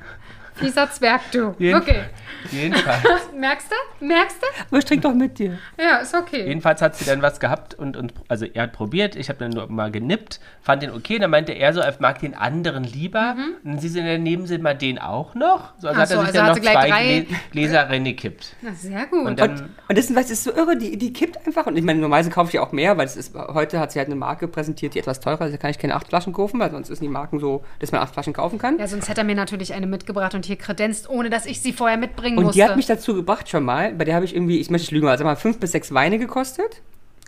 Speaker 2: fieser Zwerg, du.
Speaker 3: Jeden-
Speaker 2: Okay.
Speaker 1: <laughs>
Speaker 3: Jedenfalls.
Speaker 2: Merkst du? Merkst du?
Speaker 1: Aber ich trinke doch mit dir.
Speaker 2: Ja, ist okay.
Speaker 3: Jedenfalls hat sie dann was gehabt und, und also er hat probiert, ich habe dann nur mal genippt, fand den okay, dann meinte er so, er mag den anderen lieber. Und sie sind daneben sind mal den auch noch. So, also
Speaker 2: Mhm. Ach
Speaker 3: hat er
Speaker 2: so,
Speaker 3: sich
Speaker 2: also
Speaker 3: dann
Speaker 2: hat
Speaker 3: noch
Speaker 2: sie gleich
Speaker 3: zwei
Speaker 2: drei-
Speaker 3: Glä- Gläser
Speaker 2: <laughs>
Speaker 3: reingekippt.
Speaker 2: Na, sehr gut.
Speaker 3: Und
Speaker 1: Und,
Speaker 3: dann-
Speaker 1: und das, das ist so irre, die, die kippt einfach. Und ich meine, normalerweise kaufe ich ja auch mehr, weil es ist, heute hat sie halt eine Marke präsentiert, die etwas teurer ist. Da kann ich keine acht Flaschen kaufen, weil sonst ist die Marken so, dass man acht Flaschen kaufen kann.
Speaker 2: ja, sonst hätte er mir natürlich eine mitgebracht und hier kredenzt, ohne dass ich sie vorher mitbringen
Speaker 1: Und
Speaker 2: musste.
Speaker 1: die hat mich dazu gebracht schon mal. Bei der habe ich irgendwie, ich möchte nicht lügen, also mal fünf bis sechs Weine gekostet.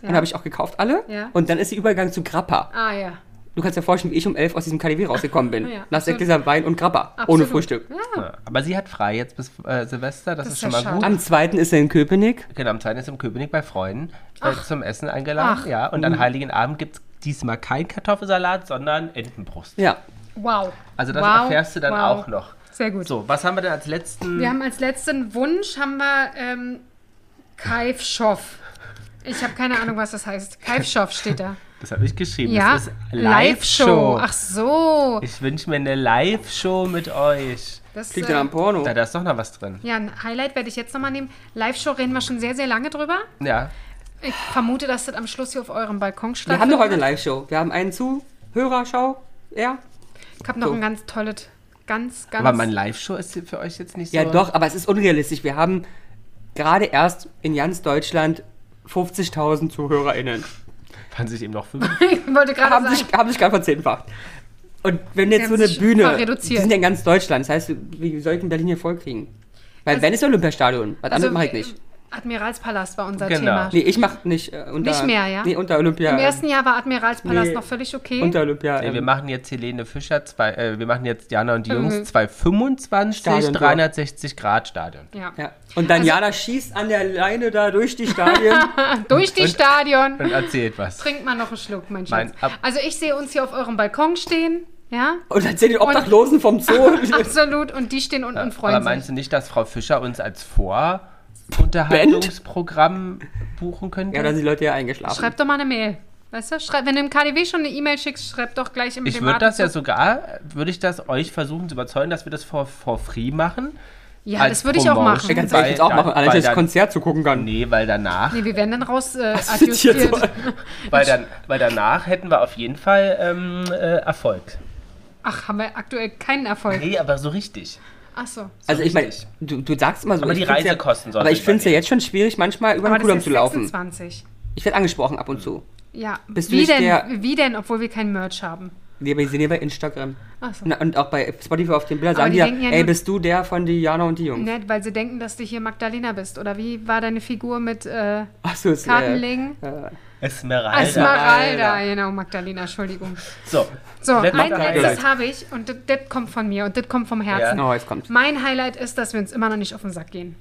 Speaker 1: Und habe ich auch gekauft alle.
Speaker 2: Ja.
Speaker 1: Und dann ist sie übergegangen zu Grappa.
Speaker 2: ah ja,
Speaker 1: Du kannst dir vorstellen, wie ich um elf aus diesem KDW rausgekommen bin.
Speaker 2: <laughs> Ja,
Speaker 1: Nach
Speaker 2: absolut.
Speaker 1: sechs Gläsern Wein und Grappa. Ohne
Speaker 2: Absolut.
Speaker 1: Frühstück.
Speaker 3: Ja, aber sie hat frei jetzt bis äh, Silvester,
Speaker 2: Oh. Das
Speaker 3: das, ist
Speaker 2: ist
Speaker 3: schon
Speaker 2: ja
Speaker 3: mal
Speaker 2: schade.
Speaker 3: gut.
Speaker 1: Am zweiten ist er in Köpenick.
Speaker 3: Genau, am zweiten ist im Köpenick bei Freunden äh, zum Essen eingeladen.
Speaker 2: Ach. Mhm.
Speaker 3: Ja, und an Heiligen Abend gibt es diesmal keinen Kartoffelsalat, sondern Entenbrust.
Speaker 1: Ja.
Speaker 2: wow.
Speaker 3: Also das
Speaker 2: wow,
Speaker 3: erfährst du dann
Speaker 2: wow.
Speaker 3: auch noch.
Speaker 2: Sehr gut.
Speaker 3: So, was haben wir denn als letzten?
Speaker 2: Wir haben als letzten Wunsch haben wir ähm, Kaifschoff. Ich habe keine Ahnung, was das heißt. Kaifschoff steht da.
Speaker 3: Das habe ich geschrieben.
Speaker 2: Ja,
Speaker 3: Das ist
Speaker 2: Live-Show.
Speaker 3: Live-Show.
Speaker 2: Ach so.
Speaker 3: ich wünsche mir eine Live-Show mit euch.
Speaker 2: Das,
Speaker 1: Klingt
Speaker 2: äh,
Speaker 1: ja am Porno.
Speaker 3: Da, da ist doch noch was drin.
Speaker 2: Ja, ein Highlight werde ich jetzt nochmal nehmen. Live-Show reden wir schon sehr, sehr lange drüber.
Speaker 3: Ja.
Speaker 2: Ich vermute, dass das am Schluss hier auf eurem Balkon
Speaker 1: Wir
Speaker 2: stattfindet.
Speaker 1: haben doch heute eine Live-Show. Wir haben einen Zuhörerschau. Ja.
Speaker 2: Ich habe noch
Speaker 1: So.
Speaker 2: ein ganz tolles, ganz, ganz...
Speaker 3: Aber meine Live-Show ist für euch jetzt nicht so.
Speaker 1: Ja, doch, aber es ist unrealistisch. Wir haben gerade erst in ganz Deutschland 50.000 ZuhörerInnen.
Speaker 3: Fand sich eben noch fünf.
Speaker 2: <laughs> ich wollte gerade
Speaker 1: Haben
Speaker 2: sagen...
Speaker 1: sich, haben sich gerade verzehnfacht. Und wenn jetzt
Speaker 2: haben
Speaker 1: so eine
Speaker 2: sich
Speaker 1: Bühne, die
Speaker 2: verreduziert.
Speaker 1: sind ja in ganz Deutschland, das heißt, wir sollten Berlin hier vollkriegen. Weil
Speaker 2: Also-
Speaker 1: wenn ist Olympiastadion, was anderes
Speaker 2: also,
Speaker 1: mache ich halt nicht.
Speaker 2: Admiralspalast war unser
Speaker 3: Genau.
Speaker 2: Thema.
Speaker 1: Nee, äh, ich mache nicht äh, unter...
Speaker 2: Nicht mehr, ja?
Speaker 1: Nee, unter Olympia.
Speaker 2: Im ersten Jahr war Admiralspalast
Speaker 1: Nee.
Speaker 2: noch völlig okay.
Speaker 1: unter Olympia.
Speaker 3: Nee, wir
Speaker 1: ähm,
Speaker 3: machen jetzt Helene Fischer, zwei, äh, wir machen jetzt Jana und die Jungs
Speaker 2: Mhm.
Speaker 3: 225,
Speaker 1: Stadiontor.
Speaker 3: 360 Grad Stadion.
Speaker 2: ja.
Speaker 1: ja. Und
Speaker 2: Also-
Speaker 1: dann Jana schießt an der Leine da durch die
Speaker 2: <laughs>
Speaker 1: Stadien.
Speaker 2: Durch die Stadion.
Speaker 3: Und erzählt was.
Speaker 2: Trinkt mal noch einen Schluck, mein
Speaker 3: Mein
Speaker 2: Schatz.
Speaker 3: Ab-
Speaker 2: also ich sehe uns hier auf eurem Balkon stehen.
Speaker 3: <laughs>
Speaker 2: Ja,
Speaker 1: und erzählt den Obdachlosen vom
Speaker 2: <laughs>
Speaker 1: Zoo.
Speaker 2: absolut. Und die stehen unten und
Speaker 3: Aber
Speaker 2: freuen
Speaker 3: meinst
Speaker 2: sich.
Speaker 3: du nicht, dass Frau Fischer uns als Vorunterhaltungsprogramm buchen könnte?
Speaker 1: ja, da sind die Leute ja eingeschlafen.
Speaker 2: Schreib doch mal eine Mail. Weißt du, schreib, wenn du im KDW schon eine E-Mail schickst, schreib doch gleich im
Speaker 3: Ich
Speaker 2: dem
Speaker 3: würde das ja
Speaker 2: Atemzug-
Speaker 3: sogar, würde ich das euch versuchen zu überzeugen, dass wir das for, for free machen?
Speaker 2: Ja,
Speaker 3: als
Speaker 2: das würde ich auch
Speaker 3: Promotion.
Speaker 2: machen.
Speaker 1: Ganz ehrlich, ich würd's auch
Speaker 3: Weil-
Speaker 1: machen, allein
Speaker 3: weil
Speaker 1: dass ich das
Speaker 3: dann-
Speaker 1: Konzert zu gucken kann.
Speaker 3: Nee, weil danach,
Speaker 2: Nee, wir werden dann raus äh,
Speaker 1: Zitiert
Speaker 2: adjustiert.
Speaker 1: so.
Speaker 3: weil, dann, weil danach hätten wir auf jeden Fall ähm, äh, Erfolg.
Speaker 2: Ach, haben wir aktuell keinen Erfolg.
Speaker 3: Nee, aber so richtig.
Speaker 2: Ach so.
Speaker 1: Also ich meine,
Speaker 3: richtig.
Speaker 1: du, du sagst immer so.
Speaker 3: Aber
Speaker 1: ich
Speaker 3: die
Speaker 1: find's ja-
Speaker 3: Reisekosten sollten
Speaker 1: Aber ich finde es ja
Speaker 3: übernehmen.
Speaker 1: jetzt schon schwierig, manchmal über den
Speaker 2: Aber das
Speaker 1: Kudamm
Speaker 2: ist
Speaker 1: um zu laufen.
Speaker 2: 26.
Speaker 1: Ich werde angesprochen ab und zu.
Speaker 2: Ja.
Speaker 1: Bist du
Speaker 2: wie,
Speaker 1: nicht
Speaker 2: denn,
Speaker 1: der-
Speaker 2: wie denn, obwohl wir kein Merch haben?
Speaker 1: Nee, aber die sind ja bei Instagram.
Speaker 2: Ach so.
Speaker 1: Na, und auch bei Spotify auf den Bildern
Speaker 2: Aber
Speaker 1: sagen die
Speaker 2: die
Speaker 1: ja,
Speaker 2: denken ja
Speaker 1: ey,
Speaker 2: nur-
Speaker 1: bist du der von Diana und die Jungs?
Speaker 2: Nett, Ne, weil sie denken, dass du hier Magdalena bist. Oder wie war deine Figur mit äh,
Speaker 1: Ach so, ist, äh,
Speaker 2: Kartenlegen?
Speaker 3: Esmeralda.
Speaker 2: Esmeralda, genau, Magdalena, Entschuldigung.
Speaker 3: So,
Speaker 2: So,
Speaker 3: Let's
Speaker 2: ein
Speaker 3: go.
Speaker 2: letztes habe ich und das- das kommt von mir und das kommt vom Herzen.
Speaker 1: Oh, jetzt kommt.
Speaker 2: Mein Highlight ist, dass wir uns immer noch nicht auf den Sack gehen.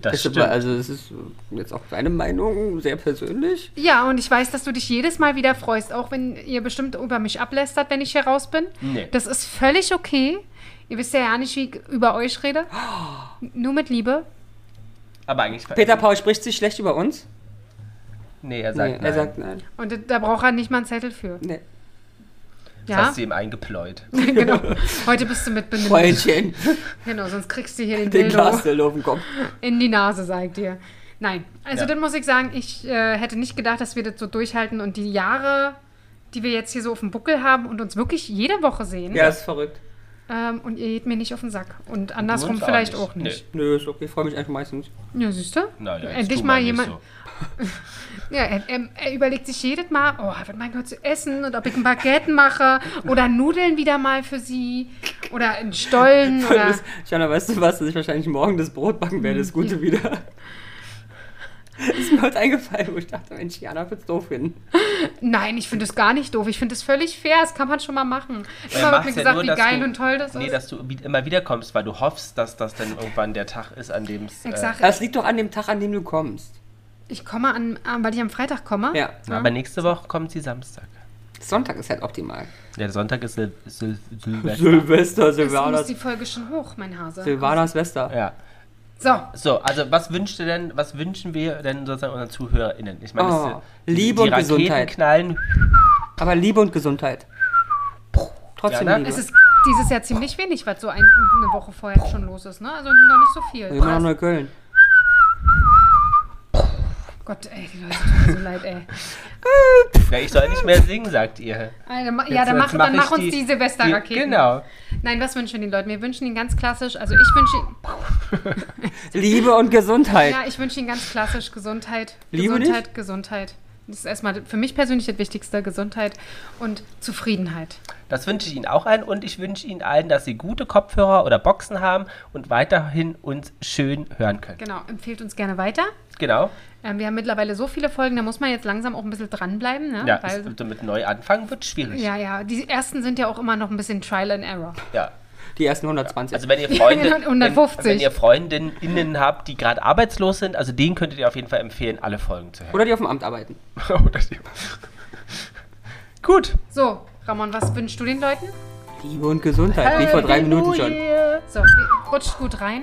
Speaker 3: das
Speaker 1: Ist
Speaker 3: stimmt.
Speaker 1: aber, also es ist jetzt auch deine Meinung, sehr persönlich.
Speaker 2: Ja, und ich weiß, dass du dich jedes Mal wieder freust, auch wenn ihr bestimmt über mich ablästert, wenn ich hier raus bin.
Speaker 3: Nee.
Speaker 2: Das ist völlig okay. Ihr wisst ja ja nicht, wie ich über euch rede. Nur mit Liebe.
Speaker 3: aber eigentlich...
Speaker 1: Peter Paul spricht sich schlecht über uns.
Speaker 3: Nee, er sagt
Speaker 1: Nee,
Speaker 3: nein.
Speaker 1: er sagt nein.
Speaker 2: Und das- da braucht er nicht mal einen Zettel für.
Speaker 1: Nee.
Speaker 3: Das
Speaker 2: Ja,
Speaker 3: hast du ihm eingepläut.
Speaker 2: <laughs> genau. Heute bist du mit benimmt.
Speaker 1: Freundchen, <laughs>
Speaker 2: Genau, sonst kriegst du hier
Speaker 3: <laughs>
Speaker 1: den
Speaker 2: den, den Dildo
Speaker 1: Glasdell auf den Kopf.
Speaker 2: in die Nase, sagt ihr. Nein, also
Speaker 3: Ja.
Speaker 2: dann muss ich sagen, ich äh, hätte nicht gedacht, dass wir das so durchhalten und die Jahre, die wir jetzt hier so auf dem Buckel haben und uns wirklich jede Woche sehen.
Speaker 1: Ja, ist verrückt.
Speaker 2: Ähm, und ihr geht mir nicht auf den Sack. Und andersrum
Speaker 3: uns auch
Speaker 2: vielleicht
Speaker 3: nicht.
Speaker 2: auch nicht.
Speaker 1: Nö, ist okay, ich freue mich einfach meistens.
Speaker 2: Ja, siehst du?
Speaker 3: Naja, jetzt
Speaker 2: Endlich
Speaker 3: tu
Speaker 2: mal
Speaker 3: nicht
Speaker 2: jemand.
Speaker 3: so.
Speaker 2: Ja, er, er, er überlegt sich jedes Mal, oh, was mein Gott zu essen und ob ich ein Baguette mache oder Nudeln wieder mal für sie oder einen
Speaker 3: <laughs>
Speaker 2: Stollen oder.
Speaker 1: Jana, weißt du was, dass ich wahrscheinlich morgen das Brot backen werde, das Gute wieder. ist mir heute eingefallen, wo ich dachte, Mensch, Jana wird's doof finden.
Speaker 2: Nein, ich finde es gar nicht doof. Ich finde es völlig fair. Das kann man schon mal machen. Immer wird mir
Speaker 3: machst Äh, ja
Speaker 2: gesagt,
Speaker 3: nur,
Speaker 2: wie
Speaker 3: dass
Speaker 2: geil
Speaker 3: du-
Speaker 2: und toll das
Speaker 3: Nee,
Speaker 2: ist.
Speaker 3: dass du wie- immer wieder kommst, weil du hoffst, dass das dann irgendwann der Tag ist, an äh, dem es.
Speaker 2: ich sage,
Speaker 1: Das liegt doch an dem Tag, an dem du kommst.
Speaker 2: ich komme an, an, weil ich am Freitag komme.
Speaker 1: Ja.
Speaker 3: aber nächste Woche kommt sie Samstag.
Speaker 1: Sonntag ist halt optimal.
Speaker 3: Der Sonntag ist Sil Sil Silvester.
Speaker 1: Silvester,
Speaker 2: Jetzt muss
Speaker 1: Silvanas,
Speaker 2: die Folge schon hoch, mein Hase.
Speaker 1: Silvanas Wester.
Speaker 3: Ja.
Speaker 2: So,
Speaker 3: So, also was wünscht ihr denn, was wünschen wir denn sozusagen unseren ZuhörerInnen? Ich meine,
Speaker 1: Oh,
Speaker 3: das ist-
Speaker 1: Liebe
Speaker 3: die
Speaker 1: und Gesundheit.
Speaker 3: Raketen knallen.
Speaker 1: Aber Liebe und Gesundheit. Trotzdem
Speaker 3: Ja, ne?
Speaker 1: Liebe.
Speaker 2: es ist dieses Jahr ziemlich wenig, was so ein, eine Woche vorher schon los ist. Ne? Also noch nicht so viel.
Speaker 1: Immer noch Neukölln.
Speaker 2: Gott, ey, die Leute tun mir so leid, ey.
Speaker 3: Ja, ich soll nicht mehr singen, sagt ihr.
Speaker 2: Alter, ma- ja,
Speaker 3: Jetzt-
Speaker 2: dann mach,
Speaker 3: jetzt mach
Speaker 2: dann mach
Speaker 3: ich
Speaker 2: uns die,
Speaker 3: die-
Speaker 2: Silvesterraketen.
Speaker 3: Genau.
Speaker 2: Nein, was wünschen die Leute? Wir wünschen ihnen ganz klassisch, also ich wünsche ihnen-
Speaker 1: Liebe und Gesundheit.
Speaker 2: ja, ich wünsche ihnen ganz klassisch Gesundheit,
Speaker 1: Liebe dich?
Speaker 2: Gesundheit, Gesundheit. Das ist erstmal für mich persönlich das Wichtigste, Gesundheit und Zufriedenheit.
Speaker 3: Das wünsche ich Ihnen auch allen und ich wünsche Ihnen allen, dass Sie gute Kopfhörer oder Boxen haben und weiterhin uns schön hören können.
Speaker 2: Genau, empfehlt uns gerne weiter.
Speaker 3: Genau.
Speaker 2: Ähm, wir haben mittlerweile so viele Folgen, da muss man jetzt langsam auch ein bisschen dranbleiben. Ne?
Speaker 3: Ja,
Speaker 2: Weil,
Speaker 3: ist, damit neu anfangen wird schwierig.
Speaker 2: ja, ja, die ersten sind ja auch immer noch ein bisschen Trial and Error.
Speaker 3: Ja.
Speaker 1: Die ersten 120.
Speaker 3: Also wenn ihr
Speaker 2: <laughs>
Speaker 3: Freunde,
Speaker 2: Ja, 150.
Speaker 3: Wenn, wenn ihr Freundinnen habt, die gerade arbeitslos sind, also denen könntet ihr auf jeden Fall empfehlen, alle Folgen zu hören.
Speaker 1: Oder die auf dem Amt arbeiten.
Speaker 3: <laughs> Oder die- Gut.
Speaker 2: So, Ramon, was wünschst du den Leuten?
Speaker 1: Liebe und Gesundheit. Wie vor drei Minuten schon.
Speaker 2: So, rutscht gut rein